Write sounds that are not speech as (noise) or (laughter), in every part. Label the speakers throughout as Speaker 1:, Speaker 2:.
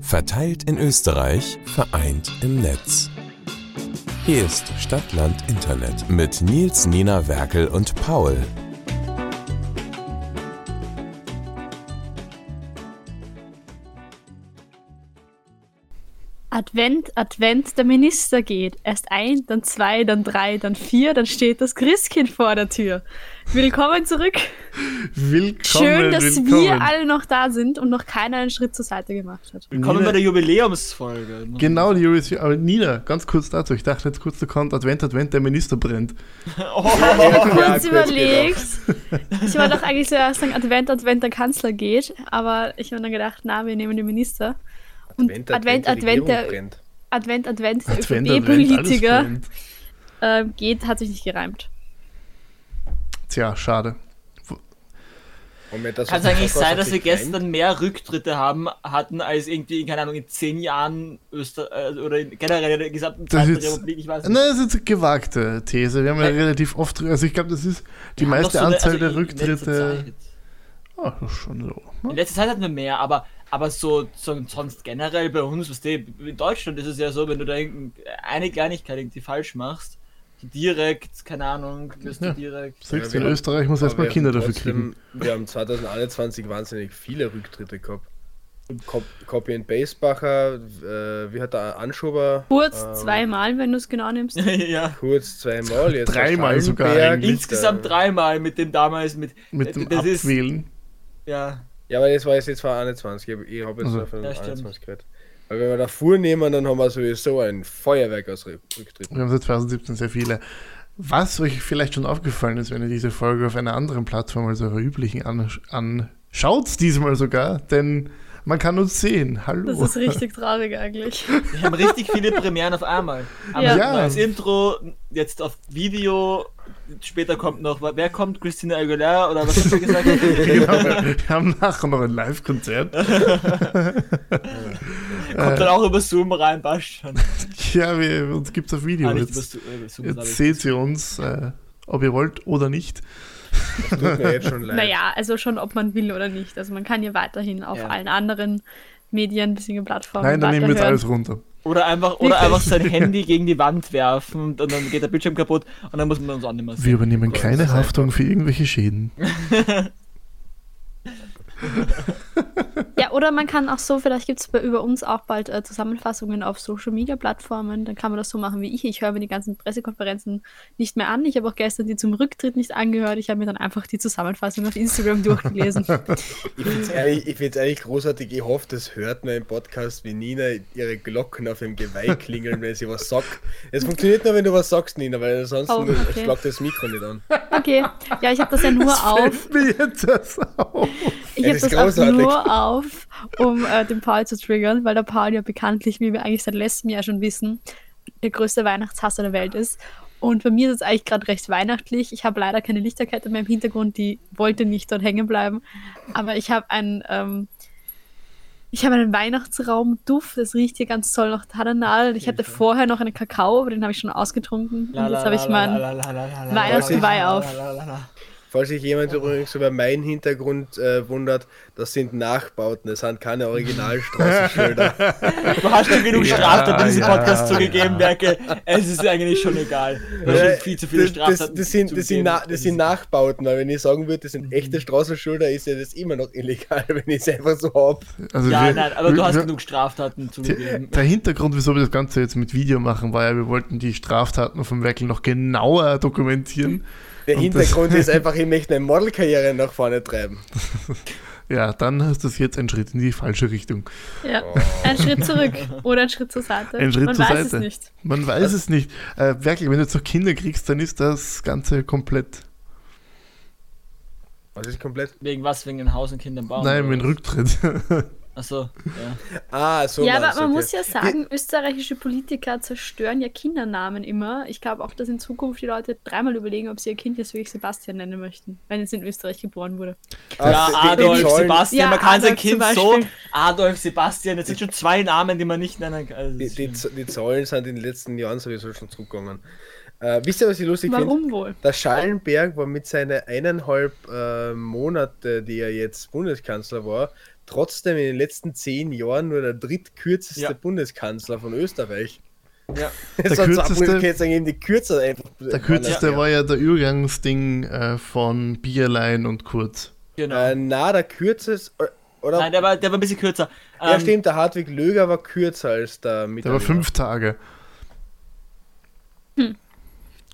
Speaker 1: Verteilt in Österreich, vereint im Netz. Hier ist Stadtland Internet mit Nils Nina Werkel und Paul.
Speaker 2: Advent, Advent, der Minister geht. Erst ein, dann zwei, dann drei, dann vier, dann steht das Christkind vor der Tür. Willkommen zurück.
Speaker 3: Willkommen.
Speaker 2: Schön, dass
Speaker 3: willkommen.
Speaker 2: wir alle noch da sind und noch keiner einen Schritt zur Seite gemacht hat.
Speaker 4: Willkommen bei
Speaker 3: Nina,
Speaker 4: der Jubiläumsfolge.
Speaker 3: genau, die Jury aber Nina, ganz kurz dazu. Ich dachte jetzt kurz, da kommt Advent, Advent, der Minister brennt.
Speaker 2: Ich
Speaker 4: Oh,
Speaker 2: kurz überlegt. Ich wollte doch eigentlich zuerst sagen, Advent, Advent, der Kanzler geht, aber ich habe dann gedacht, na, wir nehmen den Minister. Und Advent, Advent, Advent,
Speaker 5: der
Speaker 2: der,
Speaker 5: Regierung brennt.
Speaker 2: Advent, Advent, der
Speaker 3: Advent, alles
Speaker 2: ÖVP-Politiker
Speaker 3: brennt.
Speaker 2: äh, geht, hat sich nicht gereimt.
Speaker 3: Tja, schade.
Speaker 5: Moment, das
Speaker 4: Kann es
Speaker 5: ist
Speaker 4: eigentlich
Speaker 5: was, was
Speaker 4: sein, dass wir
Speaker 5: sich reimt?
Speaker 4: gestern mehr Rücktritte haben, hatten, als irgendwie, keine Ahnung, in zehn Jahren Öster äh, oder in, generell in der gesamten
Speaker 3: Das
Speaker 4: Zeit der
Speaker 3: ist-
Speaker 4: Republik, ich weiß
Speaker 3: Na,
Speaker 4: nicht.
Speaker 3: das ist eine gewagte These. Wir haben ja
Speaker 4: Nein.
Speaker 3: relativ oft, drü- also ich glaube, das ist die
Speaker 4: Wir haben
Speaker 3: meiste
Speaker 4: doch so eine-
Speaker 3: Anzahl
Speaker 4: also
Speaker 3: der
Speaker 4: in- In letzter,
Speaker 3: Rücktritte.
Speaker 4: Zeit.
Speaker 3: Ah, das ist schon so.
Speaker 4: in letzter Zeit hatten wir mehr, aber, aber so, so sonst generell bei uns, was in Deutschland ist es ja so, wenn du da irgend- eine Kleinigkeit irgendwie falsch machst, direkt, keine Ahnung, wirst
Speaker 3: Ja.
Speaker 4: du direkt.
Speaker 3: Siehst du,
Speaker 5: Ja,
Speaker 3: in
Speaker 5: wir-
Speaker 3: Österreich muss
Speaker 5: Aber
Speaker 3: erstmal
Speaker 5: wir
Speaker 3: Kinder
Speaker 5: haben
Speaker 3: dafür kriegen.
Speaker 5: trotzdem- Wir haben 2021 wahnsinnig viele Rücktritte gehabt. Cop Copy and Basebacher, äh, wie hat der Anschober?
Speaker 2: Kurz
Speaker 5: Ähm,
Speaker 2: zweimal, wenn du es genau nimmst.
Speaker 4: (laughs) ja.
Speaker 5: Kurz zweimal, jetzt
Speaker 3: Dreimal
Speaker 5: der
Speaker 3: sogar
Speaker 5: Schallenberg.
Speaker 3: eigentlich.
Speaker 4: Insgesamt
Speaker 5: Äh,
Speaker 4: dreimal mit dem damals mit.
Speaker 3: Mit dem
Speaker 4: das ist-
Speaker 3: Abwählen.
Speaker 4: Ja.
Speaker 5: Ja, aber das war jetzt jetzt war 21. Ich habe ich hab jetzt
Speaker 3: Also.
Speaker 5: nur von
Speaker 4: Ja, stimmt.
Speaker 5: 21 geredet. Weil wenn wir davor nehmen, dann haben wir sowieso ein Feuerwerk aus Rück- Rücktritten.
Speaker 3: Wir haben seit 2017 sehr viele. Was euch vielleicht schon aufgefallen ist, wenn ihr diese Folge auf einer anderen Plattform als eurer üblichen ansch- anschaut, diesmal sogar, denn man kann uns sehen. Hallo.
Speaker 2: Das ist richtig traurig eigentlich.
Speaker 4: Wir haben richtig viele Premieren auf einmal.
Speaker 2: Ja.
Speaker 4: Mal
Speaker 3: Ja,
Speaker 4: Das Intro, jetzt auf Video, später kommt noch, wer kommt? Christina Aguilera oder was hast du gesagt?
Speaker 3: (laughs)
Speaker 5: (laughs)
Speaker 3: genau. Wir haben nachher noch ein Live-Konzert.
Speaker 4: kommt dann auch über Zoom rein, passt schon.
Speaker 3: Ja, wir, uns gibt es auf Video.
Speaker 4: Ah, nicht über
Speaker 3: jetzt
Speaker 4: Zoom, über Zoom sag
Speaker 3: jetzt
Speaker 4: ich.
Speaker 3: seht ihr uns, äh, ob ihr wollt oder nicht.
Speaker 5: Das tut
Speaker 4: (laughs)
Speaker 5: mir jetzt schon leid.
Speaker 2: Naja, also schon, ob man will oder nicht. Also man kann ja weiterhin auf
Speaker 4: Ja.
Speaker 2: allen anderen Medien, bisschen Plattformen
Speaker 3: Nein, dann nehmen wir jetzt
Speaker 2: weiterhören.
Speaker 3: alles runter.
Speaker 4: Oder einfach, oder einfach sein Handy gegen die Wand werfen und dann geht der Bildschirm kaputt und dann muss man uns auch nicht mehr
Speaker 3: Wir
Speaker 4: sehen.
Speaker 3: übernehmen
Speaker 5: Gott,
Speaker 3: keine
Speaker 5: das ist
Speaker 3: Haftung für irgendwelche Schäden.
Speaker 2: Ja, oder man kann auch so, vielleicht gibt es über uns auch bald äh, Zusammenfassungen auf Social-Media-Plattformen. Dann kann man das so machen wie ich. Ich höre mir die ganzen Pressekonferenzen nicht mehr an. Ich habe auch gestern die zum Rücktritt nicht angehört. Ich habe mir dann einfach die Zusammenfassung auf Instagram
Speaker 3: (laughs)
Speaker 2: durchgelesen.
Speaker 5: Ich find's eigentlich, ich find's eigentlich großartig. Ich hoffe, das hört man im Podcast, wie Nina ihre Glocken auf dem Geweih klingeln, wenn sie was sagt. Es funktioniert nur, wenn du was sagst, Nina, weil ansonsten
Speaker 2: Oh, okay.
Speaker 5: schlagt das Mikro nicht an.
Speaker 2: Okay, ja, ich habe das ja nur auf.
Speaker 3: Fällt mir jetzt erst auf.
Speaker 2: Ich
Speaker 5: Ja,
Speaker 2: habe
Speaker 5: das
Speaker 2: das
Speaker 5: ist
Speaker 2: auch
Speaker 5: großartig.
Speaker 2: nur auf, um äh, den Paul zu triggern, weil der Paul ja bekanntlich, wie wir eigentlich seit letztem Jahr schon wissen, der größte Weihnachtshasser der Welt ist. Und bei mir ist es eigentlich gerade recht weihnachtlich. Ich habe leider keine Lichterkette mehr im Hintergrund, die wollte nicht dort hängen bleiben. Aber ich habe einen, ähm, ich habe einen Weihnachtsraumduft, das riecht hier ganz toll nach Taranal. Ich hatte vorher noch einen Kakao, aber den habe ich schon ausgetrunken. Und jetzt habe ich meinen Weihnachtsgeweih auf.
Speaker 5: Falls sich jemand übrigens über meinen Hintergrund äh, wundert, das sind Nachbauten, das sind keine
Speaker 4: (laughs)
Speaker 5: Originalstraßenschilder.
Speaker 4: Du hast schon genug
Speaker 3: Ja,
Speaker 4: Straftaten in diesem
Speaker 3: ja,
Speaker 4: Podcast
Speaker 3: ja.
Speaker 4: zugegeben, Merkel. Es ist eigentlich schon egal. Du hast schon viel zu viele
Speaker 5: Äh, das, das,
Speaker 4: Straftaten.
Speaker 5: das, sind, das, sind
Speaker 4: zugegeben.
Speaker 5: Na, das sind Nachbauten, weil wenn ich sagen würde, das
Speaker 4: Mhm.
Speaker 5: sind echte Straßenschilder, ist ja das immer noch illegal, (laughs) wenn ich es einfach so hab.
Speaker 3: Also
Speaker 4: Ja,
Speaker 3: wir-
Speaker 4: nein, aber du
Speaker 3: wir-
Speaker 4: hast
Speaker 3: wir-
Speaker 4: genug Straftaten
Speaker 3: Der, (laughs)
Speaker 4: zugegeben.
Speaker 3: der Hintergrund, wieso wir das Ganze jetzt mit Video machen, war ja, wir wollten die Straftaten von Merkel noch genauer dokumentieren.
Speaker 5: Der
Speaker 3: Und das-
Speaker 5: Hintergrund ist einfach, ich möchte eine Modelkarriere nach vorne treiben.
Speaker 3: Ja, dann ist das jetzt ein Schritt in die falsche Richtung.
Speaker 2: Ja. Ein Schritt zurück oder ein Schritt zur Seite.
Speaker 3: Ein Schritt
Speaker 2: Man
Speaker 3: zur
Speaker 2: weiß
Speaker 3: Seite.
Speaker 2: es nicht.
Speaker 3: Man weiß es nicht. Äh, Merkel, wenn du jetzt noch Kinder kriegst, dann ist das Ganze komplett.
Speaker 5: Was ist komplett?
Speaker 4: Wegen was? Wegen den Haus und Kindern bauen?
Speaker 3: Nein, mit
Speaker 4: oder
Speaker 3: dem
Speaker 4: was?
Speaker 3: Rücktritt. (laughs)
Speaker 4: Achso, ja.
Speaker 5: Ah, so.
Speaker 2: ja, aber
Speaker 5: meinst du,
Speaker 2: man
Speaker 5: okay.
Speaker 2: muss ja sagen, österreichische Politiker zerstören ja Kindernamen immer. Ich glaube auch, dass in Zukunft die Leute dreimal überlegen, ob sie ihr Kind jetzt wirklich Sebastian nennen möchten, wenn es in Österreich geboren wurde.
Speaker 5: Ah,
Speaker 4: ja,
Speaker 5: die- die- die
Speaker 4: Adolf,
Speaker 5: sollen-
Speaker 4: Sebastian,
Speaker 2: Ja,
Speaker 4: man kann sein
Speaker 2: Adolf zum
Speaker 4: Kind so.
Speaker 2: Beispiel.
Speaker 4: Adolf, Sebastian, jetzt sind schon zwei Namen, die man nicht nennen kann. Also, das
Speaker 5: Die,
Speaker 4: ist
Speaker 5: die,
Speaker 4: schlimm.
Speaker 5: Z- die Zahlen sind in den letzten Jahren sowieso schon zurückgegangen. Äh, wisst ihr, was ich lustig finde?
Speaker 2: Warum wohl?
Speaker 5: Der Schallenberg war mit seinen eineinhalb äh, Monate, die er jetzt Bundeskanzler war, trotzdem in den letzten zehn Jahren nur der drittkürzeste
Speaker 4: Ja.
Speaker 5: Bundeskanzler von Österreich. (laughs)
Speaker 4: Ja.
Speaker 5: Der
Speaker 3: kürzeste-
Speaker 5: jetzt sagen, die Kürzer einfach. Äh,
Speaker 3: Der kürzeste war ja der Übergangsding äh, von Bierlein und Kurz.
Speaker 4: Genau.
Speaker 5: Äh, na, der kürzeste. Oder?
Speaker 4: Nein, der war, der war ein bisschen kürzer.
Speaker 5: ja,
Speaker 4: Ähm,
Speaker 5: stimmt, der Hartwig Löger war kürzer als der
Speaker 3: Der war
Speaker 5: Mitterlehner.
Speaker 3: fünf Tage.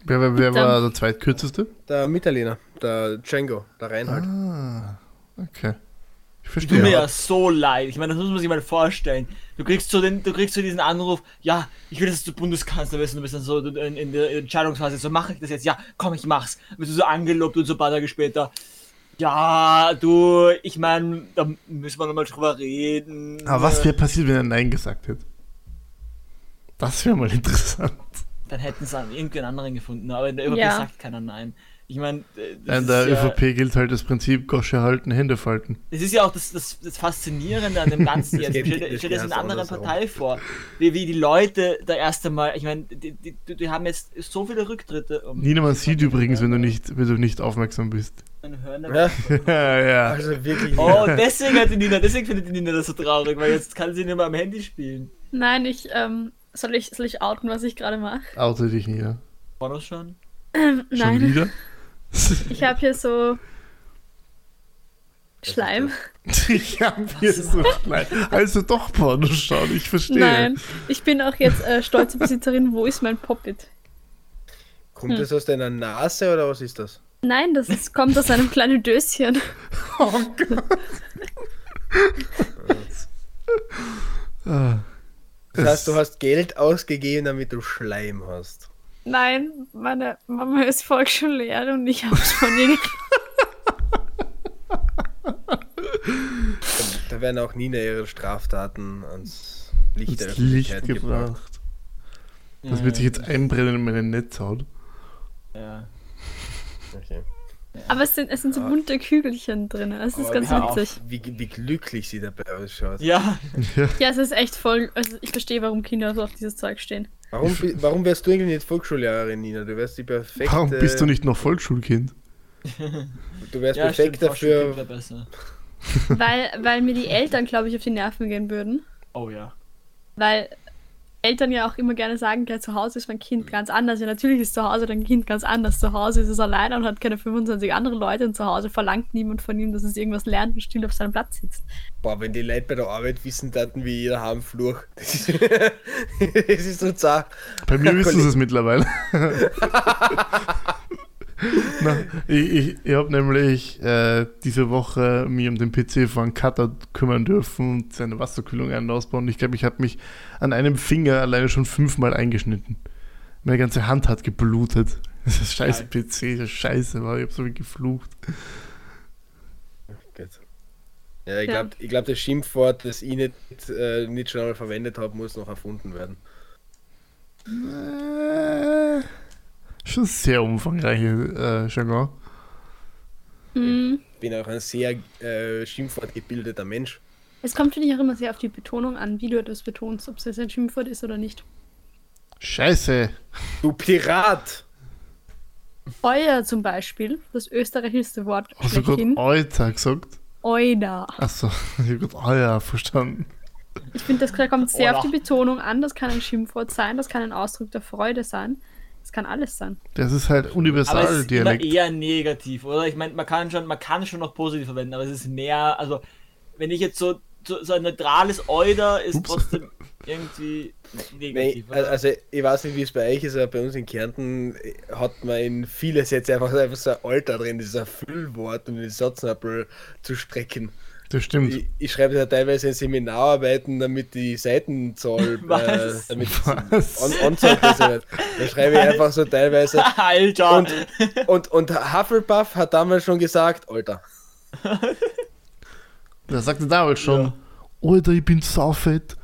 Speaker 3: Wer, wer, wer war der zweitkürzeste?
Speaker 5: Der Mitterlehner, der Django, der Reinhard.
Speaker 3: Ah, okay. Ich
Speaker 4: Tut mir ja
Speaker 3: verstehe.
Speaker 4: so leid. Ich meine, das muss man sich mal vorstellen. Du kriegst so, den, du kriegst so diesen Anruf, ja, ich will, dass du Bundeskanzler wirst und du bist dann so in, in der Entscheidungsphase, so mache ich das jetzt, ja, komm, ich mach's. Bist du so angelobt und so ein paar Tage später, ja, du, ich meine, da müssen wir nochmal drüber reden.
Speaker 3: Aber Ah, was wäre passiert, wenn er Nein gesagt hätte? Das wäre mal (laughs) interessant.
Speaker 4: Dann hätten sie an irgendeinen anderen gefunden, aber in der ÖVP
Speaker 2: Ja.
Speaker 4: sagt keiner nein. Ich meine, äh, das
Speaker 3: In der
Speaker 4: ist ja-
Speaker 3: ÖVP gilt halt das Prinzip Gosche halten, Hände falten.
Speaker 4: Das ist ja auch das, das, das Faszinierende an dem
Speaker 5: (laughs)
Speaker 4: Ganzen jetzt.
Speaker 5: geht-
Speaker 4: Stell dir
Speaker 5: das
Speaker 4: stell dir
Speaker 5: geht
Speaker 4: das in
Speaker 5: ganz
Speaker 4: einer anderen
Speaker 5: anders
Speaker 4: Partei vor. Wie, wie die Leute da erst einmal, ich meine, die, die, die die haben jetzt so viele Rücktritte. Um
Speaker 3: Nina, man sieht übrigens, wenn du nicht, wenn du nicht aufmerksam
Speaker 4: (laughs)
Speaker 3: bist.
Speaker 5: Ja,
Speaker 3: ja, ja.
Speaker 5: also wirklich.
Speaker 4: Oh, deswegen hat die Nina, deswegen findet die Nina das so traurig, weil jetzt kann sie nicht mehr am Handy spielen.
Speaker 2: Nein, ich, ähm, soll ich, soll ich outen, was ich gerade mache?
Speaker 3: Oute dich, Nina.
Speaker 4: War das schon?
Speaker 3: Schon
Speaker 2: (laughs) Nein,
Speaker 3: wieder?
Speaker 2: ich habe hier so Schleim.
Speaker 3: (laughs) Ich hab
Speaker 2: (laughs)
Speaker 3: hier so klein. Also doch Porno schauen, ich verstehe.
Speaker 2: Nein, ich bin auch jetzt äh, stolze Besitzerin. Wo ist mein Poppet?
Speaker 5: Kommt das aus deiner Nase oder was ist das?
Speaker 2: Nein, das ist, kommt aus einem kleinen Döschen.
Speaker 3: Oh Gott. Ah.
Speaker 5: Das
Speaker 3: Es-
Speaker 5: heißt, du hast Geld ausgegeben, damit du Schleim hast.
Speaker 2: Nein, meine Mama ist Volksschullehrerin und ich habe es von ihr gekriegt.
Speaker 5: Da werden auch Nina ihre Straftaten ans Licht der
Speaker 3: ins Licht
Speaker 5: Öffentlichkeit gebracht.
Speaker 3: gebracht. Das wird sich jetzt einbrennen in meine Netzhaut.
Speaker 4: Ja.
Speaker 5: Okay.
Speaker 2: Aber es sind, es sind so
Speaker 3: Ah.
Speaker 2: bunte Kügelchen drin. Es ist
Speaker 5: Aber
Speaker 2: ganz
Speaker 5: hör
Speaker 4: auf.
Speaker 2: witzig.
Speaker 5: Wie, wie glücklich sie dabei ausschaut.
Speaker 4: ja.
Speaker 2: Ja, es ist echt voll. Also ich verstehe, warum Kinder so auf dieses Zeug
Speaker 3: (laughs)
Speaker 2: stehen.
Speaker 5: Warum, bi- warum wärst du eigentlich nicht Volksschullehrerin, Nina? Du wärst die perfekte.
Speaker 3: Warum bist du nicht noch Vollschulkind?
Speaker 5: Du wärst
Speaker 4: ja,
Speaker 5: perfekt
Speaker 4: stimmt, Forschung
Speaker 5: dafür.
Speaker 4: klingt besser.
Speaker 2: Weil, weil mir die Eltern, glaube ich, auf die Nerven gehen würden.
Speaker 4: Oh ja.
Speaker 2: Weil Eltern ja auch immer gerne sagen, ja, zu Hause ist mein
Speaker 3: Mhm.
Speaker 2: Kind ganz anders. Ja, natürlich ist zu Hause dein Kind ganz anders. Zu Hause ist es alleine und hat keine 25 andere Leute und zu Hause verlangt niemand von ihm, dass es irgendwas lernt und still auf seinem Platz sitzt.
Speaker 5: Boah, wenn die Leute bei der Arbeit wissen, dann wie jeder Harmfluch. (laughs) Das ist, das ist so zart.
Speaker 3: Bei mir
Speaker 5: Ja,
Speaker 3: wissen sie
Speaker 5: Kollege.
Speaker 3: es mittlerweile. Na, ich ich, ich habe nämlich äh, diese Woche mich um den PC von Cutter kümmern dürfen und seine Wasserkühlung ein- und ausbauen. Ich glaube, ich habe mich an einem Finger alleine schon fünfmal eingeschnitten. Meine ganze Hand hat geblutet. Das ist scheiße PC, das ist scheiße, war. ich habe so viel geflucht.
Speaker 5: Gut. Ja, ich
Speaker 2: Ja.
Speaker 5: glaube, ich glaub, das Schimpfwort, das ich nicht, äh, nicht schon einmal verwendet habe, muss noch erfunden werden.
Speaker 3: Äh, schon sehr umfangreiche äh, Jargon.
Speaker 2: Hm.
Speaker 5: Ich bin auch ein sehr äh, Schimpfwort gebildeter Mensch.
Speaker 2: Es kommt, finde ich, auch immer sehr auf die Betonung an, wie du etwas betonst, ob es jetzt ein Schimpfwort ist oder nicht.
Speaker 3: Scheiße.
Speaker 5: Du Pirat!
Speaker 2: Euer zum Beispiel, das österreichische Wort
Speaker 3: Hast du gerade
Speaker 2: schlechthin.
Speaker 3: Euter gesagt?
Speaker 2: Euda.
Speaker 3: Achso, (laughs) ich hab grad Euer verstanden.
Speaker 2: Ich finde, das kommt sehr
Speaker 4: Euda.
Speaker 2: auf die Betonung an. Das kann ein Schimpfwort sein, das kann ein Ausdruck der Freude sein. Das kann alles sein.
Speaker 3: Das ist halt
Speaker 4: Aber es ist immer eh-
Speaker 3: Universaldialekt.
Speaker 4: eher negativ, oder? Ich meine, man kann schon, man kann schon noch positiv verwenden, aber es ist mehr, also wenn ich jetzt so so, so ein neutrales Euder ist
Speaker 3: Ups.
Speaker 4: trotzdem irgendwie ne-,
Speaker 5: Nee,
Speaker 4: negativ. oder?
Speaker 5: also ich weiß nicht, wie es bei euch ist, aber bei uns in Kärnten äh, hat man in viele Sätze einfach, (laughs) einfach so ein Alter drin, das ist ein Füllwort, um den Satz noch ein bisschen zu strecken.
Speaker 3: Das stimmt.
Speaker 5: Ich, ich schreibe ja teilweise in Seminararbeiten, damit die Seitenzahl, äh,
Speaker 4: Was?
Speaker 5: damit
Speaker 3: Was?
Speaker 5: an, Anzahl besser wird. Da schreibe ich einfach so teilweise.
Speaker 4: (laughs) Alter!
Speaker 5: also
Speaker 4: (laughs)
Speaker 5: Und, und, und Hufflepuff hat damals schon gesagt, Alter.
Speaker 3: Da sagte damals schon, Alter, ich bin saufett.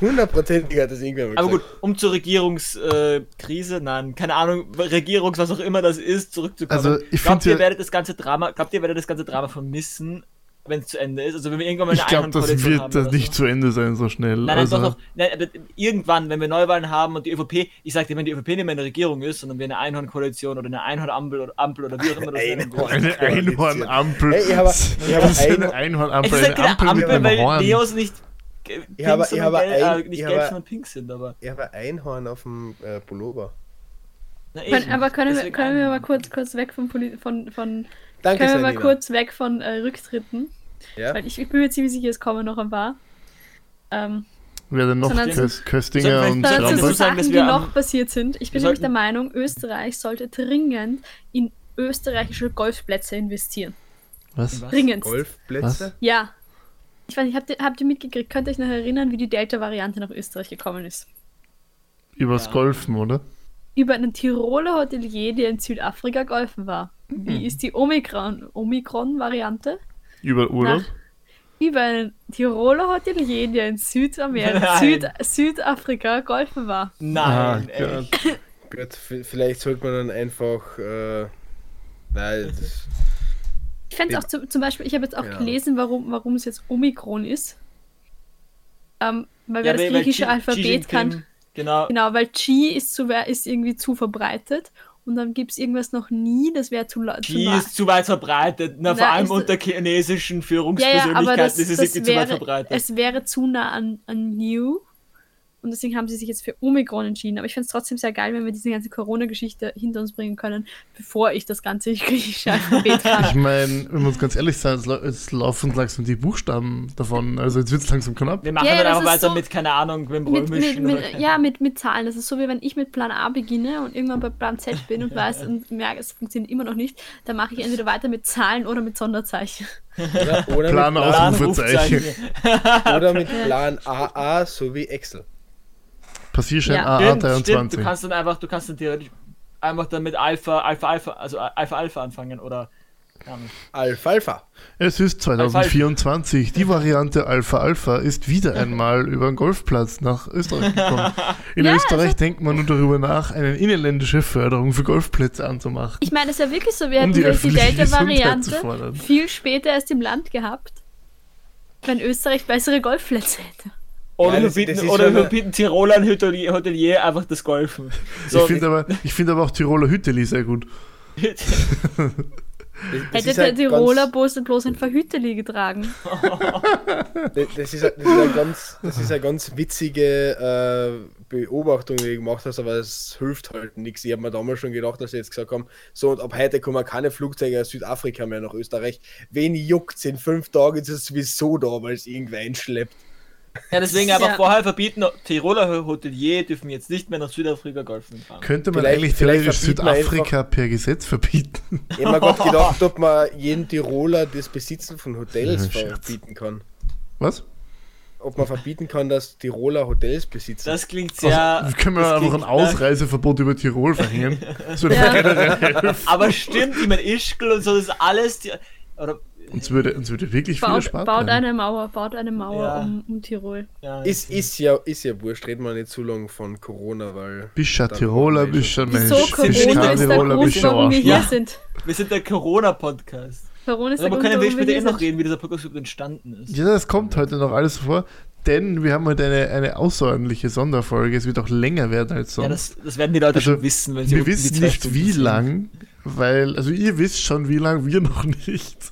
Speaker 5: Hundertprozentig hat das irgendwer mal
Speaker 4: aber gut,
Speaker 5: gesagt.
Speaker 4: um zur Regierungskrise, äh, Krise, nein, keine Ahnung, Regierungs, was auch immer das ist, zurückzukommen.
Speaker 3: Also, ich
Speaker 4: glaubt
Speaker 3: find
Speaker 4: ihr
Speaker 3: ja-
Speaker 4: werdet das ganze Drama, glaubt ihr werdet das ganze Drama vermissen? wenn es zu Ende ist. Also wenn wir irgendwann mal eine
Speaker 3: Ich glaube, das
Speaker 4: Einhorn-Koalition haben
Speaker 3: wird
Speaker 4: oder
Speaker 3: das nicht
Speaker 4: so.
Speaker 3: zu Ende sein so schnell.
Speaker 4: Nein, nein,
Speaker 3: also,
Speaker 4: doch, doch. Nein, aber irgendwann, wenn wir Neuwahlen haben und die ÖVP, ich sag dir, wenn die ÖVP nicht mehr in der Regierung ist, sondern wir eine Einhorn-Koalition oder eine Einhorn-Ampel oder, Ampel oder wie auch immer das nennen wollen.
Speaker 3: Eine Einhornampel.
Speaker 5: Ey, ich habe- ich habe
Speaker 3: das ist eine
Speaker 5: Einhorn-
Speaker 4: Ich
Speaker 3: Einhornampel.
Speaker 4: sag
Speaker 3: Eine
Speaker 4: dir, Ampel,
Speaker 3: Ampel mit
Speaker 4: halt Ampel
Speaker 3: einem
Speaker 4: weil
Speaker 3: Horn.
Speaker 4: Neos nicht äh, pink,
Speaker 5: habe- ich
Speaker 4: sondern
Speaker 5: habe
Speaker 4: gelb,
Speaker 5: ein-
Speaker 4: äh, nicht
Speaker 5: ich
Speaker 4: gelb,
Speaker 5: habe-
Speaker 4: sondern pink sind, aber.
Speaker 5: Ich habe ein Einhorn auf dem äh, Pullover.
Speaker 4: Na,
Speaker 2: Können,
Speaker 4: eben.
Speaker 2: aber können, wir,
Speaker 4: Deswegen
Speaker 2: können wir
Speaker 4: Einhorn.
Speaker 2: mal kurz, kurz weg von, Poli von, von
Speaker 5: Danke,
Speaker 2: können wir mal
Speaker 5: Selina.
Speaker 2: kurz weg von äh, Rücktritten,
Speaker 5: Ja?
Speaker 2: weil ich, ich bin mir ziemlich sicher, es kommen noch ein paar. Ähm,
Speaker 3: Wer denn noch?
Speaker 2: Sondern
Speaker 3: Kös- Köstinger
Speaker 4: Sondern
Speaker 3: und
Speaker 2: sondern zu
Speaker 4: vielleicht- Trump.
Speaker 2: so
Speaker 3: Stramböck.
Speaker 4: Sondern- sagen,
Speaker 2: Sachen,
Speaker 4: dass
Speaker 2: die
Speaker 4: wir am-
Speaker 2: noch passiert sind. Ich bin nämlich
Speaker 4: wir sollten-
Speaker 2: der Meinung, Österreich sollte dringend in österreichische Golfplätze investieren.
Speaker 3: Was?
Speaker 4: Was?
Speaker 2: Dringend.
Speaker 5: Golfplätze?
Speaker 2: Ja. Ich weiß nicht, habt ihr, habt ihr mitgekriegt, könnt ihr euch noch erinnern, wie die Delta-Variante nach Österreich gekommen ist?
Speaker 3: Übers
Speaker 4: Ja.
Speaker 3: Golfen, oder?
Speaker 2: Über einen Tiroler Hotelier, der in Südafrika golfen war.
Speaker 4: Mhm.
Speaker 2: Wie ist die Omikron- Omikron-Variante?
Speaker 3: Über Urlaub?
Speaker 2: über einen Tiroler Hotelier, der in Südamerika,
Speaker 4: (laughs) Nein.
Speaker 2: Süd, Südafrika golfen war.
Speaker 4: Nein,
Speaker 3: Ah,
Speaker 4: ey.
Speaker 5: Gut, v- vielleicht sollte man dann einfach. Äh, nein,
Speaker 4: (laughs)
Speaker 5: das,
Speaker 2: Ich fände es auch zum, zum Beispiel, ich habe jetzt auch
Speaker 5: Ja.
Speaker 2: gelesen, warum, warum es jetzt Omikron ist. Ähm, weil
Speaker 4: Ja,
Speaker 2: wer das
Speaker 4: weil- weil
Speaker 2: griechische
Speaker 4: Xi- Xi
Speaker 2: Alphabet
Speaker 4: Jinping-
Speaker 2: kann.
Speaker 4: Genau.
Speaker 2: Genau, weil Chi ist, zu, wer- ist irgendwie zu verbreitet. Und dann gibt es irgendwas noch nie, das wäre zu, la- zu
Speaker 4: Die
Speaker 2: nah.
Speaker 4: ist zu weit verbreitet. Na,
Speaker 2: Na,
Speaker 4: vor allem
Speaker 2: ist-
Speaker 4: unter chinesischen
Speaker 2: Ja, ja,
Speaker 4: Führungspersönlichkeiten
Speaker 2: aber das,
Speaker 4: ist es
Speaker 2: das
Speaker 4: irgendwie zu weit
Speaker 2: wäre,
Speaker 4: verbreitet.
Speaker 2: es wäre zu nah an, an New. Und deswegen haben sie sich jetzt für Omikron entschieden. Aber ich fände es trotzdem sehr geil, wenn wir diese ganze Corona-Geschichte hinter uns bringen können, bevor ich das ganze (laughs) griechische Alphabet
Speaker 3: Ich
Speaker 2: kann.
Speaker 3: meine, wenn wir uns ganz ehrlich sein, es, lau- es laufen langsam die Buchstaben davon. Also jetzt wird es langsam knapp.
Speaker 4: wir machen
Speaker 2: Ja, ja,
Speaker 4: dann
Speaker 2: das
Speaker 4: einfach
Speaker 2: ist
Speaker 4: weiter
Speaker 2: so-
Speaker 4: mit, keine Ahnung, mit dem
Speaker 2: Mit, mit,
Speaker 4: römischen.
Speaker 2: mit,
Speaker 4: oder-
Speaker 2: ja, mit, mit Zahlen. Das ist so, wie wenn ich mit Plan A beginne und irgendwann bei Plan Z bin und weiß und merke, es funktioniert immer noch nicht, dann mache ich entweder weiter mit Zahlen oder mit Sonderzeichen.
Speaker 5: oder, oder,
Speaker 3: Plan
Speaker 5: mit
Speaker 3: aus.
Speaker 4: Plan,
Speaker 5: Plan,
Speaker 3: Ausrufezeichen.
Speaker 4: Rufzeichen.
Speaker 5: oder mit Plan AA sowie Excel.
Speaker 3: Passierschein
Speaker 2: Ja.
Speaker 4: Stimmt, stimmt, du
Speaker 3: AA23.
Speaker 4: kannst dann einfach, du kannst dann theoretisch einfach dann mit Alpha, Alpha, Alpha, also Alpha, Alpha anfangen oder. keine Ahnung.
Speaker 5: Alpha Alpha.
Speaker 3: Es ist 2024. Die Variante Alpha Alpha ist wieder einmal über den Golfplatz nach Österreich gekommen. In
Speaker 2: Ja,
Speaker 3: Österreich
Speaker 2: also-
Speaker 3: denkt man nur darüber nach, eine inländische Förderung für Golfplätze anzumachen.
Speaker 2: Ich meine, es ist ja wirklich so, wir
Speaker 3: Um
Speaker 2: hätten
Speaker 3: die
Speaker 2: die, die
Speaker 3: öffentliche Gesundheit
Speaker 2: Delta-Variante
Speaker 3: zu fördern.
Speaker 2: viel später erst im Land gehabt, wenn Österreich bessere Golfplätze hätte.
Speaker 4: Oder
Speaker 5: Ja,
Speaker 4: wir
Speaker 5: das- das
Speaker 4: bieten,
Speaker 5: ist
Speaker 4: oder
Speaker 5: schon
Speaker 4: wir
Speaker 5: eine-
Speaker 4: bieten Tirolern Hotelier, Hotelier einfach das Golfen. So,
Speaker 3: ich
Speaker 4: (laughs)
Speaker 3: finde aber, ich finde aber auch Tiroler Hütteli sehr gut.
Speaker 5: Das, das
Speaker 2: Hätte
Speaker 5: ist
Speaker 2: der
Speaker 5: halt
Speaker 2: Tiroler
Speaker 5: ganz-
Speaker 2: bloß, bloß ein Verhüteli getragen.
Speaker 5: Das das ist, das ist, eine, ganz, das ist eine ganz witzige äh, Beobachtung, die du gemacht hast, aber es hilft halt nichts. Ich habe mir damals schon gedacht, dass sie jetzt gesagt haben, so und ab heute kommen keine Flugzeuge aus Südafrika mehr nach Österreich. Wen juckt's? In fünf Tagen ist es sowieso da, weil es irgendwer einschleppt.
Speaker 4: ja, deswegen einfach
Speaker 2: Ja.
Speaker 4: vorher verbieten, Tiroler Hotelier dürfen jetzt nicht mehr nach Südafrika golfen fahren.
Speaker 3: Könnte man
Speaker 5: Vielleicht-
Speaker 3: eigentlich
Speaker 5: vielleicht
Speaker 3: theoretisch
Speaker 5: verbieten wir
Speaker 3: Südafrika per Gesetz verbieten? (laughs)
Speaker 5: Ich habe mir gerade gedacht, ob man jeden Tiroler das Besitzen von Hotels
Speaker 3: Ja, Scherz.
Speaker 5: verbieten kann.
Speaker 3: Was?
Speaker 5: Ob man verbieten kann, dass Tiroler Hotels besitzen.
Speaker 4: Das klingt sehr.
Speaker 3: Also, können wir
Speaker 4: das
Speaker 3: einfach ein
Speaker 4: klingt nach-
Speaker 3: Ausreiseverbot über Tirol
Speaker 5: (laughs)
Speaker 3: verhängen? So
Speaker 2: Ja.
Speaker 3: generell.
Speaker 4: Aber stimmt, ich meine, Ischgl und so, das ist alles. Die, oder,
Speaker 3: Uns würde, uns würde wirklich viel
Speaker 2: Baut,
Speaker 3: Spaß
Speaker 2: baut eine Mauer, baut eine Mauer
Speaker 4: Ja.
Speaker 2: um, um Tirol.
Speaker 4: ja,
Speaker 5: ist, ist, ja, ist ja wurscht, reden wir nicht zu lang von Corona, weil.
Speaker 3: Bist ja Tiroler,
Speaker 5: eh
Speaker 3: bist ja Mensch.
Speaker 2: Wieso
Speaker 3: Bist
Speaker 2: Corona
Speaker 3: kein
Speaker 2: ist der
Speaker 3: Tiroler, bist
Speaker 2: Grund,
Speaker 3: ja
Speaker 2: warum wir
Speaker 3: Arschloch.
Speaker 2: hier
Speaker 4: Ja.
Speaker 2: sind.
Speaker 4: wir sind der Corona-Podcast.
Speaker 2: Corona ist der
Speaker 4: Aber
Speaker 2: Grund, warum
Speaker 4: können wir
Speaker 2: wir
Speaker 4: später eh
Speaker 2: hier
Speaker 4: noch
Speaker 2: sind.
Speaker 4: reden, wie dieser Podcast überhaupt entstanden ist.
Speaker 3: Ja, das kommt heute noch alles vor, denn wir haben heute eine, eine außerordentliche Sonderfolge. Es wird auch länger werden als sonst.
Speaker 4: Ja, das, das werden die Leute
Speaker 3: Also,
Speaker 4: schon wissen, wenn sie
Speaker 3: wir
Speaker 4: unten die
Speaker 3: wissen
Speaker 4: zwei
Speaker 3: nicht,
Speaker 4: Stunden
Speaker 3: wie
Speaker 4: sehen.
Speaker 3: lang, weil, also ihr wisst schon, wie lang, wir (laughs) noch nicht.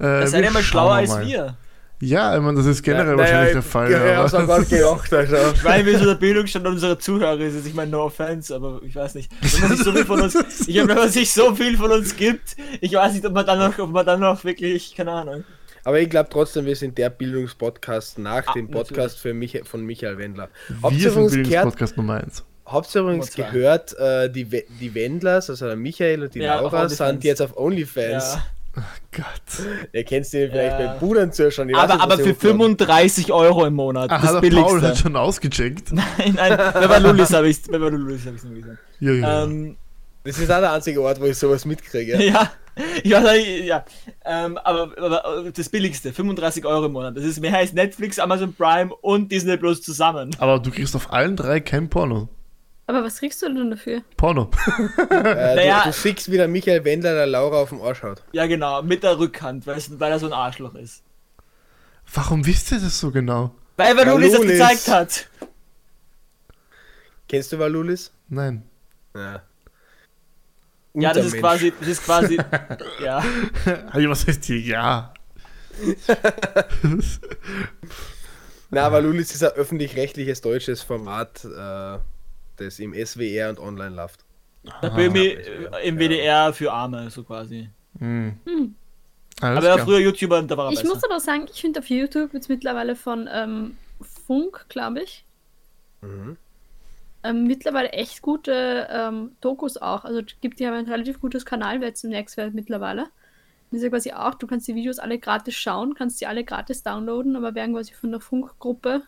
Speaker 3: Äh,
Speaker 4: Ja, seid
Speaker 3: wir
Speaker 4: ihr
Speaker 3: schauen
Speaker 4: mal schlauer als
Speaker 3: mal.
Speaker 4: wir.
Speaker 3: Ja, ich meine, das ist generell
Speaker 5: Ja,
Speaker 3: wahrscheinlich
Speaker 5: naja,
Speaker 3: der Fall.
Speaker 5: Ich, ich hab's
Speaker 3: (laughs)
Speaker 5: auch
Speaker 3: aber
Speaker 5: gerade gedacht, also. Alter.
Speaker 3: (laughs)
Speaker 4: Ich meine, wir sind der Bildungsstand unserer Zuhörer ist. es. Ich meine, no offense, aber ich weiß nicht. Wenn man sich so viel
Speaker 3: (laughs)
Speaker 4: von uns, ich meine, wenn man sich so viel von uns gibt, ich weiß nicht, ob man dann noch, ob man dann noch wirklich, keine Ahnung.
Speaker 5: Aber ich glaube trotzdem, wir sind der Bildungspodcast nach
Speaker 4: Ah,
Speaker 5: dem Podcast für Mich, von Michael Wendler. Habt
Speaker 3: wir sind
Speaker 5: ihr übrigens gehört,
Speaker 3: Bildungspodcast Nummer 1.
Speaker 5: habt ihr übrigens
Speaker 4: Nummer zwei.
Speaker 5: gehört äh, die, We- die Wendlers, also der Michael und die
Speaker 4: Ja, auf
Speaker 5: Laura,
Speaker 4: OnlyFans.
Speaker 5: sind jetzt auf OnlyFans.
Speaker 4: Ja.
Speaker 3: Gott.
Speaker 5: Ihr kennt sie vielleicht
Speaker 4: Ja.
Speaker 5: bei Budern zuschauen. ich weiß
Speaker 4: Aber,
Speaker 5: nicht,
Speaker 4: aber
Speaker 5: was
Speaker 4: für
Speaker 5: sie hochladen.
Speaker 4: 35 Euro im Monat.
Speaker 3: Ah,
Speaker 4: das
Speaker 3: hat der Paul
Speaker 4: billigste.
Speaker 3: hat schon ausgecheckt.
Speaker 4: (laughs) Nein, nein, bei Valulis habe ich es nur gesagt.
Speaker 3: Ja, ja.
Speaker 4: Ähm,
Speaker 5: Das ist auch der einzige Ort, wo ich sowas
Speaker 4: (laughs)
Speaker 5: mitkriege. Äh,
Speaker 4: ja, ja, ja. Ähm, aber, aber das billigste, 35 Euro im Monat. Das ist mehr als Netflix, Amazon Prime und Disney Plus zusammen.
Speaker 3: aber du kriegst auf allen drei kein Porno.
Speaker 2: Aber was kriegst du denn dafür?
Speaker 3: Porno. (laughs)
Speaker 5: Äh,
Speaker 4: Naja.
Speaker 5: du, du siehst, wie der Michael Wendler der Laura auf den Arsch haut.
Speaker 4: Ja, genau, mit der Rückhand, weil, es- weil er so ein Arschloch ist.
Speaker 3: Warum wisst ihr das so genau?
Speaker 4: Weil Valulis das
Speaker 5: Valulis.
Speaker 4: gezeigt hat.
Speaker 5: Kennst du Valulis?
Speaker 3: Nein.
Speaker 5: Ja.
Speaker 4: Ja, das ist
Speaker 5: Untermensch.
Speaker 4: quasi, das ist quasi, ja.
Speaker 3: Also, was heißt hier? Ja.
Speaker 5: Na, Valulis ist ein öffentlich-rechtliches deutsches Format, äh, das im SWR und online läuft.
Speaker 4: Der Böhmi
Speaker 5: ja.
Speaker 4: im WDR für Arme, so quasi.
Speaker 3: Hm.
Speaker 2: Hm.
Speaker 3: Alles
Speaker 4: Aber er war
Speaker 3: klar. (laughs)
Speaker 4: früher YouTuber und da war er
Speaker 2: Ich
Speaker 4: besser.
Speaker 2: muss aber sagen, ich finde auf YouTube jetzt mittlerweile von ähm, Funk, glaube ich,
Speaker 5: Mhm.
Speaker 2: ähm, mittlerweile echt gute ähm, Dokus auch. Also es gibt die haben ein relativ gutes Kanalwert zum Netzwerk mittlerweile. Das ist ja quasi auch, du kannst die Videos alle gratis schauen, kannst die alle gratis downloaden, aber werden quasi von der Funkgruppe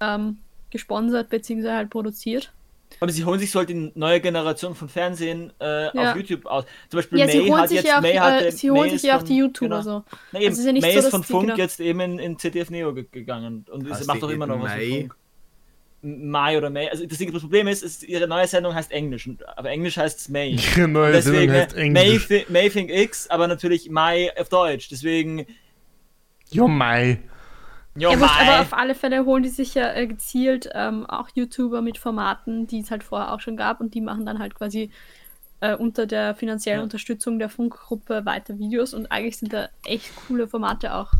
Speaker 2: ähm, gesponsert bzw. halt produziert.
Speaker 4: Aber sie holen sich so halt die neue Generation von Fernsehen äh,
Speaker 2: Ja.
Speaker 4: auf YouTube aus. Zum Beispiel
Speaker 2: Ja,
Speaker 4: May
Speaker 2: sie holen
Speaker 4: hat
Speaker 2: sich
Speaker 4: jetzt,
Speaker 2: ja auch,
Speaker 4: May hatte,
Speaker 2: äh, sie holen
Speaker 4: May
Speaker 2: sich
Speaker 4: ist
Speaker 2: ja auch
Speaker 4: von-
Speaker 2: die YouTuber
Speaker 4: genau.
Speaker 2: so.
Speaker 4: Na eben,
Speaker 2: Also ist ja nicht
Speaker 4: May
Speaker 2: so,
Speaker 4: ist
Speaker 2: dass
Speaker 4: von
Speaker 2: die-
Speaker 4: Funk
Speaker 2: genau.
Speaker 4: jetzt eben in, in ZDF Neo ge- gegangen und sie
Speaker 5: Heißt
Speaker 4: macht
Speaker 5: Also die
Speaker 4: auch immer noch was
Speaker 5: May?
Speaker 4: mit Funk. M- May oder May. Also das Ding- das Problem ist, ist, ihre neue Sendung heißt Englisch, und- aber Englisch heißt es
Speaker 5: (laughs)
Speaker 4: May.
Speaker 3: Ihre neue
Speaker 4: Deswegen
Speaker 3: Sendung heißt
Speaker 4: äh, May,
Speaker 3: halt Englisch.
Speaker 4: Thi- May Think X, aber natürlich May auf Deutsch. Deswegen,
Speaker 3: Jo, Mai.
Speaker 4: yo,
Speaker 2: ja, wurscht, aber
Speaker 4: May.
Speaker 2: auf alle Fälle holen die sich ja äh, gezielt ähm, auch YouTuber mit Formaten, die es halt vorher auch schon gab und die machen dann halt quasi äh, unter der finanziellen
Speaker 4: Ja.
Speaker 2: Unterstützung der Funkgruppe weiter Videos und eigentlich sind da echt coole Formate auch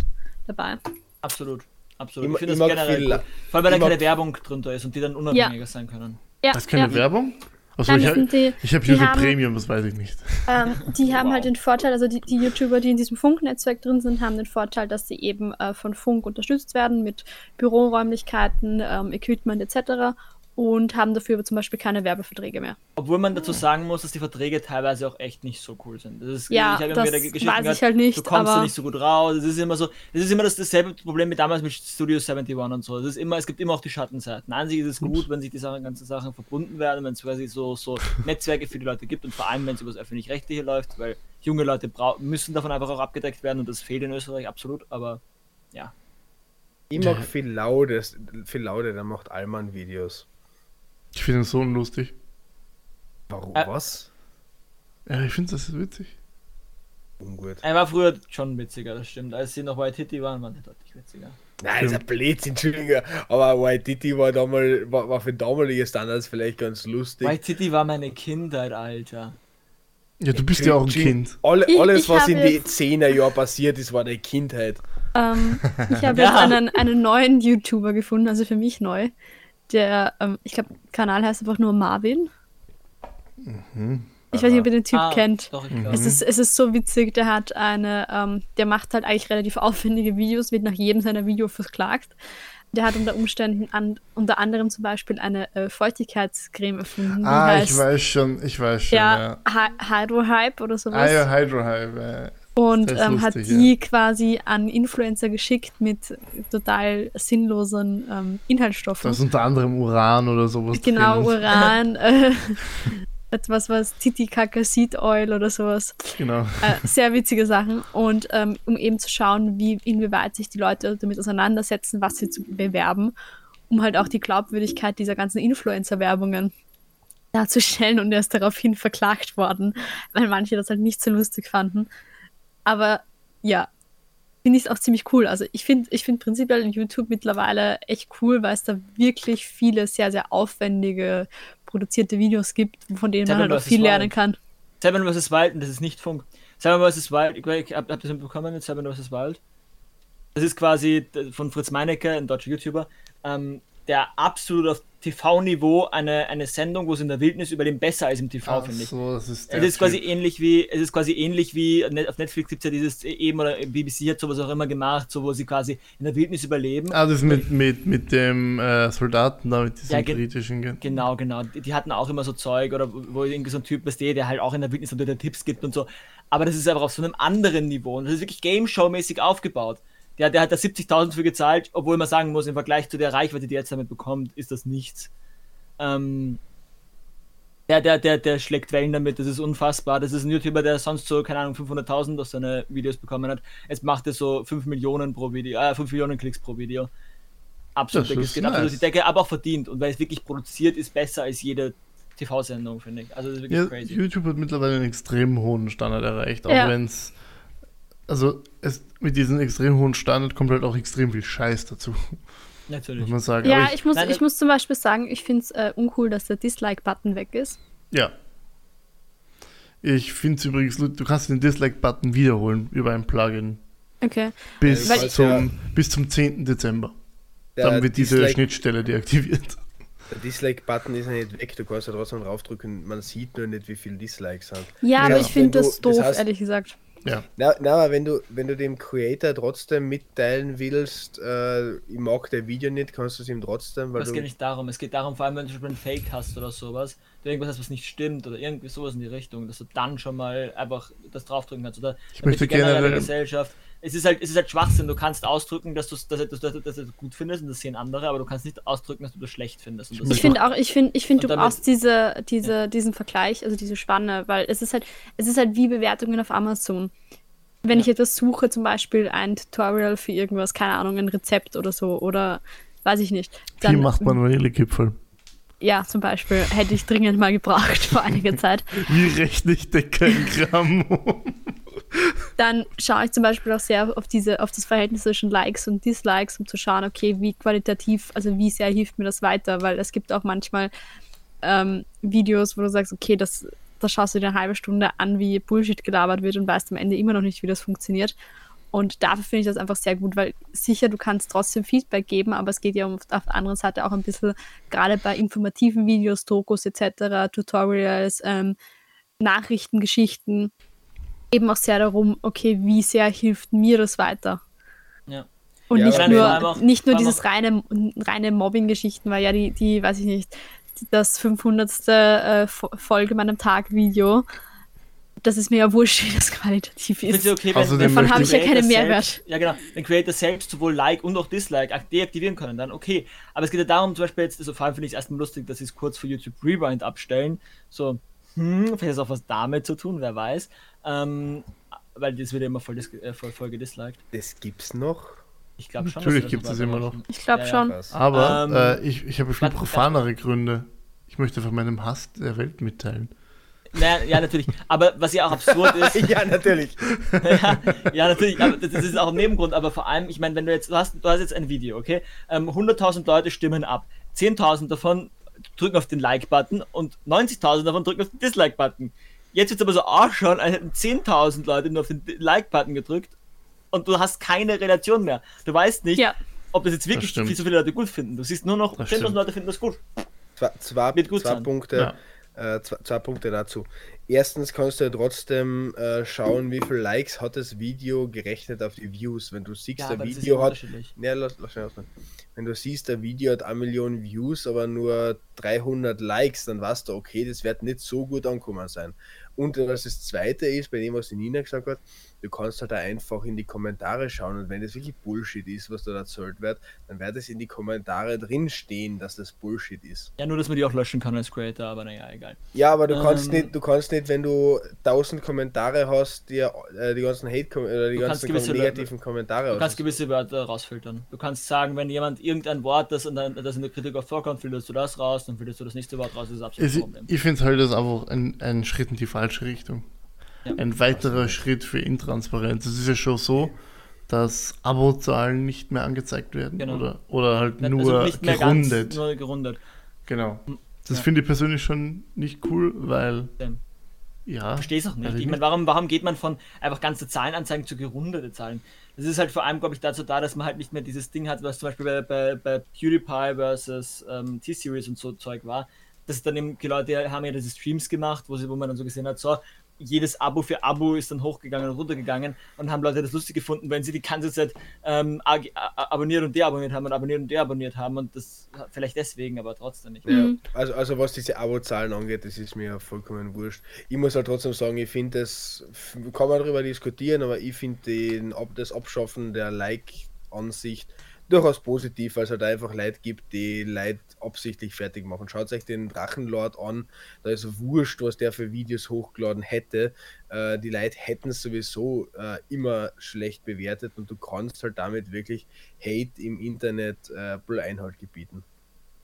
Speaker 2: dabei.
Speaker 4: Absolut. Absolut.
Speaker 5: Immer-
Speaker 4: ich finde das
Speaker 5: immer
Speaker 4: generell
Speaker 5: viel-
Speaker 4: gut. Vor allem, weil da
Speaker 5: immer-
Speaker 4: keine Werbung drunter ist und die dann unabhängiger sein können.
Speaker 2: Ja,
Speaker 3: Das ist keine
Speaker 2: ja.
Speaker 3: Werbung? Achso,
Speaker 2: Nein,
Speaker 3: ich
Speaker 2: das sind die-
Speaker 3: habe ich hab
Speaker 2: die
Speaker 3: YouTube
Speaker 2: haben-
Speaker 3: Premium, das weiß ich nicht.
Speaker 2: Ähm, die haben
Speaker 4: Wow.
Speaker 2: halt den Vorteil, also die, die YouTuber, die in diesem Funknetzwerk drin sind, haben den Vorteil, dass sie eben äh, von Funk unterstützt werden mit Büroräumlichkeiten, ähm, Equipment etc. und haben dafür aber zum Beispiel keine Werbeverträge mehr.
Speaker 4: Obwohl man dazu
Speaker 2: Hm.
Speaker 4: sagen muss, dass die Verträge teilweise auch echt nicht so cool sind. Das ist,
Speaker 2: Ja,
Speaker 4: hab immer
Speaker 2: das
Speaker 4: wieder Ge- Geschichten
Speaker 2: weiß ich
Speaker 4: gehört,
Speaker 2: halt nicht,
Speaker 4: Du kommst da
Speaker 2: aber-
Speaker 4: nicht so gut raus. Es ist immer so, es ist immer das, dasselbe Problem wie damals mit Studio 71 und so. Es ist immer, es gibt immer auch die Schattenseiten. An sich ist es gut, wenn sich die Sachen, ganzen Sachen verbunden werden, wenn es quasi so, so Netzwerke für die Leute gibt und vor allem, wenn es über das Öffentlich-Rechtliche läuft, weil junge Leute brau- müssen davon einfach auch abgedeckt werden und das fehlt in Österreich absolut, aber ja.
Speaker 5: Ich mag viel Laudes, viel Laude, der macht Allmann Videos.
Speaker 3: Ich finde den Sohn lustig.
Speaker 5: Warum?
Speaker 4: Ä-
Speaker 5: was?
Speaker 3: Ja, ich finde das ist witzig.
Speaker 5: Ungut.
Speaker 4: Er war früher schon witziger, das stimmt. Als sie noch White Hitty waren, waren die deutlich witziger.
Speaker 5: Nein, ist ein Blödsinn, Entschuldigung. Aber Waititi war, damal, war, war für damalige Standards vielleicht ganz lustig.
Speaker 4: White Hitty war meine Kindheit, Alter.
Speaker 3: Ja, du bist ja auch ein
Speaker 5: Gin-
Speaker 3: Kind.
Speaker 5: Alle,
Speaker 2: Ich-
Speaker 5: alles,
Speaker 2: ich
Speaker 5: was
Speaker 2: habe
Speaker 5: in die
Speaker 2: jetzt-
Speaker 5: 10er Jahren passiert ist, war eine Kindheit.
Speaker 2: Ähm, ich habe
Speaker 4: Ja.
Speaker 2: jetzt einen, einen neuen YouTuber gefunden, also für mich neu. Der, ähm, ich glaube, Kanal heißt einfach nur Marvin.
Speaker 3: Mhm.
Speaker 2: Ich weiß nicht, ob ihr den Typ
Speaker 4: Ah,
Speaker 2: kennt.
Speaker 4: Doch, ich glaube.
Speaker 2: Es ist, es ist so witzig, der hat eine, ähm, der macht halt eigentlich relativ aufwendige Videos, wird nach jedem seiner Videos verklagt. Der hat unter Umständen an, unter anderem zum Beispiel eine äh, Feuchtigkeitscreme erfunden, die
Speaker 3: Ah, ich
Speaker 2: heißt
Speaker 3: weiß schon, ich weiß schon.
Speaker 2: ja,
Speaker 3: Ja.
Speaker 2: Hy- Hydro Hype oder sowas.
Speaker 3: Ah ja, Hydro Hype. Ja.
Speaker 2: Und
Speaker 3: Das ist
Speaker 2: ähm, hat
Speaker 3: lustig,
Speaker 2: die quasi an Influencer geschickt mit total sinnlosen ähm,
Speaker 3: Da
Speaker 2: Inhaltsstoffen.
Speaker 3: ist unter anderem Uran oder sowas.
Speaker 2: genau,
Speaker 3: drin. (laughs)
Speaker 2: Uran, äh, etwas, was Titikaka Seed Oil oder sowas.
Speaker 3: Genau.
Speaker 2: äh, sehr witzige Sachen und ähm, um eben zu schauen, wie inwieweit sich die Leute damit auseinandersetzen, was sie zu bewerben, um halt auch die Glaubwürdigkeit dieser ganzen Influencer-Werbungen darzustellen und er ist daraufhin verklagt worden, weil manche das halt nicht so lustig fanden. Aber ja, finde ich es auch ziemlich cool. Also ich finde ich find prinzipiell YouTube mittlerweile echt cool, weil es da wirklich viele sehr, sehr aufwendige produzierte Videos gibt, von denen
Speaker 4: Tell
Speaker 2: man halt
Speaker 4: them
Speaker 2: auch
Speaker 4: versus
Speaker 2: viel lernen
Speaker 4: Wild.
Speaker 2: kann.
Speaker 4: Seven vs. Wild, und das ist nicht Funk. Seven vs. Wild, ich, ich hab, hab das mitbekommen, mit Seven vs. Wild. Das ist quasi d- von Fritz Meinecke, ein deutscher YouTuber, ähm, der absolut auf TV-Niveau eine, eine Sendung, wo es in der Wildnis überleben besser als im TV,
Speaker 3: Ach
Speaker 4: finde ich.
Speaker 3: so, das ist der
Speaker 4: Es ist quasi
Speaker 3: Typ.
Speaker 4: ähnlich wie, es ist quasi ähnlich wie, Net- auf Netflix gibt es ja dieses eben oder BBC hat sowas auch immer gemacht, so wo sie quasi in der Wildnis überleben.
Speaker 3: Ah, das mit, mit, mit dem äh, Soldaten da, mit diesem
Speaker 4: Ja, ge-
Speaker 3: britischen. Ge
Speaker 4: Genau, genau. Die, die hatten auch immer so Zeug oder wo irgendwie so ein Typ ist, der halt auch in der Wildnis unter Tipps gibt und so. Aber das ist einfach auf so einem anderen Niveau und das ist wirklich Game Show-mäßig aufgebaut. Der, der hat da 70.000 für gezahlt, obwohl man sagen muss, im Vergleich zu der Reichweite, die er jetzt damit bekommt, ist das nichts. Ähm, der, der, der, der schlägt Wellen damit, das ist unfassbar. Das ist ein YouTuber, der sonst so, keine Ahnung, 500.000 aus seine Videos bekommen hat. Jetzt macht er so 5 Millionen pro Video, äh, 5 Millionen Klicks pro Video. Absolut,
Speaker 3: Das
Speaker 4: Decke.
Speaker 3: ist
Speaker 4: es geht absolut
Speaker 3: nice.
Speaker 4: die Decke, aber auch verdient. Und weil es wirklich produziert ist, besser als jede TV-Sendung, finde ich. Also das ist wirklich
Speaker 3: Ja,
Speaker 4: crazy.
Speaker 3: YouTube hat mittlerweile einen extrem hohen Standard erreicht, auch
Speaker 2: Ja.
Speaker 3: wenn es. Also es, mit diesem extrem hohen Standard kommt halt auch extrem viel Scheiß dazu, muss
Speaker 4: Natürlich.
Speaker 3: man sagen.
Speaker 2: Ja,
Speaker 3: Aber
Speaker 2: ich, muss,
Speaker 4: Nein,
Speaker 2: ich
Speaker 4: nein.
Speaker 2: muss zum Beispiel sagen, ich finde es äh, uncool, dass der Dislike-Button weg ist.
Speaker 3: ja. Ich finde es übrigens, lu- du kannst den Dislike-Button wiederholen über ein Plugin
Speaker 2: Okay.
Speaker 3: bis,
Speaker 2: Weil-
Speaker 3: zum, bis zum 10. Dezember. Dann wird diese
Speaker 5: Dislike-
Speaker 3: Schnittstelle deaktiviert. (laughs)
Speaker 5: Der Dislike-Button ist ja nicht weg, du kannst ja trotzdem draufdrücken, man sieht nur nicht, wie viele Dislikes sind.
Speaker 2: Ja, aber
Speaker 5: Ja.
Speaker 2: ich finde
Speaker 5: Wenn du-
Speaker 2: das doof,
Speaker 5: das heißt-
Speaker 2: ehrlich gesagt.
Speaker 5: Na, na aber wenn du, wenn du dem Creator trotzdem mitteilen willst, äh, ich mag dein Video nicht, kannst du es ihm trotzdem,
Speaker 4: Aber
Speaker 5: weil
Speaker 4: es
Speaker 5: du,
Speaker 4: geht nicht darum. Es geht darum, vor allem wenn du schon einen Fake hast oder sowas, du irgendwas hast, was nicht stimmt oder irgendwie sowas in die Richtung, dass du dann schon mal einfach das draufdrücken kannst. Oder ich
Speaker 3: möchte generell-
Speaker 4: Gesellschaft. Es ist halt, es ist halt Schwachsinn. Du kannst ausdrücken, dass du es dass, dass, dass, dass du es gut findest und das sehen andere, aber du kannst nicht ausdrücken, dass du das schlecht findest. Und das
Speaker 2: Ich finde auch, ich finde, ich find,
Speaker 4: Und
Speaker 2: du
Speaker 4: damit-
Speaker 2: brauchst diese, diese, diesen Vergleich, also diese Spanne, weil es ist halt, es ist halt wie Bewertungen auf Amazon. Wenn ich etwas suche, zum Beispiel ein Tutorial für irgendwas, keine Ahnung, ein Rezept oder so, oder weiß ich nicht.
Speaker 3: Hier macht man Vanillekipferl.
Speaker 2: Ja, zum Beispiel hätte ich dringend mal gebraucht (laughs) vor einiger Zeit.
Speaker 3: Wie rechne ich denn kein Gramm um?
Speaker 2: Dann schaue ich zum Beispiel auch sehr auf diese, auf das Verhältnis zwischen Likes und Dislikes, um zu schauen, okay, wie qualitativ, also wie sehr hilft mir das weiter, weil es gibt auch manchmal ähm, Videos, wo du sagst, okay, das, das schaust du dir eine halbe Stunde an, wie Bullshit gelabert wird und weißt am Ende immer noch nicht, wie das funktioniert. Und dafür finde ich das einfach sehr gut, weil sicher, du kannst trotzdem Feedback geben, aber es geht ja um, auf der anderen Seite auch ein bisschen, gerade bei informativen Videos, Dokus etc., Tutorials, ähm, Nachrichten, Geschichten, eben auch sehr darum, okay, wie sehr hilft mir das weiter?
Speaker 4: Ja.
Speaker 2: Und
Speaker 5: Ja,
Speaker 2: nicht,
Speaker 5: aber vor
Speaker 4: allem
Speaker 2: nur,
Speaker 4: auch-
Speaker 2: nicht nur
Speaker 4: vor allem
Speaker 2: dieses
Speaker 4: auch-
Speaker 2: reine, reine Mobbing-Geschichten, weil ja die, die, weiß ich nicht, das 500. Äh, Fo- Folge meinem Tag-Video, das ist mir ja wurscht, wie das qualitativ
Speaker 4: Ich
Speaker 2: ist.
Speaker 4: find's ja okay,
Speaker 3: Außerdem
Speaker 4: wenn- wenn
Speaker 3: Davon hab
Speaker 2: ich ja
Speaker 4: Creator
Speaker 2: keinen Mehrwert.
Speaker 4: Selbst, ja, genau. Wenn Creator selbst sowohl Like und auch Dislike ak- deaktivieren können, dann okay. Aber es geht ja darum, zum Beispiel jetzt, also vor allem finde ich es erstmal lustig, dass sie es kurz vor YouTube Rewind abstellen. So, hm, vielleicht hat es auch was damit zu tun, wer weiß. Ähm, weil das wird ja immer voll, dis äh, voll, voll gedisliked.
Speaker 5: das gibt's noch.
Speaker 4: Ich glaube schon.
Speaker 3: Natürlich
Speaker 4: dass
Speaker 3: gibt's
Speaker 4: das
Speaker 3: es immer
Speaker 4: weitermachen.
Speaker 3: noch.
Speaker 2: Ich glaube
Speaker 4: Ja, ja.
Speaker 2: schon.
Speaker 5: Was?
Speaker 3: Aber
Speaker 4: Ähm,
Speaker 3: äh, ich, ich habe viel
Speaker 4: warte,
Speaker 3: profanere Gründe. Ich möchte von meinem Hass der Welt mitteilen.
Speaker 4: Naja, ja, natürlich. Aber was (laughs) ja
Speaker 3: (laughs)
Speaker 4: auch absurd ist,
Speaker 5: ja, natürlich.
Speaker 4: ja, ja, natürlich, aber das das ist auch ein Nebengrund, aber vor allem, ich meine, wenn du jetzt, du hast, du hast jetzt ein Video, okay? Ähm, 100.000 Leute stimmen ab, 10.000 davon drücken auf den Like-Button und 90.000 davon drücken auf den Dislike-Button. Jetzt wird es aber so ausschauen, als hätten 10.000 Leute nur auf den Di- Like-Button gedrückt und du hast keine Relation mehr. Du weißt nicht,
Speaker 2: Ja.
Speaker 4: ob das jetzt wirklich
Speaker 3: stimmt.
Speaker 4: viel zu viele Leute gut finden. Du siehst nur noch,
Speaker 3: Das
Speaker 4: 10.000
Speaker 3: stimmt.
Speaker 4: Leute finden das gut.
Speaker 5: Zwei, zwei,
Speaker 4: Wird gut
Speaker 5: zwei,
Speaker 4: sein.
Speaker 5: Punkte, äh, zwei, zwei Punkte dazu. Erstens kannst du ja trotzdem äh, schauen, wie viele Likes hat das Video gerechnet auf die Views. Wenn du siehst, ein
Speaker 4: aber das ist
Speaker 5: Video hat
Speaker 4: unterschiedlich.
Speaker 5: Ja, lass, lass schnell ausmachen. Wenn du siehst, der Video hat eine Million Views, aber nur 300 Likes, dann weißt du, okay, das wird nicht so gut ankommen sein. Und was das Zweite ist, bei dem, was die Nina gesagt hat, du kannst halt auch einfach in die Kommentare schauen und wenn das wirklich Bullshit ist, was da erzählt wird, dann wird es in die Kommentare drinstehen, dass das Bullshit ist.
Speaker 4: Ja, nur, dass man die auch löschen kann als Creator, aber naja, egal.
Speaker 5: Ja, aber du kannst
Speaker 4: Ähm.
Speaker 5: nicht, du kannst nicht, wenn du 1000 Kommentare hast, dir äh, die ganzen Hate oder die
Speaker 4: Du kannst
Speaker 5: ganzen kom
Speaker 4: gewisse Leute-
Speaker 5: negativen Kommentare
Speaker 4: Du kannst gewisse Wörter rausfiltern. Du kannst sagen, wenn jemand irgendein Wort, das in, der, das in der Kritik auch vorkommt, filterst du das raus, dann filterst du das nächste Wort raus, das ist absolut
Speaker 3: Es,
Speaker 4: kein Problem.
Speaker 3: ich finde halt das einfach ein, ein Schritt in die falsche Richtung.
Speaker 4: Ja.
Speaker 3: Ein weiterer Schritt für Intransparenz. Es ist ja schon so, dass Abozahlen nicht mehr angezeigt werden
Speaker 4: Genau.
Speaker 3: oder, oder halt
Speaker 4: Also
Speaker 3: nur gerundet.
Speaker 4: ganz, nur gerundet.
Speaker 3: genau. Das
Speaker 4: Ja.
Speaker 3: finde ich persönlich schon nicht cool, weil
Speaker 4: Same.
Speaker 3: ja.
Speaker 4: verstehe es auch nicht.
Speaker 3: Also
Speaker 4: Ich
Speaker 3: ich
Speaker 4: meine, warum, warum geht man von einfach ganze Zahlenanzeigen zu gerundete Zahlen? Das ist halt vor allem, glaube ich, dazu da, dass man halt nicht mehr dieses Ding hat, was zum Beispiel bei, bei, bei PewDiePie versus ähm, T-Series und so Zeug war. Dass dann eben die Leute haben ja diese Streams gemacht, wo, sie, wo man dann so gesehen hat, so jedes Abo für Abo ist dann hochgegangen und runtergegangen und haben Leute das lustig gefunden, wenn sie die ganze Zeit ähm, ag- a- abonniert und deabonniert haben und abonniert und deabonniert haben und das vielleicht deswegen, aber trotzdem nicht.
Speaker 2: Mhm.
Speaker 5: Ja, also, also was diese Abo-Zahlen angeht, das ist mir ja vollkommen wurscht. Ich muss halt trotzdem sagen, ich finde das, kann man darüber diskutieren, aber ich finde den Ab- das Abschaffen der Like-Ansicht durchaus positiv, weil es halt einfach Leid gibt, die Leid absichtlich fertig machen. Schaut euch den Drachenlord an, da ist wurscht, was der für Videos hochgeladen hätte. Äh, die Leute hätten es sowieso äh, immer schlecht bewertet und du kannst halt damit wirklich Hate im Internet äh, voll Einhalt gebieten.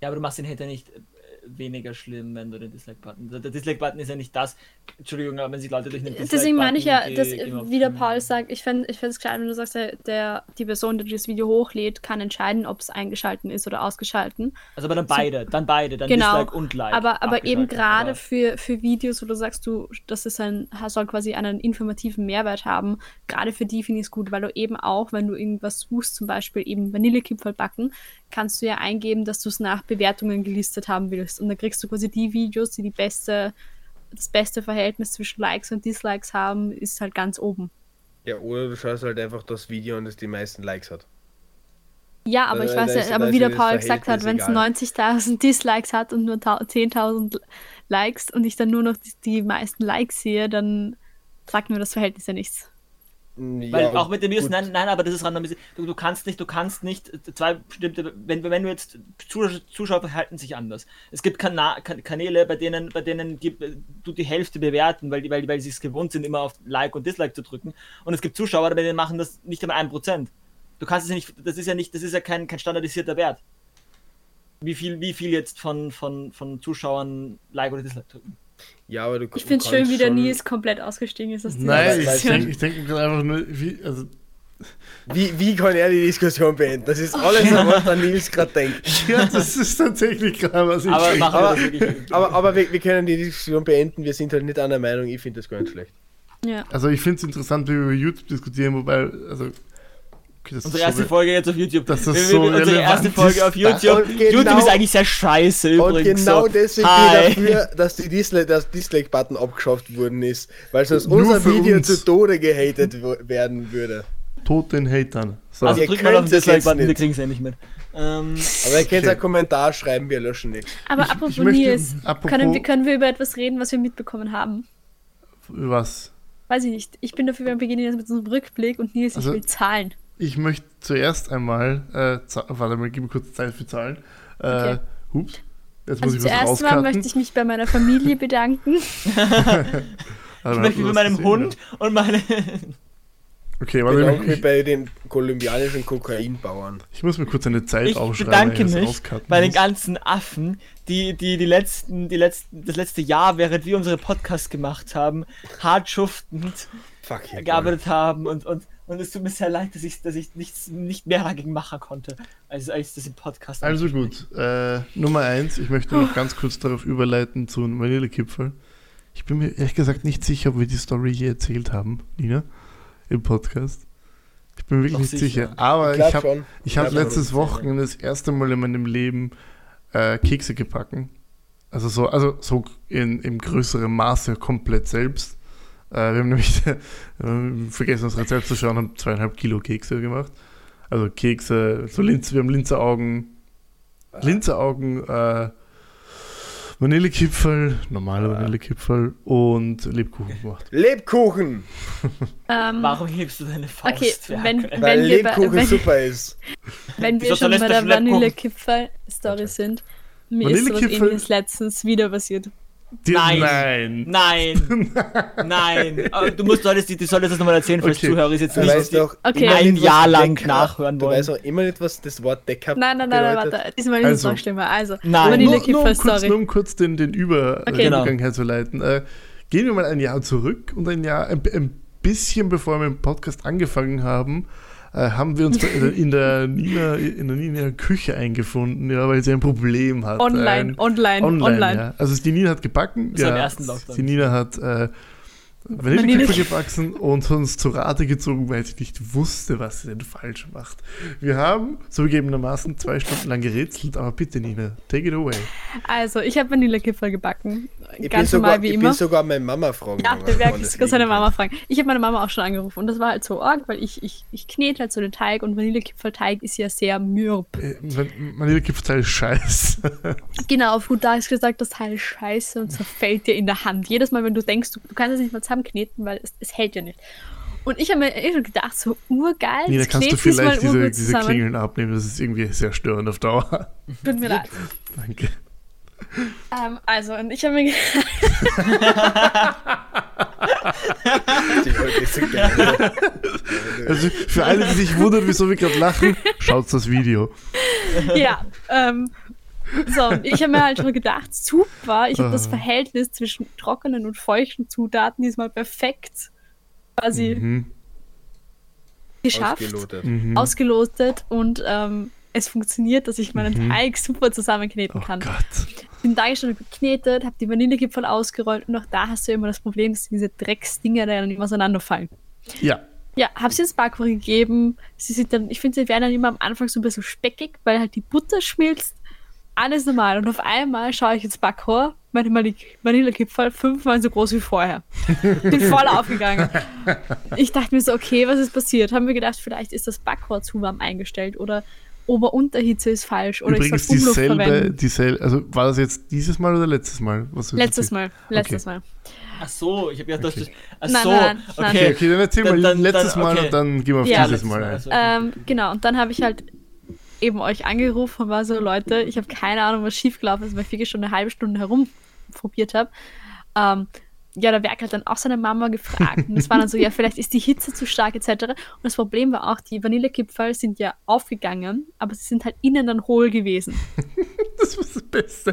Speaker 4: Ja, aber du machst den Hater nicht äh, weniger schlimm, wenn du den Dislike-Button. Der der Dislike-Button ist ja nicht das. Entschuldigung, aber wenn sich Leute durch den Dislike-Button.
Speaker 2: Deswegen meine ich ja,
Speaker 4: ge-
Speaker 2: dass, äh,
Speaker 4: gemobbt
Speaker 2: wie der
Speaker 4: fühlen.
Speaker 2: Paul sagt, ich fände es ich klar, wenn du sagst, der, der, die Person, die das Video hochlädt, kann entscheiden, ob es eingeschalten ist oder ausgeschalten.
Speaker 4: Also aber dann beide, dann beide, dann
Speaker 2: Genau.
Speaker 4: Dislike und Like.
Speaker 2: aber aber eben
Speaker 4: abgeschaltet.
Speaker 2: gerade
Speaker 4: Aber-
Speaker 2: für, für Videos, wo du sagst, du, das ist ein, soll quasi einen informativen Mehrwert haben, gerade für die finde ich es gut, weil du eben auch, wenn du irgendwas suchst, zum Beispiel eben Vanillekipferl backen, kannst du ja eingeben, dass du es nach Bewertungen gelistet haben willst. Und dann kriegst du quasi die Videos, die, die beste, das beste Verhältnis zwischen Likes und Dislikes haben, ist halt ganz oben.
Speaker 5: Ja, oder du schaust halt einfach das Video an, das die meisten Likes hat.
Speaker 2: Ja, aber
Speaker 5: Da-
Speaker 2: ich
Speaker 5: da
Speaker 2: weiß
Speaker 5: ist-
Speaker 2: ja,
Speaker 5: da
Speaker 2: aber
Speaker 5: ist
Speaker 2: wie der
Speaker 5: das
Speaker 2: Paul gesagt hat,
Speaker 5: Verhältnis
Speaker 2: wenn es
Speaker 5: egal.
Speaker 2: 90.000 Dislikes hat und nur tau- 10.000 Likes und ich dann nur noch die, die meisten Likes sehe, dann sagt mir das Verhältnis ja nichts.
Speaker 4: Weil
Speaker 5: Ja,
Speaker 4: auch mit den News,
Speaker 5: gut.
Speaker 4: nein, nein, aber das ist randomisiert. Du, du kannst nicht, du kannst nicht zwei bestimmte, wenn, wenn du jetzt Zuschauer, Zuschauer verhalten sich anders. Es gibt Kana kan Kanäle, bei denen, bei denen die, du die Hälfte bewerten, weil, die- weil, die- weil sie es gewohnt sind, immer auf Like und Dislike zu drücken. Und es gibt Zuschauer, bei denen machen das nicht einmal 1%. Du kannst es ja nicht, das ist ja nicht, das ist ja kein, kein standardisierter Wert. Wie viel, wie viel jetzt von, von, von Zuschauern Like oder Dislike drücken.
Speaker 5: Ja, aber du
Speaker 2: Ich finde
Speaker 5: du
Speaker 2: es schön,
Speaker 5: kannst
Speaker 2: wie der
Speaker 5: schon-
Speaker 2: Nils komplett ausgestiegen ist aus dieser
Speaker 3: Nein, ich
Speaker 5: Diskussion.
Speaker 3: denke ich denk mir grad einfach nur, wie, also, (laughs)
Speaker 5: Wie, wie kann er die Diskussion beenden? Das ist alles, an was der Nils gerade
Speaker 4: (laughs)
Speaker 5: denkt.
Speaker 3: ja, das ist tatsächlich klar, was ich (laughs)
Speaker 4: Aber
Speaker 3: denk.
Speaker 4: machen wir das wirklich.
Speaker 5: Aber, aber wir, wir können die Diskussion beenden, wir sind halt nicht einer Meinung, ich finde das gar nicht schlecht.
Speaker 2: Ja.
Speaker 3: Also ich finde es interessant, wie wir über YouTube diskutieren, wobei, also, okay, das
Speaker 4: Unsere
Speaker 3: schon
Speaker 4: erste
Speaker 3: wieder-
Speaker 4: Folge jetzt auf YouTube.
Speaker 3: Das ist
Speaker 4: Wir- wir-
Speaker 3: so
Speaker 4: unsere
Speaker 3: relevant.
Speaker 4: erste Folge auf YouTube.
Speaker 5: Und genau-
Speaker 4: YouTube ist eigentlich sehr scheiße
Speaker 5: Und
Speaker 4: übrigens.
Speaker 5: genau
Speaker 4: so.
Speaker 5: deswegen
Speaker 4: Hi.
Speaker 5: bin ich dafür, dass die Disla- das Dislike-Button abgeschafft worden ist, weil sonst
Speaker 3: Nur
Speaker 5: unser
Speaker 3: für
Speaker 5: Video
Speaker 3: uns.
Speaker 5: zu Tode gehatet wo- werden würde.
Speaker 3: Tot den Hatern. So.
Speaker 4: Also
Speaker 5: Ihr
Speaker 4: drück mal auf den
Speaker 5: könnt es jetzt
Speaker 4: Dislike-Button, wir
Speaker 5: nicht.
Speaker 4: kriegen es ja nicht mit. Ähm,
Speaker 5: Aber ihr könnt
Speaker 3: Okay.
Speaker 5: einen Kommentar schreiben, wir löschen nichts.
Speaker 2: Aber
Speaker 3: Ich-
Speaker 2: apropos
Speaker 3: ich möchte-
Speaker 2: Nils,
Speaker 3: apropos-
Speaker 2: können, wir- können wir über etwas reden, was wir mitbekommen haben?
Speaker 3: was?
Speaker 2: Weiß ich nicht. Ich bin dafür, wir beginnen jetzt mit so einem Rückblick und Nils,
Speaker 3: Also-
Speaker 2: ich will Zahlen.
Speaker 3: Ich möchte zuerst einmal, äh, za- warte mal, gib mir kurz Zeit für Zahlen. Äh,
Speaker 2: Okay.
Speaker 3: Hups, jetzt muss
Speaker 2: Also
Speaker 3: ich was
Speaker 2: zuerst mal
Speaker 3: rauskarten.
Speaker 2: möchte ich mich bei meiner Familie bedanken.
Speaker 4: ich möchte mich mit meinem Hund und meine.
Speaker 3: Okay, warte,
Speaker 5: Bedanke
Speaker 3: ich,
Speaker 5: mich Genau bei den kolumbianischen Kokainbauern.
Speaker 3: ich muss mir kurz eine Zeit
Speaker 4: Ich
Speaker 3: aufschreiben.
Speaker 4: bedanke
Speaker 3: wenn ich das
Speaker 4: mich
Speaker 3: rauskarten
Speaker 4: bei den
Speaker 3: muss.
Speaker 4: ganzen Affen, die, die, die letzten, die letzten, das letzte Jahr, während wir unsere Podcasts gemacht haben, hart schuftend
Speaker 5: Fuck you.
Speaker 4: gearbeitet haben und, und, und es tut mir sehr leid, dass ich, dass ich nichts, nicht mehr dagegen machen konnte, als, als das im Podcast.
Speaker 3: Also gut, äh, Nummer eins, ich möchte noch ganz kurz darauf überleiten zu einem Vanillekipferl. Ich bin mir ehrlich gesagt nicht sicher, ob wir die Story je erzählt haben, Nina, im Podcast. Ich bin wirklich
Speaker 4: Doch
Speaker 3: nicht sicher.
Speaker 4: sicher.
Speaker 3: Aber ich
Speaker 5: Glaub
Speaker 3: habe
Speaker 5: schon.
Speaker 3: Ich habe
Speaker 5: Ja,
Speaker 3: letztes Wochenende das erste Mal in meinem Leben äh, Kekse gebacken. Also so, also so in, im größeren Maße komplett selbst. Äh, wir haben nämlich (laughs) äh, vergessen, das Rezept zu schauen, haben zweieinhalb Kilo Kekse gemacht. Also Kekse, so Linz, wir haben Linzeraugen, Linzeraugen, äh, Vanillekipferl, normale Vanillekipferl und Lebkuchen gemacht.
Speaker 5: Lebkuchen!
Speaker 2: Ähm,
Speaker 4: Warum hebst du deine Faust?
Speaker 2: okay,
Speaker 4: Werk?
Speaker 2: wenn,
Speaker 5: Weil
Speaker 2: wenn wir bei,
Speaker 5: Lebkuchen
Speaker 2: wenn,
Speaker 5: super (laughs) ist.
Speaker 2: Wenn wir
Speaker 4: Wieso
Speaker 2: schon
Speaker 4: verlässt
Speaker 2: bei
Speaker 4: der
Speaker 2: der
Speaker 4: Schleppkuchen?
Speaker 2: Vanillekipferl-Story sind, mir ist sowas
Speaker 3: Vanillekipferl?
Speaker 2: ähnliches letztens wieder passiert.
Speaker 3: Dir-
Speaker 4: Nein.
Speaker 3: Nein!
Speaker 4: Nein, nein. Aber Du musst solltest, du solltest das nochmal erzählen, falls
Speaker 3: Okay.
Speaker 4: Zuhörer ist jetzt
Speaker 5: Du
Speaker 4: nicht
Speaker 5: weißt doch
Speaker 2: Okay.
Speaker 5: immer
Speaker 4: ein
Speaker 5: nicht, was
Speaker 4: Jahr lang
Speaker 5: Decker-
Speaker 4: nachhören
Speaker 5: Du weißt
Speaker 4: wollen.
Speaker 5: auch immer nicht, was das Wort Decker
Speaker 2: Nein, nein, nein, nein
Speaker 5: bedeutet.
Speaker 2: warte. Diesmal ist es
Speaker 3: Also.
Speaker 2: noch schlimmer. Also,
Speaker 4: Nein.
Speaker 3: nur, nur, um kurz, nur
Speaker 2: Vanillekipferl-Story.
Speaker 3: um kurz den, den Über
Speaker 2: Okay.
Speaker 3: äh, Übergang herzuleiten. Äh, gehen wir mal ein Jahr zurück und ein Jahr, ein, ein bisschen bevor wir mit dem Podcast angefangen haben, äh, haben wir uns bei- in der Nina, in der Nina Küche eingefunden, ja, weil sie ein Problem hat.
Speaker 2: Online,
Speaker 3: ein,
Speaker 2: online, online.
Speaker 3: Ja. Also die Nina hat gebacken.
Speaker 4: Das war im
Speaker 3: ja,
Speaker 4: ersten Lockdown.
Speaker 3: Die Nina hat äh, Vanillekipferl gebacken und uns zu Rate gezogen, weil sie nicht wusste, was sie denn falsch macht. Wir haben zugegebenermaßen zwei Stunden lang gerätselt, aber bitte Nina, take it away.
Speaker 2: Also, ich habe Vanillekipferl gebacken.
Speaker 5: Ich bin
Speaker 2: Ganz
Speaker 5: sogar,
Speaker 2: normal wie
Speaker 5: ich
Speaker 2: immer.
Speaker 5: bin sogar meine Mama fragen.
Speaker 2: Ja,
Speaker 5: gegangen,
Speaker 2: der Werk
Speaker 5: woran das
Speaker 2: ist sogar seine
Speaker 5: liegen
Speaker 2: Mama fragen. Ich habe meine Mama auch schon angerufen und das war halt so arg, weil ich, ich, ich knete halt so den Teig und Vanillekipferlteig ist ja sehr mürb.
Speaker 3: Äh, Man man gibt (laughs) halt Scheiß.
Speaker 2: Genau, auf gut Deutsch gesagt, das Teil ist scheiße und zerfällt dir in der Hand. Jedes Mal, wenn du denkst, du, du kannst es nicht mal zusammenkneten, weil es, es hält ja nicht. Und ich habe mir eh schon gedacht, so urgeil,
Speaker 3: Nee, da
Speaker 2: das
Speaker 3: kannst du
Speaker 2: klebt diesmal
Speaker 3: vielleicht diese,
Speaker 2: urgut
Speaker 3: diese
Speaker 2: zusammen.
Speaker 3: Klingeln abnehmen. Das ist irgendwie sehr störend auf Dauer. (laughs)
Speaker 2: Tut mir leid.
Speaker 3: Danke.
Speaker 2: Ähm, also, und ich habe mir gedacht,
Speaker 5: Die Leute ist so geil.
Speaker 3: Also für alle, die sich wundern, wieso wir gerade lachen, schaut das Video.
Speaker 2: (laughs) ja, ähm, so, und ich habe mir halt schon gedacht, super, ich habe
Speaker 3: Ah.
Speaker 2: das Verhältnis zwischen trockenen und feuchten Zutaten diesmal perfekt quasi
Speaker 3: Mhm.
Speaker 2: geschafft, ausgelotet,
Speaker 5: Ausgelotet.
Speaker 3: Mhm.
Speaker 2: und ähm, es funktioniert, dass ich meinen
Speaker 3: Mhm.
Speaker 2: Teig super zusammenkneten
Speaker 3: Oh
Speaker 2: kann.
Speaker 3: Gott.
Speaker 2: den Teig schon geknetet, habe die Vanillekipferl ausgerollt und auch da hast du immer das Problem, dass diese Drecksdinger dann immer auseinanderfallen.
Speaker 3: Ja.
Speaker 2: Ja, habe sie ins Backrohr gegeben. Sie sind dann, ich finde, sie werden dann immer am Anfang so ein bisschen speckig, weil halt die Butter schmilzt. Alles normal. Und auf einmal schaue ich ins Backrohr, meine Vanille- Vanillekipferl fünfmal so groß wie vorher. Bin
Speaker 3: (laughs)
Speaker 2: voll aufgegangen. Ich dachte mir so, okay, was ist passiert? Haben wir gedacht, vielleicht ist das Backrohr zu warm eingestellt oder Ober-Unterhitze ist falsch oder
Speaker 3: Übrigens
Speaker 2: ich soll Umluft
Speaker 3: dieselbe,
Speaker 2: verwenden.
Speaker 3: dieselbe, also war das jetzt dieses Mal oder letztes Mal? Was ist
Speaker 2: Letztes
Speaker 3: das?
Speaker 2: Mal, letztes Mal.
Speaker 4: Ach so, ich habe gedacht,
Speaker 3: Okay.
Speaker 4: das ist. Ach
Speaker 2: Nein,
Speaker 4: so,
Speaker 2: nein, nein.
Speaker 4: okay.
Speaker 3: Okay, okay, dann erzähl mal
Speaker 4: Dann- dann-
Speaker 3: letztes
Speaker 4: dann-
Speaker 3: Mal
Speaker 4: okay.
Speaker 3: und dann gehen wir auf
Speaker 2: Ja.
Speaker 3: dieses
Speaker 4: letztes
Speaker 3: Mal ein.
Speaker 4: also, okay.
Speaker 2: Ähm, genau, und dann habe ich halt eben euch angerufen und war so, Leute, ich habe keine Ahnung, was schiefgelaufen ist, weil ich wirklich schon eine halbe Stunde herumprobiert habe. Ähm, ja, der Werk hat dann auch seine Mama gefragt. Und es war dann so, ja, vielleicht ist die Hitze zu stark etc. Und das Problem war auch, die Vanillekipferl sind ja aufgegangen, aber sie sind halt innen dann hohl gewesen.
Speaker 3: Das war das Beste.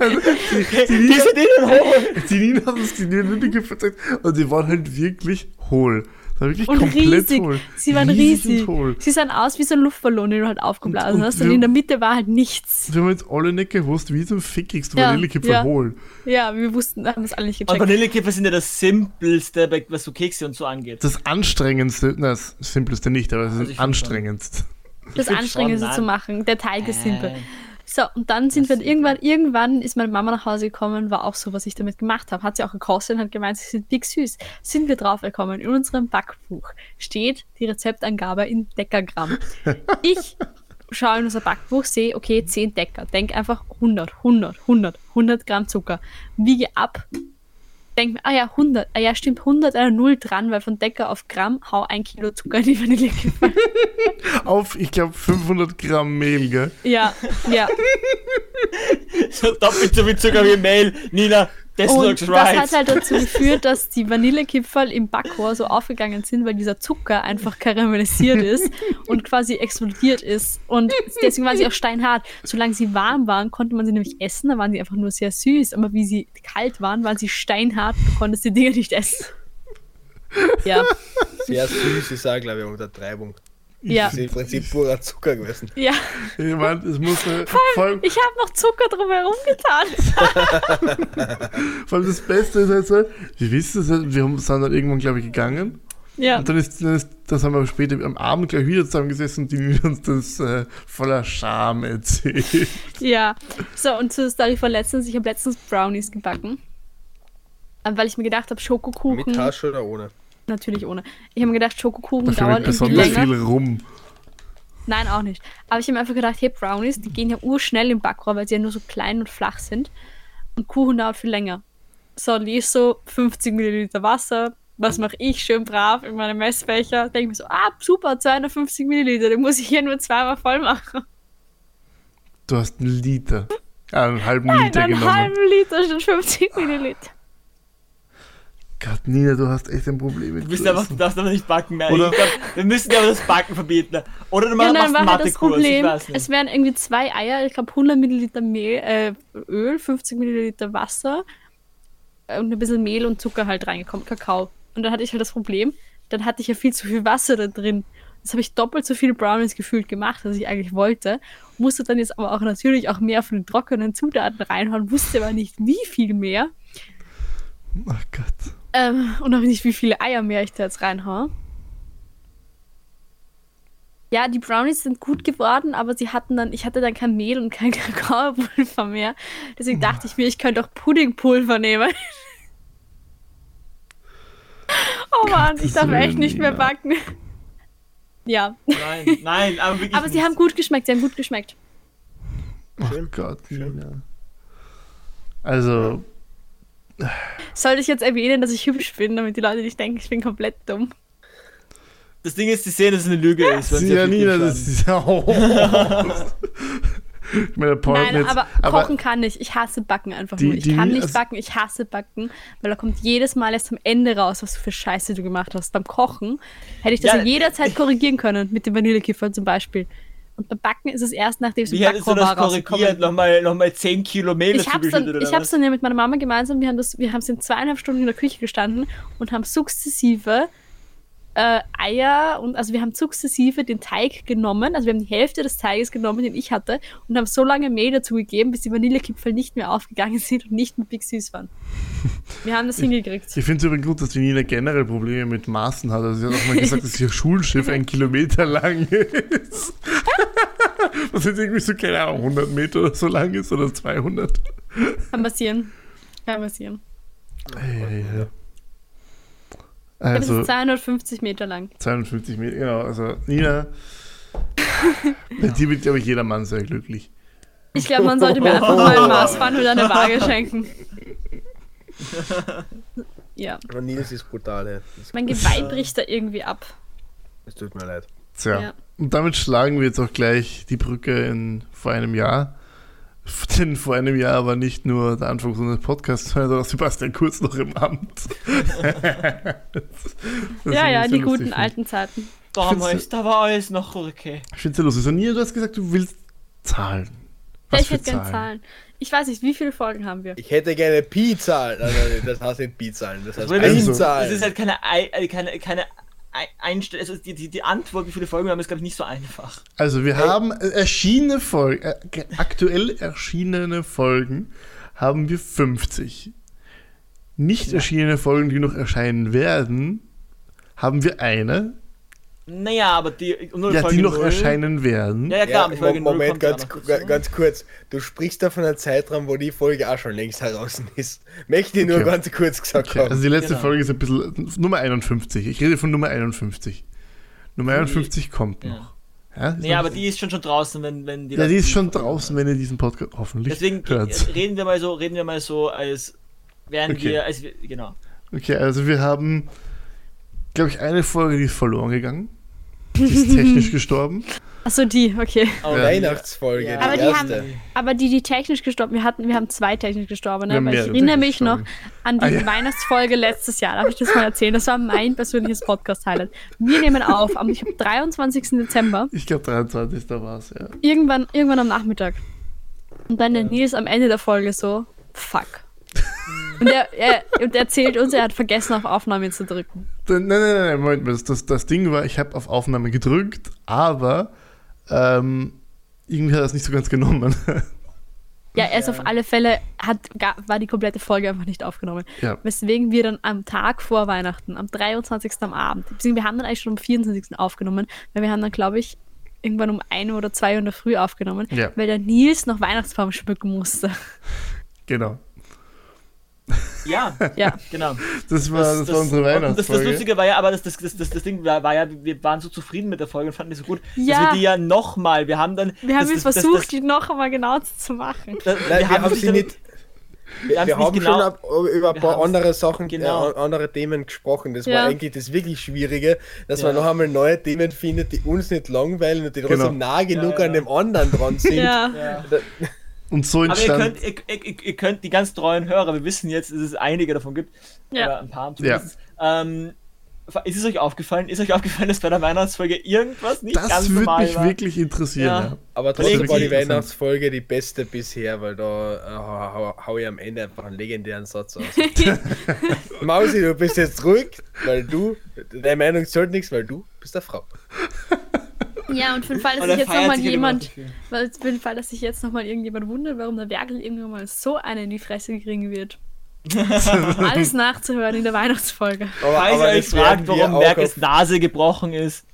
Speaker 3: Also, die, die,
Speaker 2: (laughs)
Speaker 4: Die sind innen hoch.
Speaker 3: Nina, die Nina hat uns die Nina gezeigt und die waren halt wirklich hohl. Das war wirklich
Speaker 2: Und
Speaker 3: komplett
Speaker 2: riesig.
Speaker 3: hohl.
Speaker 2: Sie waren
Speaker 3: Riesig und
Speaker 2: riesig.
Speaker 3: hohl.
Speaker 2: Sie sahen aus wie so ein Luftballon, den du halt aufgeblasen
Speaker 3: und
Speaker 2: hast. Und
Speaker 3: wir-
Speaker 2: in der Mitte war halt nichts.
Speaker 3: Wir haben jetzt alle nicht gewusst, wie zum Fick kriegst du
Speaker 2: Ja,
Speaker 3: Vanillekipferl
Speaker 2: ja.
Speaker 3: hohl.
Speaker 2: Ja, wir wussten, haben das alle nicht
Speaker 4: Und
Speaker 2: gecheckt.
Speaker 4: Vanillekipfer sind ja das simpelste, bei- was so Kekse und so angeht.
Speaker 3: Das anstrengendste, na, das simpleste nicht, aber das
Speaker 4: Also
Speaker 3: ist
Speaker 4: ich
Speaker 3: anstrengendst.
Speaker 2: Das
Speaker 4: find
Speaker 2: Anstrengendste
Speaker 4: schon,
Speaker 2: zu
Speaker 4: nein.
Speaker 2: machen. Der Teig ist simpel.
Speaker 4: Äh.
Speaker 2: So, und dann sind wir
Speaker 4: Das-
Speaker 2: irgendwann, irgendwann ist meine Mama nach Hause gekommen, war auch so, was ich damit gemacht habe. Hat sie auch gekostet und hat gemeint, sie sind dick süß. Sind wir drauf gekommen. In unserem Backbuch steht die Rezeptangabe in
Speaker 4: (laughs)
Speaker 2: Dekagramm. Ich schaue in unser Backbuch, sehe, okay, 10 Decker. Denk einfach 100, 100, 100, 100 Gramm Zucker. Wiege ab. Denk mir, ah ja, 100. Ah ja, stimmt, 100, eine Null dran, weil von Decker auf Gramm hau ein Kilo Zucker in die
Speaker 4: (laughs)
Speaker 2: Vanille.
Speaker 3: Auf, ich glaube, 500 Gramm Mehl, gell?
Speaker 2: Ja, ja.
Speaker 4: So doppelt so viel Zucker wie Mehl. Nina, das
Speaker 2: Und
Speaker 4: looks
Speaker 2: das
Speaker 4: right.
Speaker 2: hat halt dazu geführt, dass die Vanillekipferl im Backrohr so aufgegangen sind, weil dieser Zucker einfach karamellisiert ist und quasi explodiert ist. Und deswegen waren sie auch steinhart. Solange sie warm waren, konnte man sie nämlich essen, da waren sie einfach nur sehr süß. Aber wie sie kalt waren, waren sie steinhart, du konntest die Dinger nicht essen. Ja,
Speaker 5: Sehr süß ist auch, glaube ich, eine Untertreibung.
Speaker 2: ja,
Speaker 5: Das ist im Prinzip purer Zucker gewesen.
Speaker 2: ja.
Speaker 3: Ich meine, es muss äh, vor, allem,
Speaker 2: Ich habe noch Zucker drumherum getan.
Speaker 3: vor allem das Beste ist halt so, wir wissen es halt, wir haben- sind dann irgendwann, glaube ich, gegangen.
Speaker 2: Ja,
Speaker 3: Und dann ist, dann ist, das haben wir später am Abend gleich wieder zusammengesessen und die Nina uns das äh, voller
Speaker 2: (laughs)
Speaker 3: Scham erzählt.
Speaker 2: ja. So, und zur Story von letztens, ich habe letztens Brownies gebacken. Äh, Weil ich mir gedacht habe, Schokokuchen.
Speaker 5: Mit Tasche oder ohne?
Speaker 2: Natürlich ohne. Ich habe mir gedacht, Schokokuchen
Speaker 3: Dafür
Speaker 2: dauert
Speaker 3: mit
Speaker 2: irgendwie
Speaker 3: besonders
Speaker 2: länger.
Speaker 3: viel rum.
Speaker 2: Nein, auch nicht. Aber ich habe mir einfach gedacht, hey, Brownies, die gehen ja urschnell im Backrohr, weil sie ja nur so klein und flach sind. Und Kuchen dauert viel länger. So, lies so 50 Milliliter Wasser. Was mache ich schön brav in meinem Messbecher? Denke mir so, ah, super, 250 Milliliter, den muss ich hier nur zweimal voll machen.
Speaker 3: Du hast einen Liter. Ah, einen halben
Speaker 2: Nein,
Speaker 3: Liter
Speaker 2: einen
Speaker 3: genommen.
Speaker 2: halben Liter statt 50 Milliliter.
Speaker 3: Gott, Nina, du hast echt ein Problem mit
Speaker 4: Du bist einfach, du
Speaker 3: Größen.
Speaker 4: darfst einfach nicht backen mehr.
Speaker 3: Oder-
Speaker 4: Ich glaub, wir müssen dir aber das Backen verbieten. Oder du
Speaker 2: Ja, dann
Speaker 4: machst, machst
Speaker 2: war
Speaker 4: einen
Speaker 2: halt das
Speaker 4: Mathekurs, ich
Speaker 2: Problem,
Speaker 4: weiß
Speaker 2: es
Speaker 4: nicht.
Speaker 2: wären irgendwie zwei Eier, ich glaube 100 Milliliter Mehl, äh, Öl, 50 Milliliter Wasser äh, und ein bisschen Mehl und Zucker halt reingekommen, Kakao. Und dann hatte ich halt das Problem, dann hatte ich ja viel zu viel Wasser da drin. Das habe ich doppelt so viele Brownies gefühlt gemacht, als ich eigentlich wollte. Musste dann jetzt aber auch natürlich auch mehr von den trockenen Zutaten reinhauen, wusste aber nicht, wie viel mehr
Speaker 3: Ach Gott.
Speaker 2: ähm, und auch nicht, wie viele Eier mehr ich da jetzt reinhaue. Ja, die Brownies sind gut geworden, aber sie hatten dann, ich hatte dann kein Mehl und kein (laughs) Kakaopulver mehr. Deswegen dachte ich mir, ich könnte auch Puddingpulver nehmen. (laughs) oh Mann, ich darf
Speaker 3: Gottes
Speaker 2: echt nicht mehr
Speaker 3: Willen, ja.
Speaker 2: backen. Ja,
Speaker 4: Nein, nein, aber wirklich.
Speaker 2: aber sie
Speaker 4: nicht.
Speaker 2: haben gut geschmeckt, sie haben gut geschmeckt.
Speaker 3: Ach
Speaker 5: Schön.
Speaker 3: Gott,
Speaker 5: Schön.
Speaker 3: Nina. Also,
Speaker 2: Sollte ich jetzt erwähnen, dass ich hübsch bin, damit die Leute nicht denken, ich bin komplett dumm.
Speaker 4: Das Ding ist, sie sehen, dass es eine Lüge ist. wenn sie auf YouTube
Speaker 3: Janina, das
Speaker 4: schauen.
Speaker 3: ist ja auch. ich meine, Paul hat
Speaker 2: Nein,
Speaker 3: jetzt,
Speaker 2: aber,
Speaker 3: aber
Speaker 2: kochen kann ich. Ich hasse Backen einfach
Speaker 3: Die-
Speaker 2: nur. Ich
Speaker 3: die-
Speaker 2: kann nicht
Speaker 3: also-
Speaker 2: backen, ich hasse Backen, weil da kommt jedes Mal erst am Ende raus, was für Scheiße du gemacht hast. Beim Kochen hätte ich das
Speaker 4: Ja,
Speaker 2: ja, jederzeit korrigieren können, mit dem Vanillekiffern zum Beispiel. Und beim Backen ist es erst, nachdem es im
Speaker 4: Wie hättest du
Speaker 2: Backrohr
Speaker 4: das
Speaker 2: war,
Speaker 4: korrigiert?
Speaker 2: rausgekommen.
Speaker 4: Nochmal, nochmal 10 Kilo Mehl
Speaker 2: Ich
Speaker 4: dazu
Speaker 2: hab's, dann,
Speaker 4: geschüttet
Speaker 2: ich
Speaker 4: oder
Speaker 2: hab's
Speaker 4: was?
Speaker 2: dann ja mit meiner Mama gemeinsam, wir haben das, wir haben es in zweieinhalb Stunden in der Küche gestanden und haben sukzessive äh, Eier und also wir haben sukzessive den Teig genommen, also wir haben die Hälfte des Teiges genommen, den ich hatte, und haben so lange Mehl dazu gegeben, bis die Vanillekipferl nicht mehr aufgegangen (laughs) sind und nicht mehr big süß waren. Wir haben das hingekriegt.
Speaker 3: ich finde es übrigens gut, dass Janina generell Probleme mit Maßen hat. Also sie hat auch mal gesagt, dass ihr Schulschiff ein Kilometer lang
Speaker 2: (laughs)
Speaker 3: ist. Was jetzt irgendwie so, keine Ahnung, 100 Meter oder so lang ist oder 200.
Speaker 2: Kann passieren. Kann passieren.
Speaker 3: Eieiei.
Speaker 2: Ich glaube,
Speaker 3: Also,
Speaker 2: es ist 250 Meter lang.
Speaker 3: 52 Meter, genau. Also,
Speaker 2: (laughs)
Speaker 3: Nina, bei dir wird, glaube ich, jeder Mann sehr glücklich.
Speaker 2: Ich glaube, man sollte mir einfach mal ein Maßband oder eine Waage schenken. Ja.
Speaker 5: Aber Nils ist brutal, ey. Das,
Speaker 2: Mein Geweih bricht da irgendwie ab.
Speaker 5: das tut mir leid.
Speaker 3: Tja.
Speaker 2: Ja.
Speaker 3: Und damit schlagen wir jetzt auch gleich die Brücke in vor einem Jahr. (laughs) Denn vor einem Jahr war nicht nur der Anfang unseres Podcasts, sondern auch Sebastian Kurz noch im Amt. (laughs) Das
Speaker 2: ja, ja,
Speaker 3: ist
Speaker 2: die
Speaker 3: lustig,
Speaker 2: guten
Speaker 3: ne?
Speaker 2: alten Zeiten.
Speaker 4: Damals, da war alles noch okay.
Speaker 3: Ich finde es ja lustig. So, Nina, du hast gesagt, du willst Zahlen.
Speaker 2: Ja,
Speaker 3: Was
Speaker 2: ich
Speaker 3: für
Speaker 2: hätte gerne Zahlen. Ich weiß nicht, wie viele Folgen haben wir?
Speaker 5: Ich hätte gerne Pi-Zahlen. Also, das heißt nicht Pi-Zahlen, das heißt
Speaker 3: Also,
Speaker 4: Problem ist,
Speaker 5: Einzahlen.
Speaker 4: Es ist halt keine, Ei- äh, keine, keine Ei- Einstell also die, die, die Antwort, wie viele Folgen wir haben, ist, glaube ich, nicht so einfach.
Speaker 3: Also, wir haben erschienene Folgen, äh, ge- aktuell erschienene Folgen haben wir 50. Nicht erschienene Folgen, die noch erscheinen werden, haben wir eine.
Speaker 4: Naja, aber die, nur
Speaker 3: Ja,
Speaker 4: Folge
Speaker 3: die noch
Speaker 4: null-
Speaker 3: erscheinen werden.
Speaker 4: Ja, ja, klar, mit Folge
Speaker 5: Mo-
Speaker 4: null
Speaker 5: Moment,
Speaker 4: kommt ja
Speaker 5: ganz,
Speaker 4: noch
Speaker 5: ku-
Speaker 4: dazu.
Speaker 5: ganz kurz. Du sprichst da von einem Zeitraum, wo die Folge auch schon längst heraus ist. Möchte ich nur
Speaker 3: Okay.
Speaker 5: ganz kurz gesagt
Speaker 3: Okay,
Speaker 5: haben.
Speaker 3: also die letzte
Speaker 4: Genau.
Speaker 3: Folge ist ein bisschen Nummer 51. Ich rede von Nummer 51. Nummer 51 kommt
Speaker 4: Ja.
Speaker 3: noch. Ja, ist
Speaker 4: Nee,
Speaker 3: noch-
Speaker 4: aber die ist schon schon draußen, wenn, wenn die.
Speaker 3: ja, die
Speaker 4: letzten
Speaker 3: ist schon
Speaker 4: Folgen-
Speaker 3: draußen, wenn ihr diesen Podcast hoffentlich
Speaker 4: Deswegen
Speaker 3: hört.
Speaker 4: reden wir mal so, reden wir mal so, als wären
Speaker 3: Okay.
Speaker 4: wir, als wir, genau.
Speaker 3: Okay, also wir haben, glaube ich, eine Folge, die ist verloren gegangen. Die
Speaker 4: (laughs)
Speaker 3: ist technisch gestorben.
Speaker 2: Achso, die, okay.
Speaker 4: Aber-
Speaker 5: Weihnachtsfolge,
Speaker 4: Ja.
Speaker 5: die
Speaker 2: Aber die
Speaker 5: erste.
Speaker 2: haben- Aber die, die technisch gestorben, wir hatten, wir haben zwei technisch gestorben,
Speaker 3: Wir haben
Speaker 2: ne? weil ich
Speaker 3: mehrere
Speaker 2: erinnere mich
Speaker 3: technisch
Speaker 2: noch an die
Speaker 3: Ah, ja.
Speaker 2: Weihnachtsfolge letztes Jahr. Darf ich das mal erzählen? Das war mein persönliches Podcast-Highlight. Wir nehmen auf am ich glaub, 23. Dezember,
Speaker 3: Ich glaube, 23. war es, ja.
Speaker 2: irgendwann, irgendwann am Nachmittag. Und dann der Nils am Ende der Folge so, fuck. Und er, er, und er erzählt uns, er hat vergessen, auf Aufnahme zu drücken.
Speaker 3: Dann, nein, nein, nein, nein, Moment mal. Das- Das, das Ding war, ich habe auf Aufnahme gedrückt, aber ähm, irgendwie hat er es nicht so ganz genommen. (laughs)
Speaker 2: Ja, er ist auf alle Fälle, hat, ga- war die komplette Folge einfach nicht aufgenommen.
Speaker 3: ja.
Speaker 2: Weswegen wir dann am Tag vor Weihnachten, am 23. am Abend, beziehungsweise wir haben dann eigentlich schon am 24. aufgenommen, weil wir haben dann, glaube ich, irgendwann um 1 oder 2 Uhr in der Früh aufgenommen,
Speaker 3: Ja.
Speaker 2: weil der Nils noch Weihnachtsbaum schmücken musste.
Speaker 3: Genau.
Speaker 4: Ja, (laughs)
Speaker 2: Ja,
Speaker 4: genau.
Speaker 3: Das war, das, war unsere
Speaker 4: und Das, das
Speaker 3: Weihnachtsfolge.
Speaker 4: Lustige war ja, aber das, das, das, das, das Ding war, war ja, wir waren so zufrieden mit der Folge und fanden die so gut, dass
Speaker 2: Ja.
Speaker 4: wir die ja nochmal, wir haben dann.
Speaker 2: wir haben
Speaker 4: das,
Speaker 2: jetzt
Speaker 4: das- das-
Speaker 2: versucht,
Speaker 4: das-
Speaker 2: die noch einmal genau zu machen.
Speaker 4: das-
Speaker 5: Nein, wir, haben
Speaker 4: nicht
Speaker 5: sie
Speaker 4: damit-
Speaker 5: nicht.
Speaker 4: wir haben
Speaker 5: Wir
Speaker 4: es nicht
Speaker 5: haben
Speaker 4: genau.
Speaker 5: schon ab, über ein
Speaker 4: Wir
Speaker 5: paar
Speaker 4: haben's-
Speaker 5: andere Sachen,
Speaker 4: genau.
Speaker 5: äh, an- andere Themen gesprochen. Das
Speaker 2: Ja.
Speaker 5: war eigentlich das wirklich Schwierige, dass man
Speaker 4: Ja.
Speaker 5: noch einmal neue Themen findet, die uns nicht langweilen und die trotzdem
Speaker 3: Genau.
Speaker 5: nah genug
Speaker 4: Ja, ja.
Speaker 5: an dem anderen dran sind.
Speaker 2: Ja.
Speaker 4: ja.
Speaker 5: Da-
Speaker 3: Und so
Speaker 4: Aber ihr
Speaker 3: entstand.
Speaker 4: könnt, ihr, ihr, ihr- ihr könnt die ganz treuen Hörer, wir wissen jetzt, dass es einige davon gibt,
Speaker 2: Ja.
Speaker 4: oder ein paar zumindest. Ähm, ist es euch aufgefallen? Ist euch aufgefallen, dass bei der Weihnachtsfolge irgendwas nicht ganz
Speaker 3: das würde
Speaker 4: normal
Speaker 3: mich
Speaker 4: war?
Speaker 3: wirklich interessieren.
Speaker 4: Ja.
Speaker 3: Ja.
Speaker 5: Aber
Speaker 3: Das ist
Speaker 5: trotzdem war
Speaker 3: wirklich
Speaker 5: die
Speaker 3: interessant.
Speaker 5: Weihnachtsfolge die beste bisher, weil da äh, hau, hau, hau ich am Ende einfach einen legendären Satz aus.
Speaker 4: (laughs)
Speaker 5: Mausi, du bist jetzt ruhig, weil du, deine Meinung zählt nichts, weil du bist eine Frau.
Speaker 2: Ja, und für den Fall, dass
Speaker 4: Und er
Speaker 2: sich jetzt
Speaker 4: feiert
Speaker 2: nochmal
Speaker 4: sich immer noch
Speaker 2: jemand,
Speaker 4: dafür.
Speaker 2: weil für den Fall, dass sich jetzt nochmal irgendjemand wundert, warum der Werkel irgendwann mal so eine in die Fresse kriegen
Speaker 4: (laughs)
Speaker 2: wird. Alles nachzuhören in der Weihnachtsfolge.
Speaker 5: Aber,
Speaker 4: Falls ihr euch
Speaker 5: das werden
Speaker 4: fragt,
Speaker 5: wir
Speaker 4: warum
Speaker 5: auch
Speaker 4: Merkels
Speaker 5: auf-
Speaker 4: Nase gebrochen ist,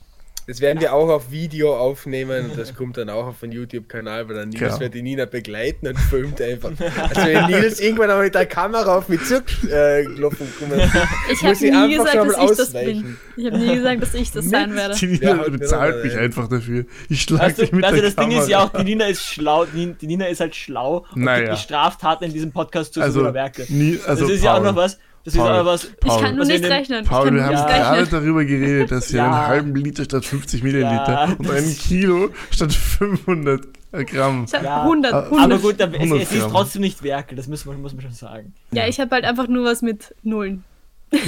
Speaker 5: Das werden wir auch auf Video aufnehmen und das kommt dann auch auf den YouTube-Kanal, weil dann Nils
Speaker 3: Genau.
Speaker 5: wird die Nina begleiten und
Speaker 4: (laughs)
Speaker 5: filmt einfach. Also wenn Nils irgendwann einmal mit der Kamera auf mich zurückklopfen äh, klopfen kommt,
Speaker 4: (laughs)
Speaker 2: Ich habe
Speaker 5: Muss ich
Speaker 2: nie
Speaker 5: einfach
Speaker 2: gesagt,
Speaker 5: schon
Speaker 2: dass
Speaker 5: mal
Speaker 2: ich das bin.
Speaker 5: ausweichen.
Speaker 2: Ich habe nie gesagt, dass ich das sein werde.
Speaker 3: Die
Speaker 5: Ja,
Speaker 3: Nina
Speaker 5: halt mir
Speaker 3: bezahlt
Speaker 5: doch,
Speaker 3: mich
Speaker 5: ey.
Speaker 3: einfach dafür. Ich schlage
Speaker 4: genau, Weißt du,
Speaker 3: dich mit
Speaker 4: weißt du,
Speaker 3: der
Speaker 4: das
Speaker 3: Kamera.
Speaker 4: Ding ist ja auch, die Nina ist schlau, die, die Nina ist halt schlau und
Speaker 3: Naja.
Speaker 4: gibt die Straftaten in diesem Podcast zu
Speaker 3: also,
Speaker 4: Superwerke.
Speaker 3: nie, also
Speaker 4: das ist
Speaker 3: Paul,
Speaker 4: ja auch noch was. Das ist
Speaker 3: Paul.
Speaker 4: aber was.
Speaker 3: Paul.
Speaker 2: ich kann nur
Speaker 4: Was in
Speaker 2: nicht
Speaker 4: Also den-
Speaker 2: rechnen. ich
Speaker 3: Paul,
Speaker 2: kann nur
Speaker 3: wir haben
Speaker 2: nicht
Speaker 4: Ja.
Speaker 3: gerade
Speaker 2: rechnen.
Speaker 3: darüber geredet, dass wir
Speaker 4: Ja.
Speaker 3: einen halben Liter statt 50 Milliliter
Speaker 4: Ja.
Speaker 3: und einen Kilo statt 500 Gramm.
Speaker 2: Ich hab
Speaker 4: Ja.
Speaker 2: 100,
Speaker 3: Aber-
Speaker 2: 100.
Speaker 4: Aber gut, aber es,
Speaker 3: 100
Speaker 4: es ist
Speaker 3: Gramm.
Speaker 4: trotzdem nicht Werkel, das muss man, muss man schon sagen.
Speaker 2: ja, ich habe halt einfach nur was mit Nullen.
Speaker 4: Du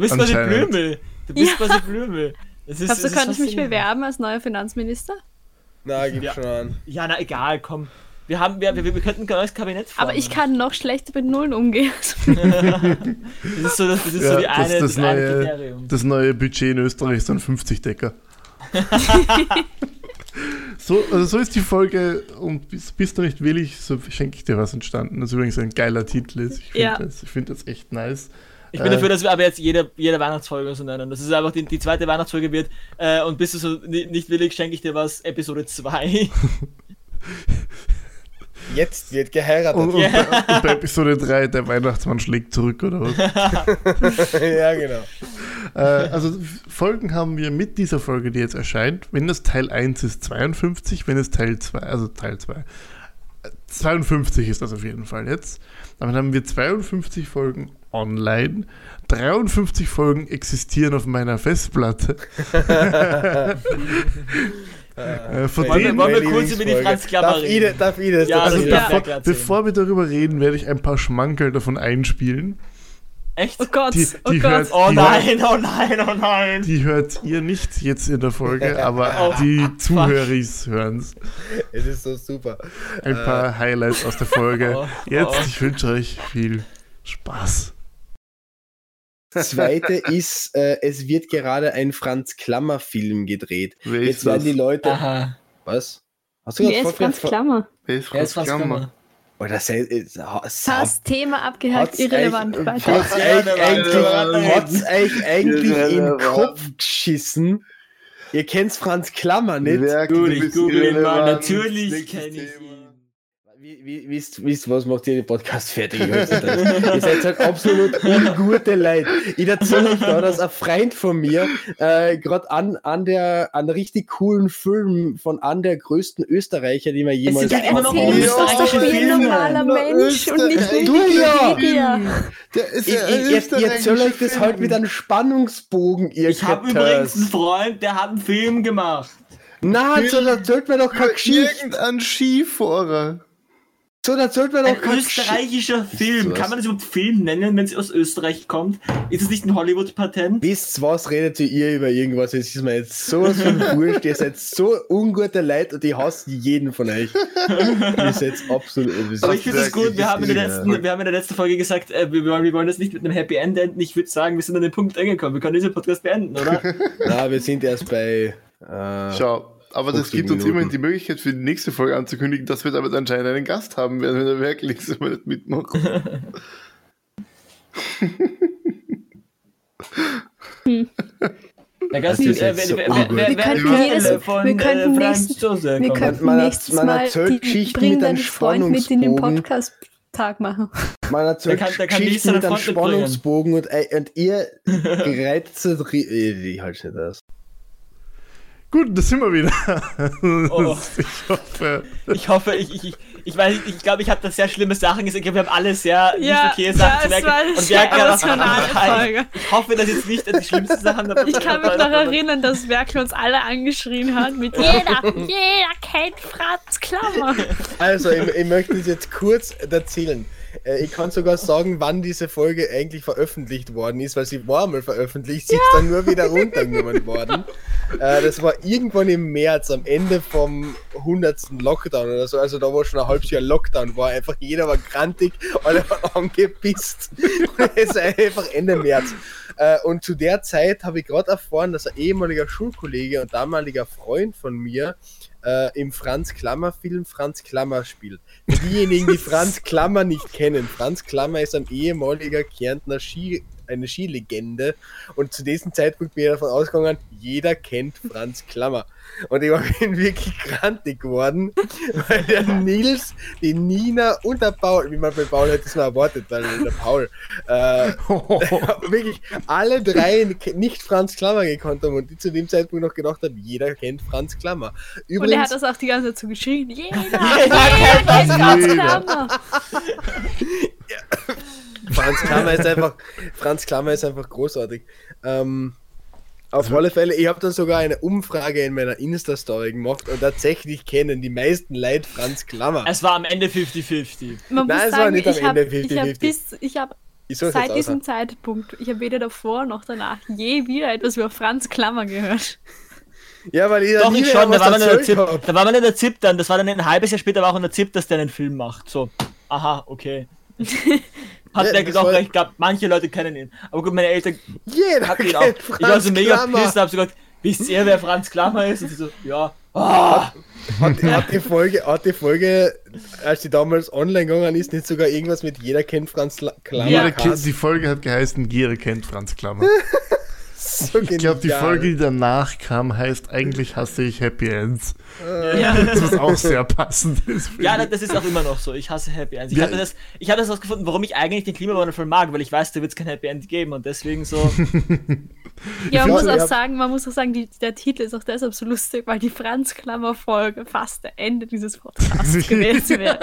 Speaker 4: bist quasi
Speaker 3: Anscheinend.
Speaker 4: Blümel. Du bist
Speaker 2: Ja.
Speaker 4: quasi Blümel. Das ist,
Speaker 2: Glaubst du,
Speaker 4: das ist
Speaker 2: könnte ich mich
Speaker 4: faszinierend.
Speaker 2: bewerben als neuer Finanzminister?
Speaker 5: Na, gib
Speaker 4: Ja.
Speaker 5: schon an.
Speaker 4: Ja, na egal, komm. Wir, haben, wir, wir, wir könnten ein neues Kabinett formen.
Speaker 2: Aber ich kann noch schlechter mit Nullen umgehen. (laughs)
Speaker 4: Das ist so, das, das ist
Speaker 3: Ja,
Speaker 4: so die
Speaker 3: das-
Speaker 4: eine,
Speaker 3: das
Speaker 4: das, eine
Speaker 3: neue-
Speaker 4: Kriterium.
Speaker 3: Das neue Budget in Österreich sind 50 Decker. so, also so ist die Folge und bist, bist du nicht willig, so schenke ich dir was entstanden. Das ist übrigens ein geiler Titel. ist. Ich finde
Speaker 2: Ja.
Speaker 3: das, ich find das echt nice.
Speaker 4: Ich bin
Speaker 3: Äh,
Speaker 4: dafür, dass wir aber jetzt jede, jede Weihnachtsfolge so nennen. Das ist einfach die, die zweite Weihnachtsfolge wird. Äh, und bist du so ni- nicht willig, schenke ich dir was.
Speaker 3: (laughs)
Speaker 4: Episode 2.
Speaker 5: Jetzt wird geheiratet.
Speaker 4: Oh,
Speaker 3: Und, und, bei, und bei Episode 3, der Weihnachtsmann schlägt zurück oder was?
Speaker 4: oh.
Speaker 5: (laughs) ja, genau.
Speaker 3: Äh, also F- Folgen haben wir mit dieser Folge, die jetzt erscheint. Wenn das Teil 1 ist 52, wenn es Teil 2, also Teil 2. äh, 52 ist das auf jeden Fall jetzt. Damit haben wir 52 Folgen online. 53 Folgen existieren auf meiner
Speaker 4: (laughs)
Speaker 3: Festplatte.
Speaker 5: Äh,
Speaker 3: von
Speaker 5: meine
Speaker 3: denen-
Speaker 4: Wollen wir kurz über die
Speaker 5: Lieblingsfolge.
Speaker 4: Franz Klammer
Speaker 5: darf
Speaker 4: reden?
Speaker 5: Ide, darf Ide,
Speaker 4: Ja,
Speaker 5: darf
Speaker 4: das
Speaker 3: Also
Speaker 4: ist
Speaker 5: Ide.
Speaker 4: ja.
Speaker 3: bevor,
Speaker 4: Bergwerk sehen.
Speaker 3: bevor wir darüber reden, werde ich ein paar Schmankerl davon einspielen.
Speaker 4: Echt?
Speaker 2: Oh Gott,
Speaker 3: Die-
Speaker 2: oh
Speaker 3: die
Speaker 2: Gott.
Speaker 3: hört-
Speaker 4: Oh
Speaker 3: Die-
Speaker 4: nein, oh nein, oh nein.
Speaker 3: Die hört ihr nicht jetzt in der
Speaker 4: (laughs)
Speaker 3: Folge, aber
Speaker 4: Oh,
Speaker 3: die Zuhöris hören es.
Speaker 5: es ist so super.
Speaker 3: ein
Speaker 5: Äh.
Speaker 3: paar Highlights aus der Folge.
Speaker 4: (laughs) Oh,
Speaker 3: Jetzt,
Speaker 4: oh.
Speaker 3: ich wünsche euch viel Spaß.
Speaker 5: Zweite ist, äh, es wird gerade ein Franz Klammer Film gedreht.
Speaker 3: Wer
Speaker 5: Jetzt werden die Leute.
Speaker 4: Aha.
Speaker 5: Was? Hast du
Speaker 2: Wer
Speaker 5: gerade
Speaker 2: ist Franz Klammer?
Speaker 3: Wer ist
Speaker 4: Er ist Franz Klammer.
Speaker 5: Oder sei, äh, sa- sa-
Speaker 2: Das Thema abgehakt,
Speaker 5: Hat's äh,
Speaker 2: irrelevant.
Speaker 5: eigentlich-
Speaker 2: Weiter.
Speaker 5: Hat's eigentlich, eigentlich, hat's euch eigentlich in den
Speaker 6: Irrelevant.
Speaker 5: Kopf geschissen? Ihr kennt Franz Klammer nicht.
Speaker 4: Natürlich, google ihn mal. Natürlich kenne ich ihn.
Speaker 5: Wie- wie- Wisst, wisst was macht ihr den Podcast fertig? Ich hab's nicht gedacht. ihr seid halt absolut ungute Leute. Ich erzähle euch da, dass ein Freund von mir äh, gerade an, an der an richtig coolen Film von an der größten Österreicher, die man jemals
Speaker 4: sind ja immer noch
Speaker 5: aufgenommen
Speaker 2: Film ist
Speaker 5: hat.
Speaker 2: doch doch wie ein
Speaker 6: Filme.
Speaker 2: normaler
Speaker 6: Nur
Speaker 2: Mensch und nicht
Speaker 6: Österreich.
Speaker 5: Du
Speaker 2: Wikipedia.
Speaker 6: Der ist
Speaker 5: Ich, ich, jetzt, jetzt soll euch das halt mit einem Spannungsbogen, ihr
Speaker 4: Ich habe übrigens einen Freund, der hat einen Film gemacht.
Speaker 3: Oh
Speaker 5: Na, so erzählt mir doch keine Geschichte.
Speaker 6: Irgendein Skifahrer.
Speaker 5: So erzählt mir
Speaker 4: Ein
Speaker 5: doch keine Geschichte.
Speaker 4: österreichischer Film.
Speaker 5: was?
Speaker 4: Kann man das überhaupt Film nennen, wenn es aus Österreich kommt? Ist es nicht ein Hollywood-Patent?
Speaker 5: Wisst was, redet ihr über irgendwas? Es ist mir jetzt
Speaker 4: (laughs)
Speaker 5: sowas von wurscht. ihr seid so ungute Leute und ich hasse jeden von euch. ihr seid absolut.
Speaker 4: Aber ich finde es
Speaker 6: Handwerk
Speaker 4: gut, wir
Speaker 6: ist
Speaker 4: haben, in der
Speaker 6: ja.
Speaker 4: letzten, wir haben in der letzten Folge gesagt, äh, wir, wollen, wir wollen das nicht mit einem Happy End enden. Ich würde sagen, wir sind an den Punkt angekommen. Wir können diesen Podcast beenden,
Speaker 5: (laughs)
Speaker 4: oder?
Speaker 5: Na, wir sind erst bei. Äh,
Speaker 6: Schau, aber das
Speaker 5: 50
Speaker 6: gibt uns
Speaker 5: Minuten.
Speaker 6: immerhin die Möglichkeit für die nächste Folge anzukündigen, dass wir damit anscheinend einen Gast haben werden, wenn er wirklich so mal nicht mitmacht.
Speaker 4: Na, ganz
Speaker 5: Das
Speaker 4: lieb,
Speaker 5: ist
Speaker 4: äh,
Speaker 5: jetzt
Speaker 4: wer-
Speaker 5: so
Speaker 4: wer-
Speaker 5: ungut.
Speaker 4: wer-
Speaker 5: Wir
Speaker 4: wer-
Speaker 2: könnten
Speaker 4: wer-
Speaker 2: jedes-
Speaker 4: wer- von,
Speaker 2: wir könnten
Speaker 4: äh, Franz
Speaker 2: nächstes-
Speaker 4: Jose
Speaker 2: Wir
Speaker 4: kommt.
Speaker 2: könnten
Speaker 5: Man- man
Speaker 2: nächstes
Speaker 5: erzählt
Speaker 2: Mal die
Speaker 5: Geschichten
Speaker 2: Bring
Speaker 5: mit einem
Speaker 2: deinen Freund mit in den
Speaker 5: Spannungsbogen.
Speaker 2: Podcast-Tag machen.
Speaker 5: Man erzählt
Speaker 4: Der kann- der kann nichts
Speaker 5: Geschichten
Speaker 4: an
Speaker 5: mit
Speaker 4: der
Speaker 5: einem
Speaker 4: Front mitbringen.
Speaker 5: Spannungsbogen und, äh, und
Speaker 4: (laughs)
Speaker 5: ihr gereizt. Ich halte nicht aus.
Speaker 3: Gut, das sind wir wieder.
Speaker 5: (laughs)
Speaker 4: Oh.
Speaker 3: Ich hoffe,
Speaker 4: Ich hoffe, ich, ich, ich, ich weiß, nicht, ich glaube, ich habe da sehr schlimme Sachen gesagt. Ich glaube, wir haben alle sehr nicht okay Sachen zu merken. Und wir hatten ja noch einen. Ich hoffe, dass jetzt nicht die schlimmsten Sachen dabei
Speaker 2: Ich kann mich noch erinnern, dass Werkel uns alle angeschrien hat mit jeder, jeder kennt Franz
Speaker 5: (laughs)
Speaker 2: Klammer.
Speaker 5: Also, ich, ich möchte es jetzt kurz erzählen. Äh, Ich kann sogar sagen, wann diese Folge eigentlich veröffentlicht worden ist, weil sie war mal veröffentlicht, sie ist dann nur wieder runtergenommen worden. Äh, Das war irgendwann im März, am Ende vom 100. Lockdown oder so, also da war schon ein halbes Jahr Lockdown, war einfach jeder war grantig, alle (laughs) waren angepisst. (laughs) Es war einfach Ende März. Äh, Und zu der Zeit habe ich gerade erfahren, dass ein ehemaliger Schulkollege und damaliger Freund von mir äh, im Franz Klammer Film Franz Klammer spielt. Für diejenigen, die Franz Klammer nicht kennen, Franz Klammer ist ein ehemaliger Kärntner Ski, eine Skilegende und zu diesem Zeitpunkt bin ich davon ausgegangen, jeder kennt Franz Klammer. Und ich (laughs) war- bin wirklich grantig geworden, weil
Speaker 4: (laughs)
Speaker 5: der Nils, die Nina und der Paul, wie man bei Paul hätte es mal erwartet, weil der Paul,
Speaker 4: (laughs)
Speaker 5: äh, wirklich alle drei nicht Franz Klammer gekannt haben und die zu dem Zeitpunkt noch gedacht haben, jeder kennt Franz Klammer.
Speaker 2: Und er
Speaker 5: Übrigens,
Speaker 2: hat das auch die ganze Zeit so geschrien.
Speaker 4: (laughs)
Speaker 5: (laughs)
Speaker 2: Jeder, jeder
Speaker 4: kennt
Speaker 2: kennt Franz
Speaker 3: Jeder.
Speaker 2: Klammer.
Speaker 5: Franz
Speaker 2: (laughs)
Speaker 5: Klammer ist einfach, Franz Klammer ist einfach großartig. Ähm, auf
Speaker 4: Also
Speaker 5: alle Fälle, ich habe dann sogar eine Umfrage in meiner Insta-Story gemacht und tatsächlich kennen die meisten Leute Franz Klammer.
Speaker 2: Also
Speaker 4: Es war am Ende 50-50.
Speaker 2: Man
Speaker 5: Nein,
Speaker 2: muss
Speaker 5: es war
Speaker 2: sagen,
Speaker 5: nicht am
Speaker 2: ich habe
Speaker 5: Ende 50-50.
Speaker 2: hab bis, ich habe
Speaker 5: Ich soll's
Speaker 2: seit
Speaker 5: jetzt ne?
Speaker 2: diesem Zeitpunkt, ich habe weder davor noch danach je wieder etwas über Franz Klammer
Speaker 5: (laughs)
Speaker 2: gehört.
Speaker 5: Ja, weil ich
Speaker 4: Doch, ich schon, da war, man in der ZIP,
Speaker 5: habe.
Speaker 4: da war man in der ZIP dann, das war dann ein halbes Jahr später, war auch in der ZIP, dass der einen Film macht. So, aha,
Speaker 5: (laughs)
Speaker 4: okay. Hat
Speaker 5: Ja,
Speaker 4: der
Speaker 5: das
Speaker 4: auch
Speaker 5: war-
Speaker 4: recht gehabt, manche Leute kennen ihn. Aber gut, meine Eltern
Speaker 5: Jeder
Speaker 4: hatten ihn auch.
Speaker 5: kennt
Speaker 4: Ich war so mega
Speaker 5: Klammer.
Speaker 4: pissed, hab so gesagt, wisst ihr, wer Franz Klammer ist? Und sie so, ja. Ah,
Speaker 3: (laughs)
Speaker 5: Hat, hat, die Folge, hat die Folge, als die damals online gegangen ist, nicht sogar irgendwas mit Jeder kennt Franz La- Klammer?
Speaker 3: Jeder
Speaker 5: gehabt?
Speaker 3: kennt, die Folge hat geheißen, jeder kennt Franz Klammer.
Speaker 5: So
Speaker 3: Ich glaube, die
Speaker 5: genial.
Speaker 3: Folge, die danach kam, heißt eigentlich hasse ich Happy Ends.
Speaker 4: ja.
Speaker 3: Das was auch sehr passend ist. finde
Speaker 4: ja,
Speaker 3: ich.
Speaker 4: das- das ist auch immer noch so. Ich hasse Happy Ends. Ich
Speaker 3: Ja.
Speaker 4: habe das, ich hab das rausgefunden, warum ich eigentlich den Klimawandel mag, weil ich weiß, da wird es kein Happy End geben und deswegen so.
Speaker 2: Ja, man
Speaker 5: Ja,
Speaker 2: muss
Speaker 5: ich
Speaker 2: auch
Speaker 5: hab-
Speaker 2: sagen, man muss auch sagen, die, der Titel ist auch deshalb so lustig, weil die Franz Klammer Folge fast der Ende dieses
Speaker 5: (laughs)
Speaker 2: Podcasts gewesen wäre.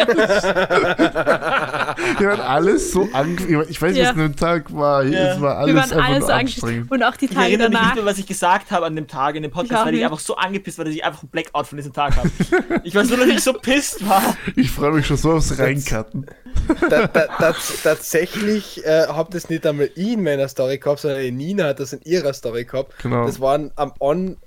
Speaker 3: Wir waren alles so ange... Ich mein, Ich weiß nicht,
Speaker 2: Ja.
Speaker 3: was an dem Tag war.
Speaker 4: Ja.
Speaker 3: Es war
Speaker 2: Wir waren
Speaker 3: alles einfach
Speaker 2: alle so
Speaker 3: nur
Speaker 2: angespannt
Speaker 3: anstrengend.
Speaker 2: und auch die
Speaker 4: Ich
Speaker 2: Tage
Speaker 4: erinnere mich
Speaker 2: danach.
Speaker 4: nicht mehr, was ich gesagt habe an dem Tag in dem
Speaker 2: Ich
Speaker 4: Podcast,
Speaker 2: auch
Speaker 4: weil ich
Speaker 2: nicht.
Speaker 4: einfach so angepisst war, dass ich einfach einen Blackout von diesem Tag habe. ich weiß nur, dass ich so pisst war.
Speaker 3: Ich freue mich schon so aufs Reinkarten.
Speaker 5: Ta- ta- tats- tatsächlich äh, habe das nicht einmal ich in meiner Story gehabt, sondern die Nina hat das in ihrer Story gehabt.
Speaker 3: Genau.
Speaker 5: Das waren am On.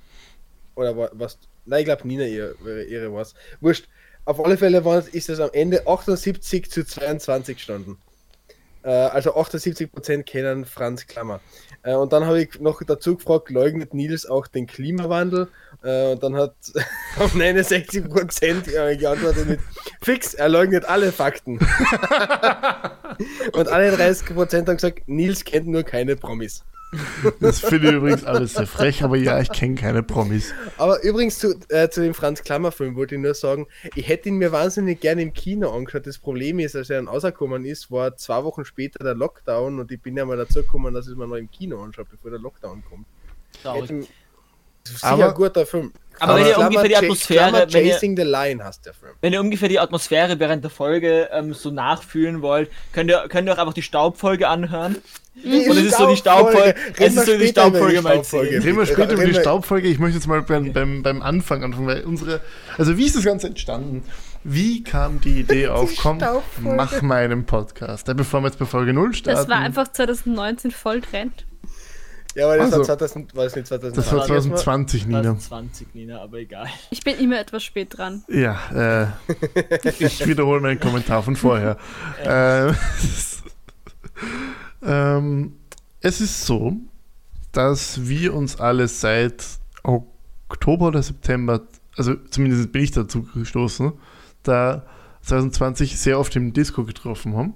Speaker 5: Oder wa- was? Nein, ich glaube, Nina ihre, ihre was. Wurscht. Auf alle Fälle waren, ist das am Ende 78 zu 22 Stunden. Äh, also 78% kennen Franz Klammer. Äh, und dann habe ich noch dazu gefragt, leugnet Nils auch den Klimawandel? Äh, und dann hat (laughs) um auf 69% äh, geantwortet mit Fix, er leugnet alle Fakten. Und alle 30% haben gesagt, Nils kennt nur keine Promis.
Speaker 3: Das finde ich übrigens alles sehr frech, aber ja, ich kenne keine Promis.
Speaker 5: Aber übrigens zu, äh, zu dem Franz Klammer-Film wollte ich nur sagen, ich hätte ihn mir wahnsinnig gerne im Kino angeschaut. Das Problem ist, als er dann rausgekommen ist, war zwei Wochen später der Lockdown und ich bin ja mal dazu gekommen, dass ich es mir noch im Kino anschaue, bevor der Lockdown kommt.
Speaker 4: Traurig.
Speaker 5: Hätte- Sicher
Speaker 3: Aber-
Speaker 5: ein guter Film.
Speaker 4: Aber wenn ihr
Speaker 5: Klammer
Speaker 4: ungefähr die
Speaker 5: Ja-
Speaker 4: Atmosphäre,
Speaker 5: Klammer
Speaker 4: wenn ihr-
Speaker 5: Chasing the Line heißt der Film.
Speaker 4: Wenn ihr ungefähr die Atmosphäre während der Folge ähm, so nachfühlen wollt, könnt ihr, könnt ihr auch einfach die Staubfolge anhören. Und es ist so die Staubfolge. Es
Speaker 5: Reden
Speaker 4: ist so
Speaker 5: wir
Speaker 4: die
Speaker 5: später über die
Speaker 4: Staubfolge mal
Speaker 5: Staubfolge.
Speaker 4: zehn.
Speaker 3: Reden wir später über die
Speaker 5: äh, Reden wir-
Speaker 3: Staubfolge. Ich möchte jetzt mal beim, beim, beim Anfang anfangen, weil unsere. Also, wie ist das Ganze entstanden? Wie kam die Idee auf? Komm,
Speaker 5: Staubfolge.
Speaker 3: mach meinen Podcast. Da Bevor wir jetzt bei Folge 0 starten.
Speaker 2: Das war einfach 2019 voll Trend.
Speaker 5: Ja, aber das
Speaker 3: Also-
Speaker 5: war 2000, war es nicht 2020.
Speaker 3: Das war 2020, Nina.
Speaker 4: 20 Nina, aber egal.
Speaker 2: Ich bin immer etwas spät dran.
Speaker 3: Ja, äh, ich wiederhole meinen Kommentar von vorher. Äh, (laughs) ähm, es ist so, dass wir uns alle seit Oktober oder September, also zumindest bin ich dazu gestoßen, da 2020 sehr oft im Disco getroffen haben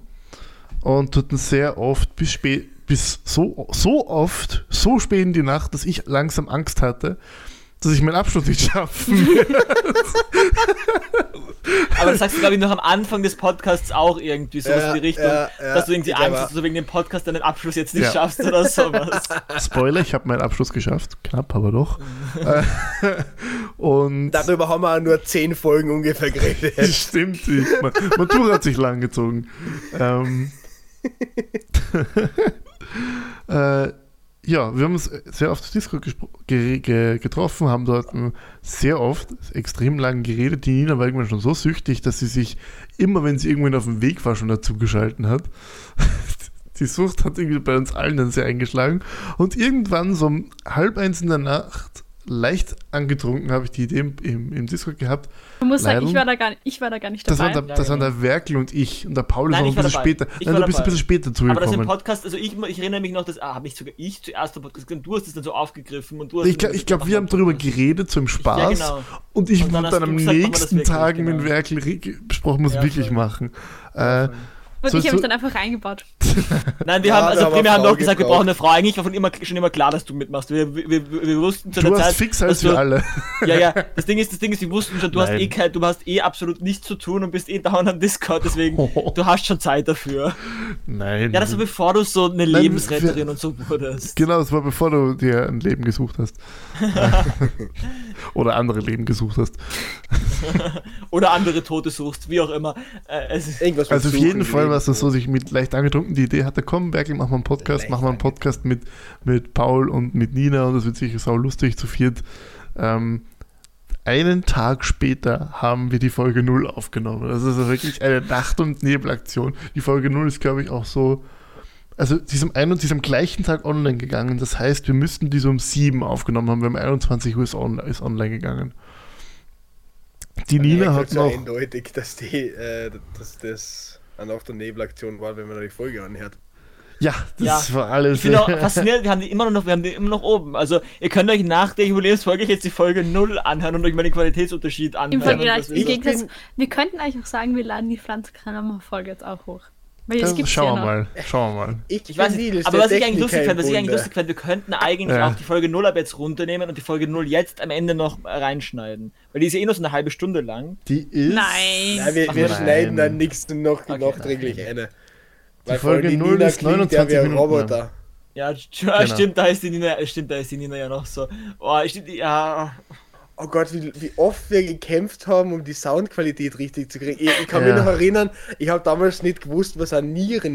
Speaker 3: und dort sehr oft bis spät, bis so, so oft, so spät in die Nacht, dass ich langsam Angst hatte, dass ich meinen Abschluss nicht (laughs) schaffen
Speaker 4: Aber das sagst du, glaube ich, noch am Anfang des Podcasts auch irgendwie, sowas
Speaker 5: Ja,
Speaker 4: in die Richtung,
Speaker 5: ja, ja,
Speaker 4: dass du irgendwie
Speaker 5: ich
Speaker 4: Angst
Speaker 5: glaub,
Speaker 4: hast, dass du wegen dem Podcast deinen Abschluss jetzt nicht
Speaker 3: Ja. (laughs)
Speaker 4: schaffst oder sowas.
Speaker 3: Spoiler, ich habe meinen Abschluss geschafft. Knapp, aber doch. Äh, (laughs) Und
Speaker 5: Darüber haben wir auch nur 10 Folgen ungefähr geredet.
Speaker 3: (laughs) stimmt nicht. Ma- Matura hat sich lang gezogen. Ähm, (laughs) äh, ja, wir haben uns sehr oft auf Discord gespro- ge ge getroffen, haben dort ähm, sehr oft extrem lang geredet. Die Nina war irgendwann schon so süchtig, dass sie sich immer, wenn sie irgendwann auf dem Weg war, schon dazu geschalten hat. (laughs) Die Sucht hat irgendwie bei uns allen dann sehr eingeschlagen. Und irgendwann so um halb eins in der Nacht, leicht angetrunken, habe ich die Idee im, im, im Discord gehabt,
Speaker 2: Man muss sagen,
Speaker 3: Leider.
Speaker 2: ich war da gar nicht, ich war da gar nicht
Speaker 3: das
Speaker 2: dabei.
Speaker 3: waren, der,
Speaker 4: Ja,
Speaker 3: das waren
Speaker 4: genau.
Speaker 3: der Werkel und ich. Und der Paul ist
Speaker 4: Nein,
Speaker 3: noch ein
Speaker 4: ich war
Speaker 3: bisschen
Speaker 4: dabei.
Speaker 3: später.
Speaker 4: Ich
Speaker 3: Nein,
Speaker 4: war
Speaker 3: du bist ein
Speaker 4: dabei.
Speaker 3: bisschen später
Speaker 4: Aber das im
Speaker 3: zugekommen.
Speaker 4: Podcast, also ich, ich erinnere mich noch, dass ah, habe ich sogar ich zuerst den Podcast gesehen, du hast es dann so aufgegriffen und du hast
Speaker 3: Ich, glaub- ich glaube, wir haben darüber geredet, zum Spaß.
Speaker 4: Ja, genau.
Speaker 3: Und ich
Speaker 4: Und
Speaker 3: wurde
Speaker 4: dann hast
Speaker 3: dann
Speaker 4: du
Speaker 3: am
Speaker 4: gesagt, machen wir das
Speaker 3: nächsten
Speaker 4: wirklich,
Speaker 3: Tag mit
Speaker 4: genau.
Speaker 3: Werkel re- besprochen, muss
Speaker 4: Ja,
Speaker 3: wirklich
Speaker 4: voll.
Speaker 3: machen. Äh,
Speaker 2: Und
Speaker 3: so-
Speaker 2: ich habe
Speaker 3: so-
Speaker 2: mich dann einfach reingebaut.
Speaker 4: Nein, wir
Speaker 5: Ja,
Speaker 4: haben,
Speaker 5: wir
Speaker 4: also
Speaker 5: haben
Speaker 4: wir,
Speaker 5: eine
Speaker 4: haben
Speaker 5: Frau
Speaker 4: doch gesagt, wir
Speaker 5: gebraucht.
Speaker 4: brauchen eine Frau. Eigentlich war von immer, schon immer klar, dass du mitmachst. Wir, wir, wir, wir wussten zu der
Speaker 3: du warst
Speaker 4: Zeit.
Speaker 3: fix
Speaker 4: dass
Speaker 3: als
Speaker 4: du,
Speaker 3: wir
Speaker 4: (laughs)
Speaker 3: alle. (laughs)
Speaker 4: Ja, ja. Das Ding ist, das Ding ist, wir wussten schon, du hast
Speaker 3: Nein.
Speaker 4: eh kein, du hast eh absolut nichts zu tun und bist eh dauernd am Discord, deswegen du hast schon Zeit dafür.
Speaker 3: Nein.
Speaker 4: Ja, das war bevor du so eine
Speaker 3: wir-
Speaker 4: Lebensretterin und so wurdest.
Speaker 3: genau, das war bevor du dir ein Leben gesucht
Speaker 4: (laughs)
Speaker 3: hast. Äh, (laughs) Oder andere Leben gesucht hast.
Speaker 4: Oder andere Tote suchst, wie auch immer. Äh, es,
Speaker 5: Irgendwas mit
Speaker 3: Also auf
Speaker 5: Suchen
Speaker 3: jeden Fall war dass das so sich mit leicht angetrunken die Idee hatte, komm, Berkel, machen wir einen Podcast,
Speaker 5: Leicht
Speaker 3: machen wir einen Podcast mit, mit Paul und mit Nina und das wird sicher sau lustig zu viert. Ähm, einen Tag später haben wir die Folge 0 aufgenommen. Das ist wirklich eine Nacht- und Nebelaktion. Die Folge 0 ist, glaube ich, auch so. Also, die ist am einen und diesem gleichen Tag online gegangen. Das heißt, wir müssten die so um 7 aufgenommen haben. Wir haben 21 Uhr ist, on, ist online gegangen. Die Nina hat
Speaker 5: so
Speaker 3: noch.
Speaker 5: eindeutig, dass die, äh, dass das eine Nacht- und Nebelaktion war, wenn man die Folge anhört.
Speaker 3: Ja, das
Speaker 4: Ja.
Speaker 3: war alles.
Speaker 4: Ich
Speaker 3: (laughs)
Speaker 4: bin auch fasziniert, wir haben die immer noch, wir haben die immer noch oben. Also ihr könnt euch nach der Jubiläumsfolge jetzt die Folge 0 anhören und euch mal den Qualitätsunterschied anhören.
Speaker 2: Im Vergleich,
Speaker 4: Das
Speaker 2: im
Speaker 4: ist-
Speaker 2: Gegensatz, wir könnten eigentlich auch sagen, wir laden die Pflanzenkramer-Folge jetzt auch hoch. Weil
Speaker 3: Das
Speaker 2: jetzt gibt's ja
Speaker 3: schauen wir
Speaker 2: noch.
Speaker 3: mal. Schauen wir mal.
Speaker 4: Ich weiß
Speaker 5: bin
Speaker 4: nicht,
Speaker 5: Nils,
Speaker 4: aber
Speaker 5: der
Speaker 4: was ich eigentlich lustig fände, was ich eigentlich
Speaker 5: Techniker im
Speaker 4: lustig fände, wir könnten eigentlich
Speaker 3: Ja.
Speaker 4: auch die Folge 0 ab jetzt runternehmen und die Folge 0 jetzt am Ende noch reinschneiden. Weil die ist ja eh nur so eine halbe Stunde lang.
Speaker 3: Die ist.
Speaker 2: Nein.
Speaker 5: Bunde. Nein, wir, wir
Speaker 3: Ach, nein.
Speaker 5: schneiden dann nichts noch nachträglich eine. Weil vor allem
Speaker 3: Folge
Speaker 5: die
Speaker 3: 0
Speaker 5: Nina
Speaker 3: ist
Speaker 5: klingt
Speaker 3: 29
Speaker 5: ja wie ein
Speaker 3: Minuten lang.
Speaker 5: Roboter.
Speaker 4: Ja, (laughs) st- ja,
Speaker 3: Genau.
Speaker 4: stimmt, da ist die Nina, stimmt, da ist die Nina ja noch so. Oh, ich, ja,
Speaker 5: Oh Gott, wie, wie oft wir gekämpft haben, um die Soundqualität richtig zu kriegen. Ich, ich kann
Speaker 3: Ja.
Speaker 5: mich noch erinnern, ich habe damals nicht gewusst, was ein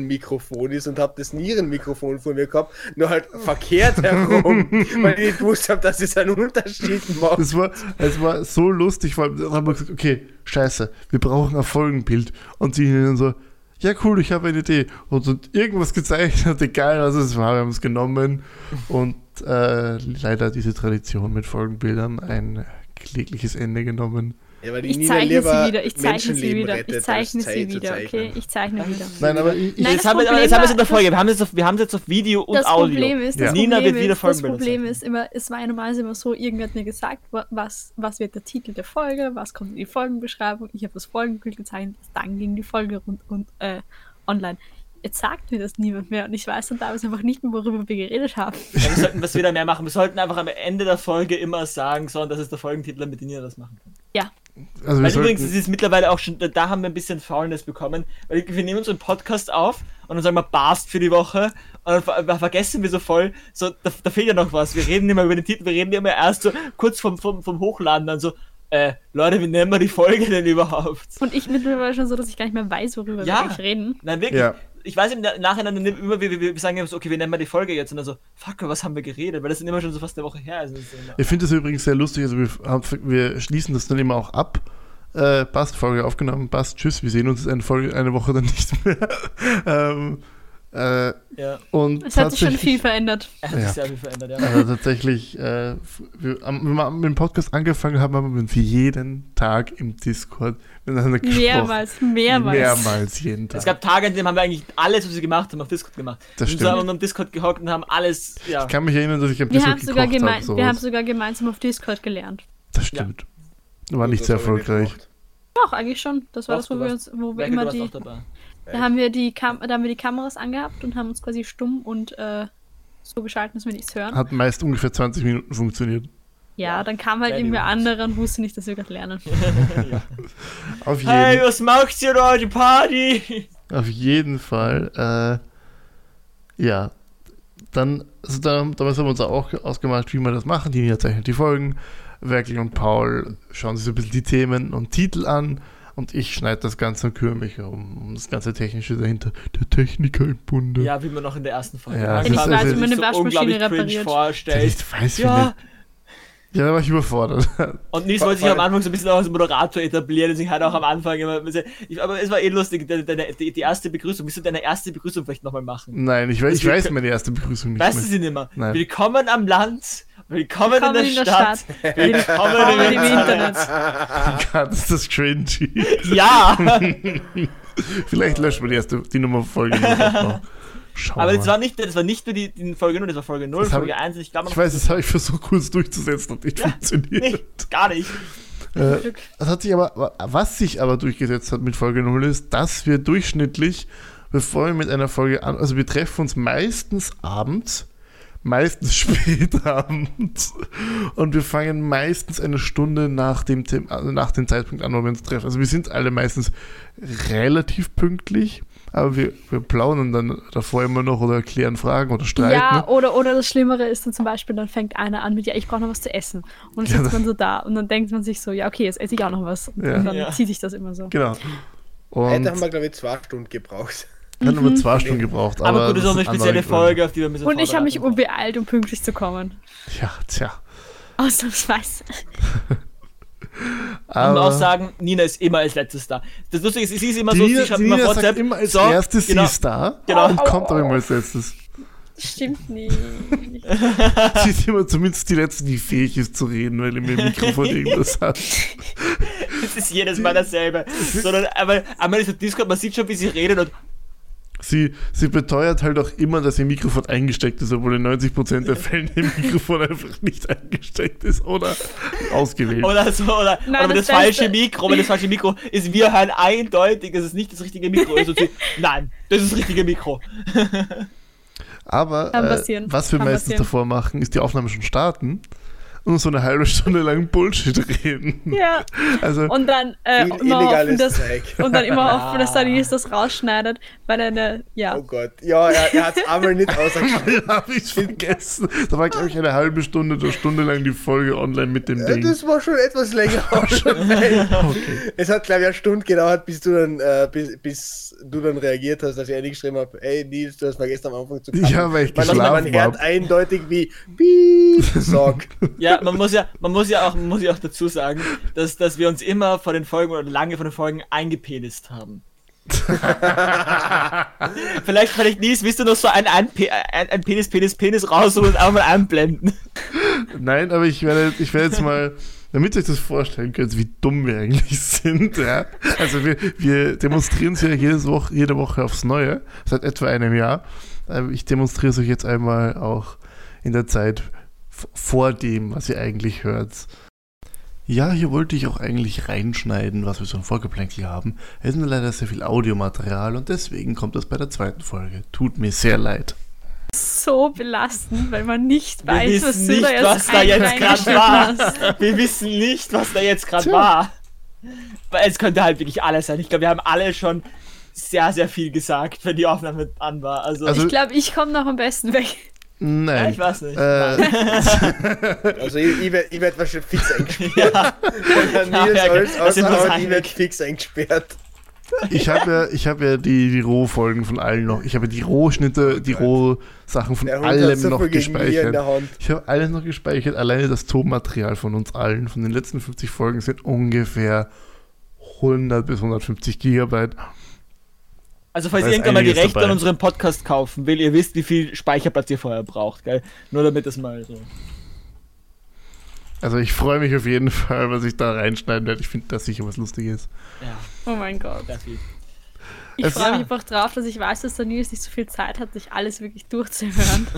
Speaker 5: Nierenmikrofon ist und habe das Nierenmikrofon vor mir gehabt, nur halt
Speaker 3: (laughs)
Speaker 5: verkehrt herum, weil ich nicht gewusst habe, dass es einen Unterschied macht.
Speaker 3: Es war, es war so lustig, weil dann haben wir gesagt, okay, scheiße, wir brauchen ein Folgenbild. Und sie dann so, ja cool, ich habe eine Idee. Und, und irgendwas gezeichnet, egal was es war, wir haben es genommen. Und äh, leider hat diese Tradition mit Folgenbildern ein klägliches Ende genommen.
Speaker 5: Ja, weil die
Speaker 2: Ich
Speaker 5: Nina
Speaker 2: zeichne
Speaker 5: lieber
Speaker 2: sie wieder, ich zeichne sie
Speaker 5: Menschenleben
Speaker 2: wieder,
Speaker 5: rettet,
Speaker 2: ich
Speaker 5: als
Speaker 2: zeichne sie
Speaker 5: Zeit zu
Speaker 2: wieder, okay?
Speaker 5: zeichnen.
Speaker 2: Ich zeichne wieder.
Speaker 3: Nein, aber ich,
Speaker 2: Nein,
Speaker 4: jetzt
Speaker 2: das
Speaker 4: haben wir,
Speaker 2: Problem
Speaker 4: jetzt haben wir es
Speaker 2: war-
Speaker 4: in der Folge, wir haben es auf, wir haben es jetzt auf Video und
Speaker 2: das
Speaker 4: Audio.
Speaker 2: Problem ist,
Speaker 3: Ja.
Speaker 2: das
Speaker 4: Nina
Speaker 2: Problem
Speaker 4: wird
Speaker 2: ist,
Speaker 4: wieder
Speaker 2: das
Speaker 4: Folgenbilder
Speaker 2: Problem
Speaker 4: zeichnen.
Speaker 2: ist immer, es war einmal immer so, irgendwer hat mir gesagt, wa- was, was wird der Titel der Folge, was kommt in die Folgenbeschreibung, ich habe das Folgenbild gezeichnet, dann ging die Folge rund und äh, online. Jetzt sagt mir das niemand mehr und ich weiß dann damals einfach nicht mehr, worüber wir geredet haben.
Speaker 4: Ja, wir sollten das wieder mehr machen. Wir sollten einfach am Ende der Folge immer sagen, sondern das ist der Folgentitel, damit die Nina das machen kann.
Speaker 3: also wir
Speaker 4: Weil übrigens,
Speaker 3: sollten,
Speaker 4: es ist mittlerweile auch schon, da haben wir ein bisschen Faulness bekommen, weil wir nehmen unseren Podcast auf und dann sagen wir Bast für die Woche und dann ver ver- vergessen wir so voll, so, da, da fehlt ja noch was. Wir reden immer über den Titel, wir reden immer erst so kurz vom, vom, vom Hochladen dann so, äh, Leute, wie nennen wir die Folge denn überhaupt?
Speaker 2: Und ich mittlerweile schon so, dass ich gar nicht mehr weiß, worüber
Speaker 4: Ja.
Speaker 2: wir eigentlich reden.
Speaker 4: Nein, wirklich.
Speaker 3: Ja.
Speaker 4: Ich weiß im Na- Nachhinein dann immer, wir, wir, wir sagen immer so, okay, wir nennen mal die Folge jetzt und dann so, fuck, über was haben wir geredet? Weil das sind immer schon so fast eine Woche her. Also, das ist immer-
Speaker 3: ich finde das übrigens sehr lustig, also wir, haben, wir schließen das dann immer auch ab. Äh, passt, Folge aufgenommen, passt, tschüss, wir sehen uns eine, Folge, eine Woche dann nicht mehr. (laughs) ähm, äh,
Speaker 4: ja,
Speaker 3: und
Speaker 2: Es hat sich schon
Speaker 3: tatsächlich-
Speaker 2: viel verändert.
Speaker 4: er hat
Speaker 3: Ja.
Speaker 4: sich sehr viel verändert,
Speaker 3: (laughs)
Speaker 4: ja.
Speaker 3: Also tatsächlich, äh, wir, am, wenn wir mit dem Podcast angefangen haben, haben wir uns jeden Tag im Discord miteinander gesprochen.
Speaker 2: Mehrmals, mehrmals.
Speaker 3: Mehrmals jeden Tag.
Speaker 4: Es gab Tage, an denen haben wir eigentlich alles, was wir gemacht haben, auf Discord gemacht.
Speaker 3: Das
Speaker 4: wir
Speaker 3: stimmt.
Speaker 4: haben am Discord gehockt und haben alles, ja.
Speaker 3: ich kann mich erinnern, dass ich am
Speaker 2: Wir
Speaker 3: Discord
Speaker 2: haben, sogar
Speaker 3: gekocht
Speaker 2: gemein,
Speaker 3: habe.
Speaker 2: wir haben
Speaker 3: sowas.
Speaker 2: sogar gemeinsam auf Discord gelernt.
Speaker 3: Das stimmt. War nicht
Speaker 5: Das
Speaker 3: sehr
Speaker 5: haben wir nicht
Speaker 3: erfolgreich.
Speaker 5: gemacht.
Speaker 2: Doch, eigentlich schon. Das war
Speaker 4: Doch,
Speaker 2: das, wo
Speaker 4: du
Speaker 2: wir uns,
Speaker 4: warst-
Speaker 2: wo wir
Speaker 4: Merkel, du
Speaker 2: immer
Speaker 4: warst
Speaker 2: die
Speaker 4: auch dabei.
Speaker 2: Da haben wir die, Kam da haben wir die Kameras angehabt und haben uns quasi stumm und äh, so geschalten, dass wir nichts hören.
Speaker 3: Hat meist ungefähr 20 Minuten funktioniert.
Speaker 2: ja, dann kam halt
Speaker 4: Ja,
Speaker 2: irgendwer
Speaker 4: die-
Speaker 2: anderer und wusste nicht, dass wir gerade lernen.
Speaker 3: Auf jeden,
Speaker 4: Hey, was macht ihr da, die Party?
Speaker 3: auf jeden Fall. Äh, ja. Dann, also da, damals haben wir uns auch ausgemacht, wie wir das machen. Die Nina zeichnet die Folgen. Werkel und Paul schauen sich so ein bisschen die Themen und Titel an und ich schneide das Ganze und kümmere mich um, um das ganze Technische dahinter. Der Techniker im Bunde.
Speaker 4: Ja, wie man noch in der ersten Folge.
Speaker 3: Hm. Ja,
Speaker 4: war.
Speaker 3: das ist- das
Speaker 4: Kann man
Speaker 3: ist-
Speaker 4: sich
Speaker 2: meine Waschmaschine
Speaker 4: unglaublich cringe
Speaker 2: repariert.
Speaker 3: Der
Speaker 4: Vorstellt.
Speaker 3: nicht weiß,
Speaker 4: Ja,
Speaker 3: wie Ja, da war ich überfordert. (laughs)
Speaker 4: und Nils
Speaker 5: Vor-
Speaker 4: wollte sich
Speaker 5: vor-
Speaker 4: am Anfang so ein bisschen auch als Moderator etablieren, deswegen hat er auch am Anfang immer. ein bisschen- Ich, aber es war eh lustig, deine, deine, die, die erste Begrüßung. Willst du deine erste Begrüßung vielleicht nochmal machen?
Speaker 3: Nein, ich, weiß- ich
Speaker 4: Das
Speaker 3: weiß
Speaker 4: geht-
Speaker 3: meine erste Begrüßung nicht
Speaker 4: Weißt du
Speaker 3: mehr.
Speaker 4: sie nicht mehr?
Speaker 3: Nein.
Speaker 4: Willkommen am Land, willkommen,
Speaker 2: Willkommen
Speaker 4: in der Stadt,
Speaker 2: Willkommen
Speaker 4: (laughs) willkommen
Speaker 2: im
Speaker 4: im Internet.
Speaker 2: Internet.
Speaker 3: Gott, ist (laughs) das cringy.
Speaker 4: Ja!
Speaker 3: Vielleicht löschen wir die erste, die Nummer Folge.
Speaker 4: (laughs)
Speaker 3: noch. Schau
Speaker 4: Aber
Speaker 3: mal.
Speaker 4: das war nicht, das war nicht nur die, die Folge 0, das war Folge 0,
Speaker 3: Das hab
Speaker 4: Folge
Speaker 3: ich-
Speaker 4: 1 ich glaube
Speaker 3: ich
Speaker 4: noch
Speaker 3: weiß, das habe ich versucht kurz durchzusetzen, hat nicht funktioniert.
Speaker 4: nicht, (laughs) gar nicht.
Speaker 3: Äh, das hat sich aber, was sich aber durchgesetzt hat mit Folge 0 ist, dass wir durchschnittlich, bevor wir mit einer Folge an, also wir treffen uns meistens abends, meistens (laughs) spät abends und wir fangen meistens eine Stunde nach dem, Tem- also nach dem Zeitpunkt an, wo wir uns treffen. Also wir sind alle meistens relativ pünktlich, aber wir, wir plaudern dann davor immer noch oder klären Fragen oder streiten.
Speaker 2: Ja, oder, oder das Schlimmere ist dann zum Beispiel, dann fängt einer an mit, ja, ich brauche noch was zu essen. Und dann
Speaker 3: Ja,
Speaker 2: sitzt
Speaker 3: das-
Speaker 2: man so da und dann denkt man sich so, ja, okay, jetzt esse ich auch noch was. Und
Speaker 3: Ja.
Speaker 2: dann
Speaker 4: Ja.
Speaker 2: zieht sich das immer so.
Speaker 3: Genau. Und
Speaker 5: Heute haben wir, glaube ich, zwei Stunden gebraucht.
Speaker 3: dann haben wir zwei Stunden gebraucht.
Speaker 4: Mhm. Aber,
Speaker 3: Aber,
Speaker 4: gut, das ist auch eine
Speaker 3: sind
Speaker 4: spezielle
Speaker 3: andere Gründe.
Speaker 4: Folge, auf die wir ein bisschen
Speaker 2: Und ich habe mich
Speaker 4: vorbereiten.
Speaker 2: beeilt, um pünktlich zu kommen. (laughs)
Speaker 3: Ja, tja.
Speaker 2: Ausnahmsweise.
Speaker 4: Und auch
Speaker 3: Aber
Speaker 4: sagen, Nina ist immer als letztes da. Das Lustige ist, sie ist immer
Speaker 3: die
Speaker 4: so,
Speaker 3: Nina,
Speaker 4: sie schreibt
Speaker 3: die
Speaker 4: immer
Speaker 3: Nina
Speaker 4: auf
Speaker 3: sagt
Speaker 4: WhatsApp.
Speaker 3: immer als
Speaker 4: so,
Speaker 3: erstes,
Speaker 4: genau,
Speaker 3: sie
Speaker 4: (laughs)
Speaker 3: ist da
Speaker 4: genau.
Speaker 3: und kommt auch immer als letztes.
Speaker 2: Stimmt (laughs) nicht.
Speaker 3: Sie ist immer zumindest die Letzte, die fähig ist zu reden, weil ihr mir im Mikrofon
Speaker 4: (laughs)
Speaker 3: irgendwas hat.
Speaker 4: Es ist jedes Mal
Speaker 3: (laughs)
Speaker 4: dasselbe. Sondern einmal, einmal ist auf Discord, man sieht schon, wie sie redet und
Speaker 3: Sie, sie beteuert halt auch immer, dass ihr Mikrofon eingesteckt ist, obwohl in 90% der Fällen ihr Mikrofon einfach nicht eingesteckt ist oder ausgewählt.
Speaker 4: Oder so, oder,
Speaker 2: Nein,
Speaker 4: oder wenn
Speaker 2: das
Speaker 4: das,
Speaker 2: Beste-
Speaker 4: falsche Mikro, wenn das falsche Mikro ist, wir hören eindeutig, dass es nicht das richtige Mikro ist.
Speaker 2: (laughs)
Speaker 4: Und sie, nein, das ist das richtige Mikro.
Speaker 3: Aber
Speaker 2: Kann
Speaker 3: äh,
Speaker 2: passieren.
Speaker 3: was wir
Speaker 2: Kann
Speaker 3: meistens
Speaker 2: passieren.
Speaker 3: davor machen, ist die Aufnahme schon starten und so eine halbe Stunde lang Bullshit reden.
Speaker 2: Ja.
Speaker 3: Also
Speaker 2: Und dann äh,
Speaker 5: Ill-
Speaker 2: immer hoffen, dass.
Speaker 5: Zeug.
Speaker 2: Und dann immer hoffen, dass der Nils das rausschneidet, weil er eine. Ja.
Speaker 5: Oh Gott. Ja, er, er hat es
Speaker 3: (laughs)
Speaker 5: einmal nicht ausgesprochen.
Speaker 3: habe ich vergessen. Da war, glaube ich, eine halbe Stunde oder Stunde lang die Folge online mit dem
Speaker 5: Ja,
Speaker 3: Ding.
Speaker 5: Das war schon
Speaker 3: (laughs)
Speaker 5: etwas länger. (laughs) Es hat, glaube ich, eine Stunde gedauert, bis du dann, äh, bis, bis du dann reagiert hast, dass ich eingeschrieben habe, ey Nils, du hast vergessen am Anfang zu kacken.
Speaker 3: Ja, weil ich
Speaker 5: man, man
Speaker 3: geschlafen
Speaker 5: hört
Speaker 3: habe.
Speaker 5: eindeutig wie Piep,
Speaker 3: (laughs)
Speaker 5: sag.
Speaker 4: Ja, man muss ja, man muss ja auch, man muss ja auch dazu sagen, dass, dass wir uns immer vor den Folgen oder lange vor den Folgen
Speaker 3: (laughs)
Speaker 4: eingepenist haben. vielleicht, vielleicht Nils, willst du noch so ein, ein, Pe- ein, ein Penis, Penis, Penis rausholen und einfach mal einblenden.
Speaker 3: Nein, aber ich werde, ich werde jetzt mal, damit ihr euch das vorstellen könnt, wie dumm wir eigentlich sind. Ja? Also wir, wir demonstrieren es ja jedes Woche, jede Woche aufs Neue, seit etwa einem Jahr. Ähm, Ich demonstriere es euch jetzt einmal auch in der Zeit v- vor dem, was ihr eigentlich hört. Ja, hier wollte ich auch eigentlich reinschneiden, was wir so im Vorgeplänkel haben. Es ist nur leider sehr viel Audiomaterial und deswegen kommt das bei der zweiten Folge. Tut mir sehr leid.
Speaker 2: so belastend, weil man nicht
Speaker 4: Wir
Speaker 2: weiß,
Speaker 4: wissen
Speaker 2: was du da
Speaker 4: nicht,
Speaker 2: jetzt,
Speaker 4: was da
Speaker 2: rein-
Speaker 4: jetzt grad
Speaker 2: reingeschnitten
Speaker 4: war.
Speaker 2: hast.
Speaker 4: Wir wissen nicht, was da jetzt gerade
Speaker 3: Tja.
Speaker 4: war. Weil es könnte halt wirklich alles sein. Ich glaube, wir haben alle schon sehr, sehr viel gesagt, wenn die Aufnahme an war.
Speaker 3: Also-
Speaker 4: Also, also
Speaker 2: Ich glaube, ich komme noch am besten weg.
Speaker 3: Nein.
Speaker 4: ich weiß nicht.
Speaker 3: Äh,
Speaker 5: Also ich, ich werde werd wahrscheinlich fix eingesperrt.
Speaker 4: ja.
Speaker 5: Wenn
Speaker 4: (laughs)
Speaker 5: der
Speaker 4: Ja,
Speaker 5: Nils
Speaker 4: ja,
Speaker 5: alles
Speaker 4: da sind wir uns
Speaker 5: aushaut, ich
Speaker 4: einig.
Speaker 5: werde fix eingesperrt.
Speaker 3: Ich habe ja, ich hab ja die, die Rohfolgen von allen noch. Ich habe die Rohschnitte, die Rohsachen von
Speaker 5: Der Hund hat
Speaker 3: allem
Speaker 5: so
Speaker 3: noch
Speaker 5: viel gegen mir in der
Speaker 3: gespeichert.
Speaker 5: Hand.
Speaker 3: Ich habe alles noch gespeichert. Alleine das Tonmaterial von uns allen, von den letzten 50 Folgen, sind ungefähr 100 bis 150 Gigabyte.
Speaker 4: also falls
Speaker 3: Da ist
Speaker 4: irgendwann mal die
Speaker 3: einiges
Speaker 4: Rechte
Speaker 3: dabei.
Speaker 4: an unserem Podcast kaufen will, ihr wisst, wie viel Speicherplatz ihr vorher braucht. Gell? Nur damit das mal so.
Speaker 3: Also ich freue mich auf jeden Fall, was ich da reinschneiden werde. Ich finde das sicher was Lustiges.
Speaker 4: Ja,
Speaker 2: Oh mein Gott.
Speaker 4: sehr viel.
Speaker 2: Ich
Speaker 3: Es-
Speaker 2: freue mich
Speaker 4: Ja.
Speaker 2: einfach drauf, dass ich weiß, dass der Nils nicht so viel Zeit hat, sich alles wirklich durchzuhören.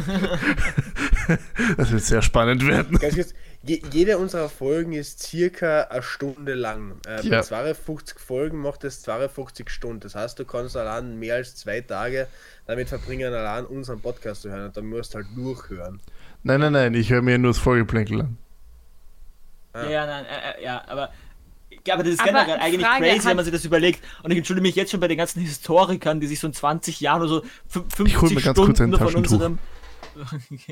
Speaker 3: Das wird sehr spannend werden.
Speaker 5: Ganz kurz, je, jede unserer Folgen ist circa eine Stunde lang. Äh,
Speaker 3: Ja.
Speaker 5: Bei 52 Folgen macht es 52 Stunden. Das heißt, du kannst allein mehr als zwei Tage damit verbringen, allein unseren Podcast zu hören. Und dann musst du halt durchhören.
Speaker 3: Nein, nein, nein. Ich höre mir nur das Vorgeplänkel an.
Speaker 4: Ja, ja, nein, äh, äh, ja, aber. ja, Aber das ist
Speaker 2: Aber
Speaker 4: generell eigentlich
Speaker 2: Frage,
Speaker 4: crazy,
Speaker 2: hat-
Speaker 4: wenn man sich das überlegt. Und ich entschuldige mich jetzt schon bei den ganzen Historikern, die sich so in 20 Jahren oder so fün-
Speaker 3: Ich hol mir
Speaker 4: 50
Speaker 3: ganz kurz ein
Speaker 4: Stunden von
Speaker 3: Taschentuch.
Speaker 4: unserem.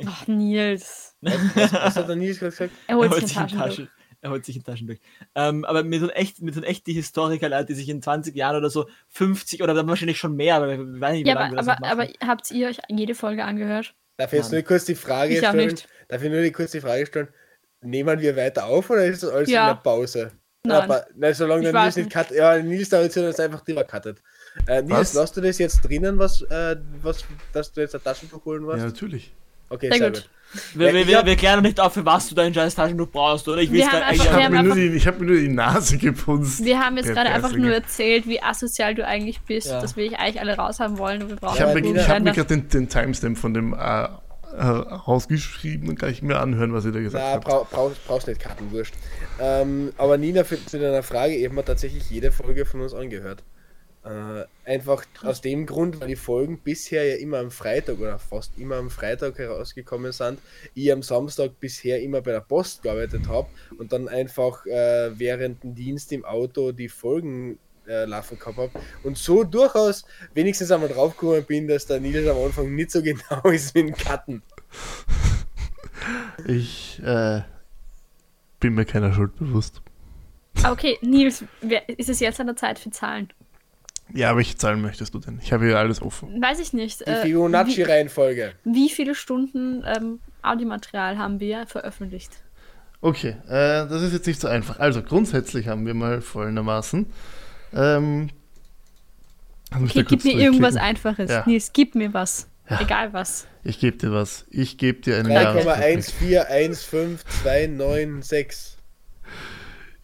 Speaker 2: Ach, Nils.
Speaker 5: Was hat der Nils gerade gesagt?
Speaker 2: Er
Speaker 4: Er
Speaker 2: holt
Speaker 4: holt
Speaker 2: sich
Speaker 4: sich
Speaker 2: eine
Speaker 4: in
Speaker 2: Tasche.
Speaker 4: Taschen. Er holt sich in Taschen durch. Ähm, aber mit so echt, mit so echt die Historiker, Leute, die sich in 20 Jahren oder so 50 oder dann wahrscheinlich schon mehr, aber wir weiß nicht, wie
Speaker 2: Ja,
Speaker 4: lange wir
Speaker 2: aber,
Speaker 4: das
Speaker 2: aber,
Speaker 4: noch machen.
Speaker 2: aber habt ihr euch jede Folge angehört?
Speaker 5: Darf ich jetzt
Speaker 4: Mann.
Speaker 5: nur kurz die Frage
Speaker 2: Ich auch
Speaker 5: stellen?
Speaker 2: nicht.
Speaker 5: Darf ich nur die- kurz die Frage stellen? Nehmen wir weiter auf oder ist das alles
Speaker 2: Ja.
Speaker 5: in der Pause?
Speaker 2: Nein.
Speaker 5: Aber, nein, solange
Speaker 2: Ich
Speaker 5: der Nils
Speaker 2: weiß
Speaker 5: nicht
Speaker 2: nicht.
Speaker 5: cut. Ja, Nils da jetzt das einfach drüber cuttet. Äh, Nils,
Speaker 3: Was?
Speaker 5: lass du das jetzt drinnen, was, äh, was, dass du jetzt ein Taschentuch holen
Speaker 3: Ja,
Speaker 5: warst?
Speaker 3: natürlich.
Speaker 5: Okay,
Speaker 2: Sehr
Speaker 5: sehr
Speaker 2: gut.
Speaker 5: gut.
Speaker 4: wir, wir,
Speaker 5: Ich
Speaker 4: wir,
Speaker 5: hab-
Speaker 4: wir klären noch nicht auf, für was du dein scheiß Taschentuch brauchst, oder? Ich
Speaker 2: Wir
Speaker 4: will's
Speaker 2: haben
Speaker 4: gar-
Speaker 2: einfach-
Speaker 4: ich-
Speaker 3: Ich
Speaker 2: wir
Speaker 3: habe
Speaker 2: haben
Speaker 3: mir, nur
Speaker 2: einfach-
Speaker 3: die- ich hab mir nur die Nase geputzt.
Speaker 2: Wir haben jetzt
Speaker 3: Der
Speaker 2: gerade einfach
Speaker 3: Persiger.
Speaker 2: nur erzählt, wie asozial du eigentlich bist,
Speaker 4: Ja.
Speaker 2: dass wir dich eigentlich alle raushaben wollen und wir brauchen
Speaker 3: Ich habe
Speaker 5: Aber
Speaker 3: mir,
Speaker 5: Nina-
Speaker 3: ich hab
Speaker 2: Sender.
Speaker 3: mir gerade den, den Timestamp von dem äh, äh, rausgeschrieben und kann ich mir anhören, was ihr da gesagt
Speaker 5: Na,
Speaker 3: habt.
Speaker 5: brau, brauchst, brauchst nicht Karten, wurscht. Ähm, aber Nina, für, zu deiner Frage, ich habe mir tatsächlich jede Folge von uns angehört. Äh, einfach aus dem Grund, weil die Folgen bisher ja immer am Freitag oder fast immer am Freitag herausgekommen sind. Ich am Samstag bisher immer bei der Post gearbeitet habe und dann einfach äh, während dem Dienst im Auto die Folgen äh, laufen gehabt habe. Und so durchaus wenigstens einmal draufgekommen bin, dass der Nils am Anfang nicht so (laughs) genau ist mit dem Karten.
Speaker 3: Ich äh, bin mir keiner Schuld bewusst.
Speaker 2: Ah, Okay, Nils, wer, ist es jetzt an der Zeit für Zahlen?
Speaker 3: Ja, welche Zahlen möchtest du denn? Ich habe hier alles offen.
Speaker 2: Weiß ich nicht.
Speaker 5: Die
Speaker 2: Äh, wie,
Speaker 5: Fibonacci-Reihenfolge.
Speaker 2: wie viele Stunden ähm, Audiomaterial haben wir veröffentlicht?
Speaker 3: Okay, äh, das ist jetzt nicht so einfach. Also grundsätzlich haben wir mal folgendermaßen. Ähm,
Speaker 2: Okay, gib mir irgendwas Einfaches.
Speaker 3: Ja.
Speaker 2: Nils, gib mir was.
Speaker 3: Ja.
Speaker 2: Egal was.
Speaker 3: Ich gebe dir was. Ich gebe dir einen Jahresrückblick.
Speaker 5: 3,1415296.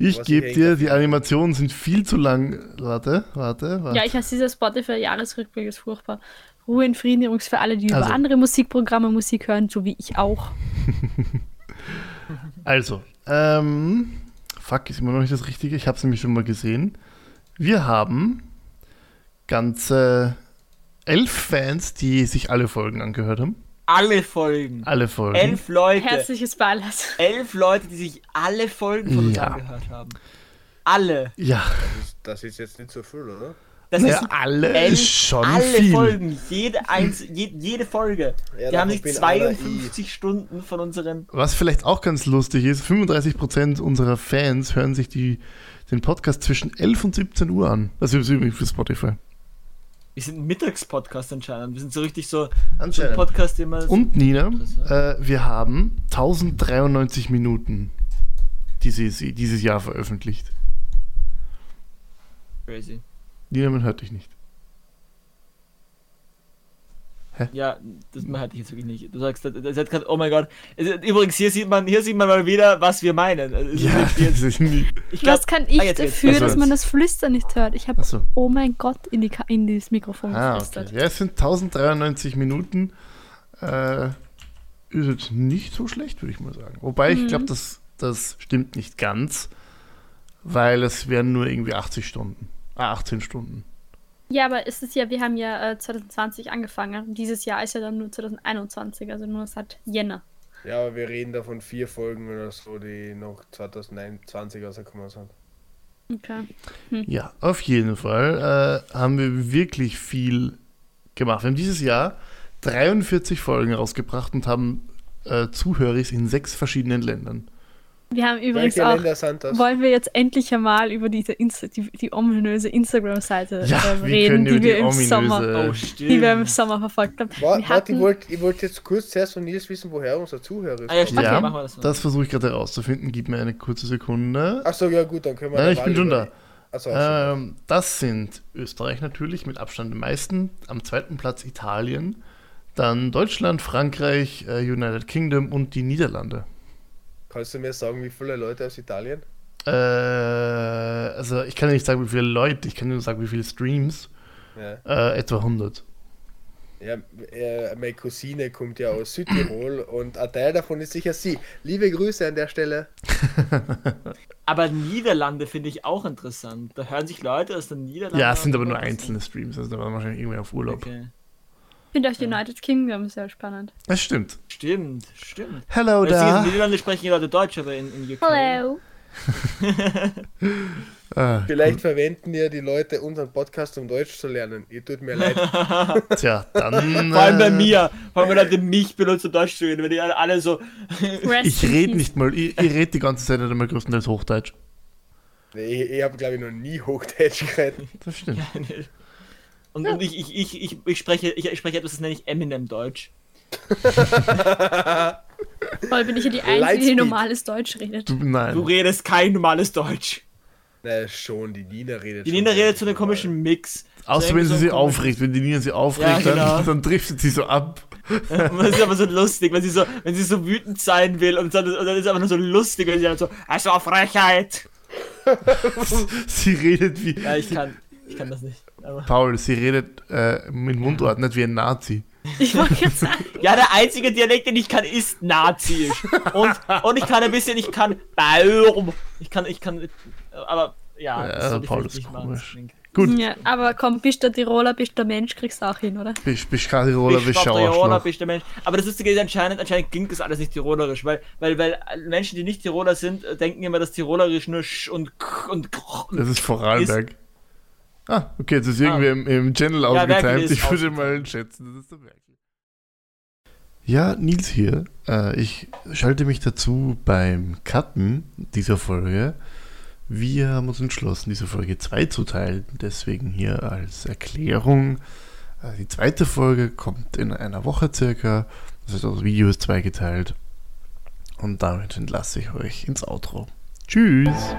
Speaker 3: Ich
Speaker 5: Was
Speaker 3: gebe
Speaker 5: ich
Speaker 3: dir,
Speaker 5: eigentlich-
Speaker 3: die Animationen sind viel zu lang. Warte, warte, warte.
Speaker 2: Ja, ich hasse dieser Spotify-Jahresrückblick, ist furchtbar. Ruhe in Frieden übrigens für alle, die
Speaker 3: Also-
Speaker 2: über andere Musikprogramme Musik hören, so wie ich auch.
Speaker 3: Also, ähm, fuck, ist immer noch nicht das Richtige. Ich habe es nämlich schon mal gesehen. Wir haben ganze elf Fans, die sich alle Folgen angehört haben.
Speaker 4: Alle Folgen.
Speaker 3: Alle Folgen.
Speaker 4: Elf Leute.
Speaker 2: Herzliches Beilass.
Speaker 4: Elf Leute, die sich alle Folgen von uns
Speaker 3: Ja.
Speaker 4: angehört haben. Alle.
Speaker 3: Ja,
Speaker 5: Das ist jetzt nicht so viel, oder?
Speaker 4: Das
Speaker 3: ja,
Speaker 4: ist
Speaker 3: alle
Speaker 4: elf,
Speaker 3: ist schon
Speaker 4: alle
Speaker 3: viel.
Speaker 4: Folgen. Jede, einz, je, jede Folge.
Speaker 5: Ja,
Speaker 4: Wir haben
Speaker 5: darauf
Speaker 4: nicht
Speaker 5: bin alle
Speaker 4: 52 Stunden von unseren.
Speaker 3: Was vielleicht auch ganz lustig ist, 35% unserer Fans hören sich die, den Podcast zwischen 11 und 17 Uhr an. Das ist übrigens für Spotify.
Speaker 4: Wir sind ein Mittagspodcast anscheinend. Wir sind so richtig so so ein
Speaker 3: Anscheinend.
Speaker 4: Podcast, den man.
Speaker 3: Und Nina,
Speaker 4: Interessant.
Speaker 3: äh, wir haben 1093 Minuten dieses, dieses Jahr veröffentlicht.
Speaker 4: Crazy.
Speaker 3: Nina, man hört dich nicht.
Speaker 4: Ja, das man hatte ich jetzt wirklich nicht. Du sagst, das das hat gerade, oh mein Gott. Es ist- Übrigens, hier sieht man, hier sieht man mal wieder, was wir meinen. Also, es ist
Speaker 3: (laughs)
Speaker 4: wirklich jetzt-
Speaker 3: ist nie.
Speaker 4: ich glaub,
Speaker 2: Was kann ich
Speaker 4: Ah, jetzt, jetzt.
Speaker 2: dafür,
Speaker 3: Ach so,
Speaker 2: dass man
Speaker 3: jetzt.
Speaker 2: das Flüstern nicht hört? Ich habe,
Speaker 3: Achso.
Speaker 2: oh mein Gott, in, die Ka in das Mikrofon
Speaker 3: Ah, okay.
Speaker 2: geflüstert.
Speaker 3: Ja, es sind 1093 Minuten. Äh, ist jetzt nicht so schlecht, würde ich mal sagen. Wobei, ich glaube, das, das stimmt nicht ganz, weil es wären nur irgendwie 80 Stunden. Ah, 18 Stunden.
Speaker 2: Ja, aber es ist ja, wir haben ja äh, 2020 angefangen. Dieses Jahr ist ja dann nur 2021, also nur seit Jänner.
Speaker 5: Ja, aber wir reden da von vier Folgen oder so, die noch 2021 rausgekommen sind.
Speaker 2: Okay.
Speaker 3: Ja, auf jeden Fall äh, haben wir wirklich viel gemacht. Wir haben dieses Jahr 43 Folgen rausgebracht und haben äh, Zuhörer in sechs verschiedenen Ländern.
Speaker 2: Wir haben übrigens
Speaker 5: Welche
Speaker 2: auch,
Speaker 5: Länder sind das?
Speaker 2: wollen wir jetzt endlich einmal über diese Insta die, die ominöse Instagram-Seite
Speaker 3: Ja,
Speaker 2: ähm,
Speaker 3: wir
Speaker 2: reden,
Speaker 3: können über
Speaker 2: die wir
Speaker 3: die
Speaker 2: im
Speaker 3: ominöse-
Speaker 2: Sommer,
Speaker 3: äh,
Speaker 4: oh,
Speaker 2: die wir im
Speaker 4: stimmt.
Speaker 2: Sommer verfolgt haben.
Speaker 5: Wa-
Speaker 2: wir
Speaker 5: Warte, ich
Speaker 2: hatten,
Speaker 5: wollte ich wollt jetzt kurz zuerst von Nils wissen, woher unser Zuhörer ist.
Speaker 4: Ah, ja, stimmt,
Speaker 3: Ja,
Speaker 4: ja, machen wir das mal.
Speaker 3: Das versuche ich gerade herauszufinden. Gib mir eine kurze Sekunde.
Speaker 5: Achso, ja gut, dann können wir...
Speaker 3: Nein,
Speaker 5: der
Speaker 3: ich bin
Speaker 5: Wahl
Speaker 3: schon
Speaker 5: über-
Speaker 3: da.
Speaker 5: Achso, achso.
Speaker 3: Ähm, das sind Österreich natürlich mit Abstand die meisten. Am zweiten Platz Italien, dann Deutschland, Frankreich, äh, United Kingdom und die Niederlande.
Speaker 5: Kannst du mir sagen, wie viele Leute aus Italien?
Speaker 3: Äh, also ich kann nicht sagen, wie viele Leute, ich kann nur sagen, wie viele Streams.
Speaker 5: Ja.
Speaker 3: Äh, etwa 100.
Speaker 5: Ja, äh, meine Cousine kommt ja aus Südtirol und ein Teil davon ist sicher sie. Liebe Grüße an der Stelle.
Speaker 4: Aber Niederlande finde ich auch interessant. Da hören sich Leute aus den Niederlanden.
Speaker 3: Ja, es sind aber nur
Speaker 4: Podcast an.
Speaker 3: einzelne Streams, also da waren wahrscheinlich irgendwie auf Urlaub.
Speaker 4: Okay.
Speaker 2: ich finde auch United Kingdom sehr spannend.
Speaker 3: Das stimmt.
Speaker 4: Stimmt, stimmt.
Speaker 3: Hello
Speaker 4: Weil sie in
Speaker 3: da.
Speaker 4: den Niederlanden sprechen die Leute Deutsch, aber in, in UK.
Speaker 2: Hello.
Speaker 3: Ah,
Speaker 5: Vielleicht verwenden ja die Leute unseren Podcast, um Deutsch zu lernen. Ihr tut
Speaker 4: (laughs)
Speaker 5: mir leid.
Speaker 3: tja, dann.
Speaker 4: Vor allem bei
Speaker 3: äh,
Speaker 4: mir. Vor allem, wenn Leute mich benutzen, um Deutsch zu reden. Wenn die alle- alle so.
Speaker 2: Rest
Speaker 3: Ich
Speaker 2: in
Speaker 3: rede
Speaker 2: peace.
Speaker 3: nicht mal, ich, ich rede die ganze Zeit nicht einmal größtenteils Hochdeutsch.
Speaker 5: Nee, ich ich habe, glaube ich, noch nie Hochdeutsch geredet.
Speaker 3: Das stimmt.
Speaker 4: Und, und ich, ich, ich, ich, ich, spreche, ich, ich spreche etwas, das nenne ich Eminem-Deutsch.
Speaker 2: Voll bin ich ja die Einzige, die
Speaker 5: Lightspeed.
Speaker 2: normales Deutsch redet.
Speaker 3: Du, nein.
Speaker 4: Du redest kein normales Deutsch.
Speaker 5: Na schon, die Nina redet
Speaker 4: Die
Speaker 5: schon
Speaker 4: Nina redet so einen
Speaker 5: normal.
Speaker 4: komischen Mix.
Speaker 3: Außer
Speaker 4: So
Speaker 3: wenn sie
Speaker 4: irgendwie so
Speaker 3: sie
Speaker 4: einen komischen-
Speaker 3: aufregt. Wenn die Nina sie aufregt,
Speaker 4: Ja, genau.
Speaker 3: dann, dann trifft sie sie so ab.
Speaker 4: Und das ist aber so lustig, wenn sie so, wenn sie so wütend sein will und, so, und dann ist es einfach nur so lustig, wenn sie dann so, also auf Frechheit.
Speaker 3: Sie redet wie.
Speaker 4: Ja, ich kann, ich kann das nicht. Aber
Speaker 3: Paul, sie redet äh, mit Mundort, nicht wie ein Nazi.
Speaker 2: Ich
Speaker 5: (laughs)
Speaker 2: wollte gerade sagen,
Speaker 4: ja, der einzige Dialekt, den ich kann, ist naziisch. Und, und ich kann ein bisschen, ich kann Baum. Ich kann, ich kann, aber ja,
Speaker 3: Ja,
Speaker 4: sollte ich
Speaker 3: Paul
Speaker 4: vielleicht
Speaker 3: ist
Speaker 4: nicht machen,
Speaker 3: komisch.
Speaker 4: das klingt-
Speaker 3: Gut,
Speaker 2: ja, aber komm, bist du Tiroler, bist du Mensch, kriegst du auch hin, oder?
Speaker 3: bist bist kein Tiroler, bist
Speaker 4: Bischkopf, Tiroler,
Speaker 3: Schauer.
Speaker 4: bist der Mensch. Aber das Lustige ist anscheinend, anscheinend klingt das alles nicht tirolerisch, weil, weil, weil Menschen, die nicht Tiroler sind, äh, denken immer, dass tirolerisch nur sch und k und k und
Speaker 3: Das ist Vorarlberg. Ah, okay, das ist irgendwie
Speaker 4: Ah.
Speaker 3: im, im Channel
Speaker 4: Ja, Merkel
Speaker 3: aufgetimt.
Speaker 4: ist
Speaker 3: Ich würde mal schätzen, das ist der Merkel. Ja, Nils hier. Äh, ich schalte mich dazu beim Cutten dieser Folge. Wir haben uns entschlossen, diese Folge 2 zu teilen. Deswegen hier als Erklärung. äh, Die zweite Folge kommt in einer Woche circa. Das heißt, das Video ist zweigeteilt. Und damit entlasse ich euch ins Outro. Tschüss!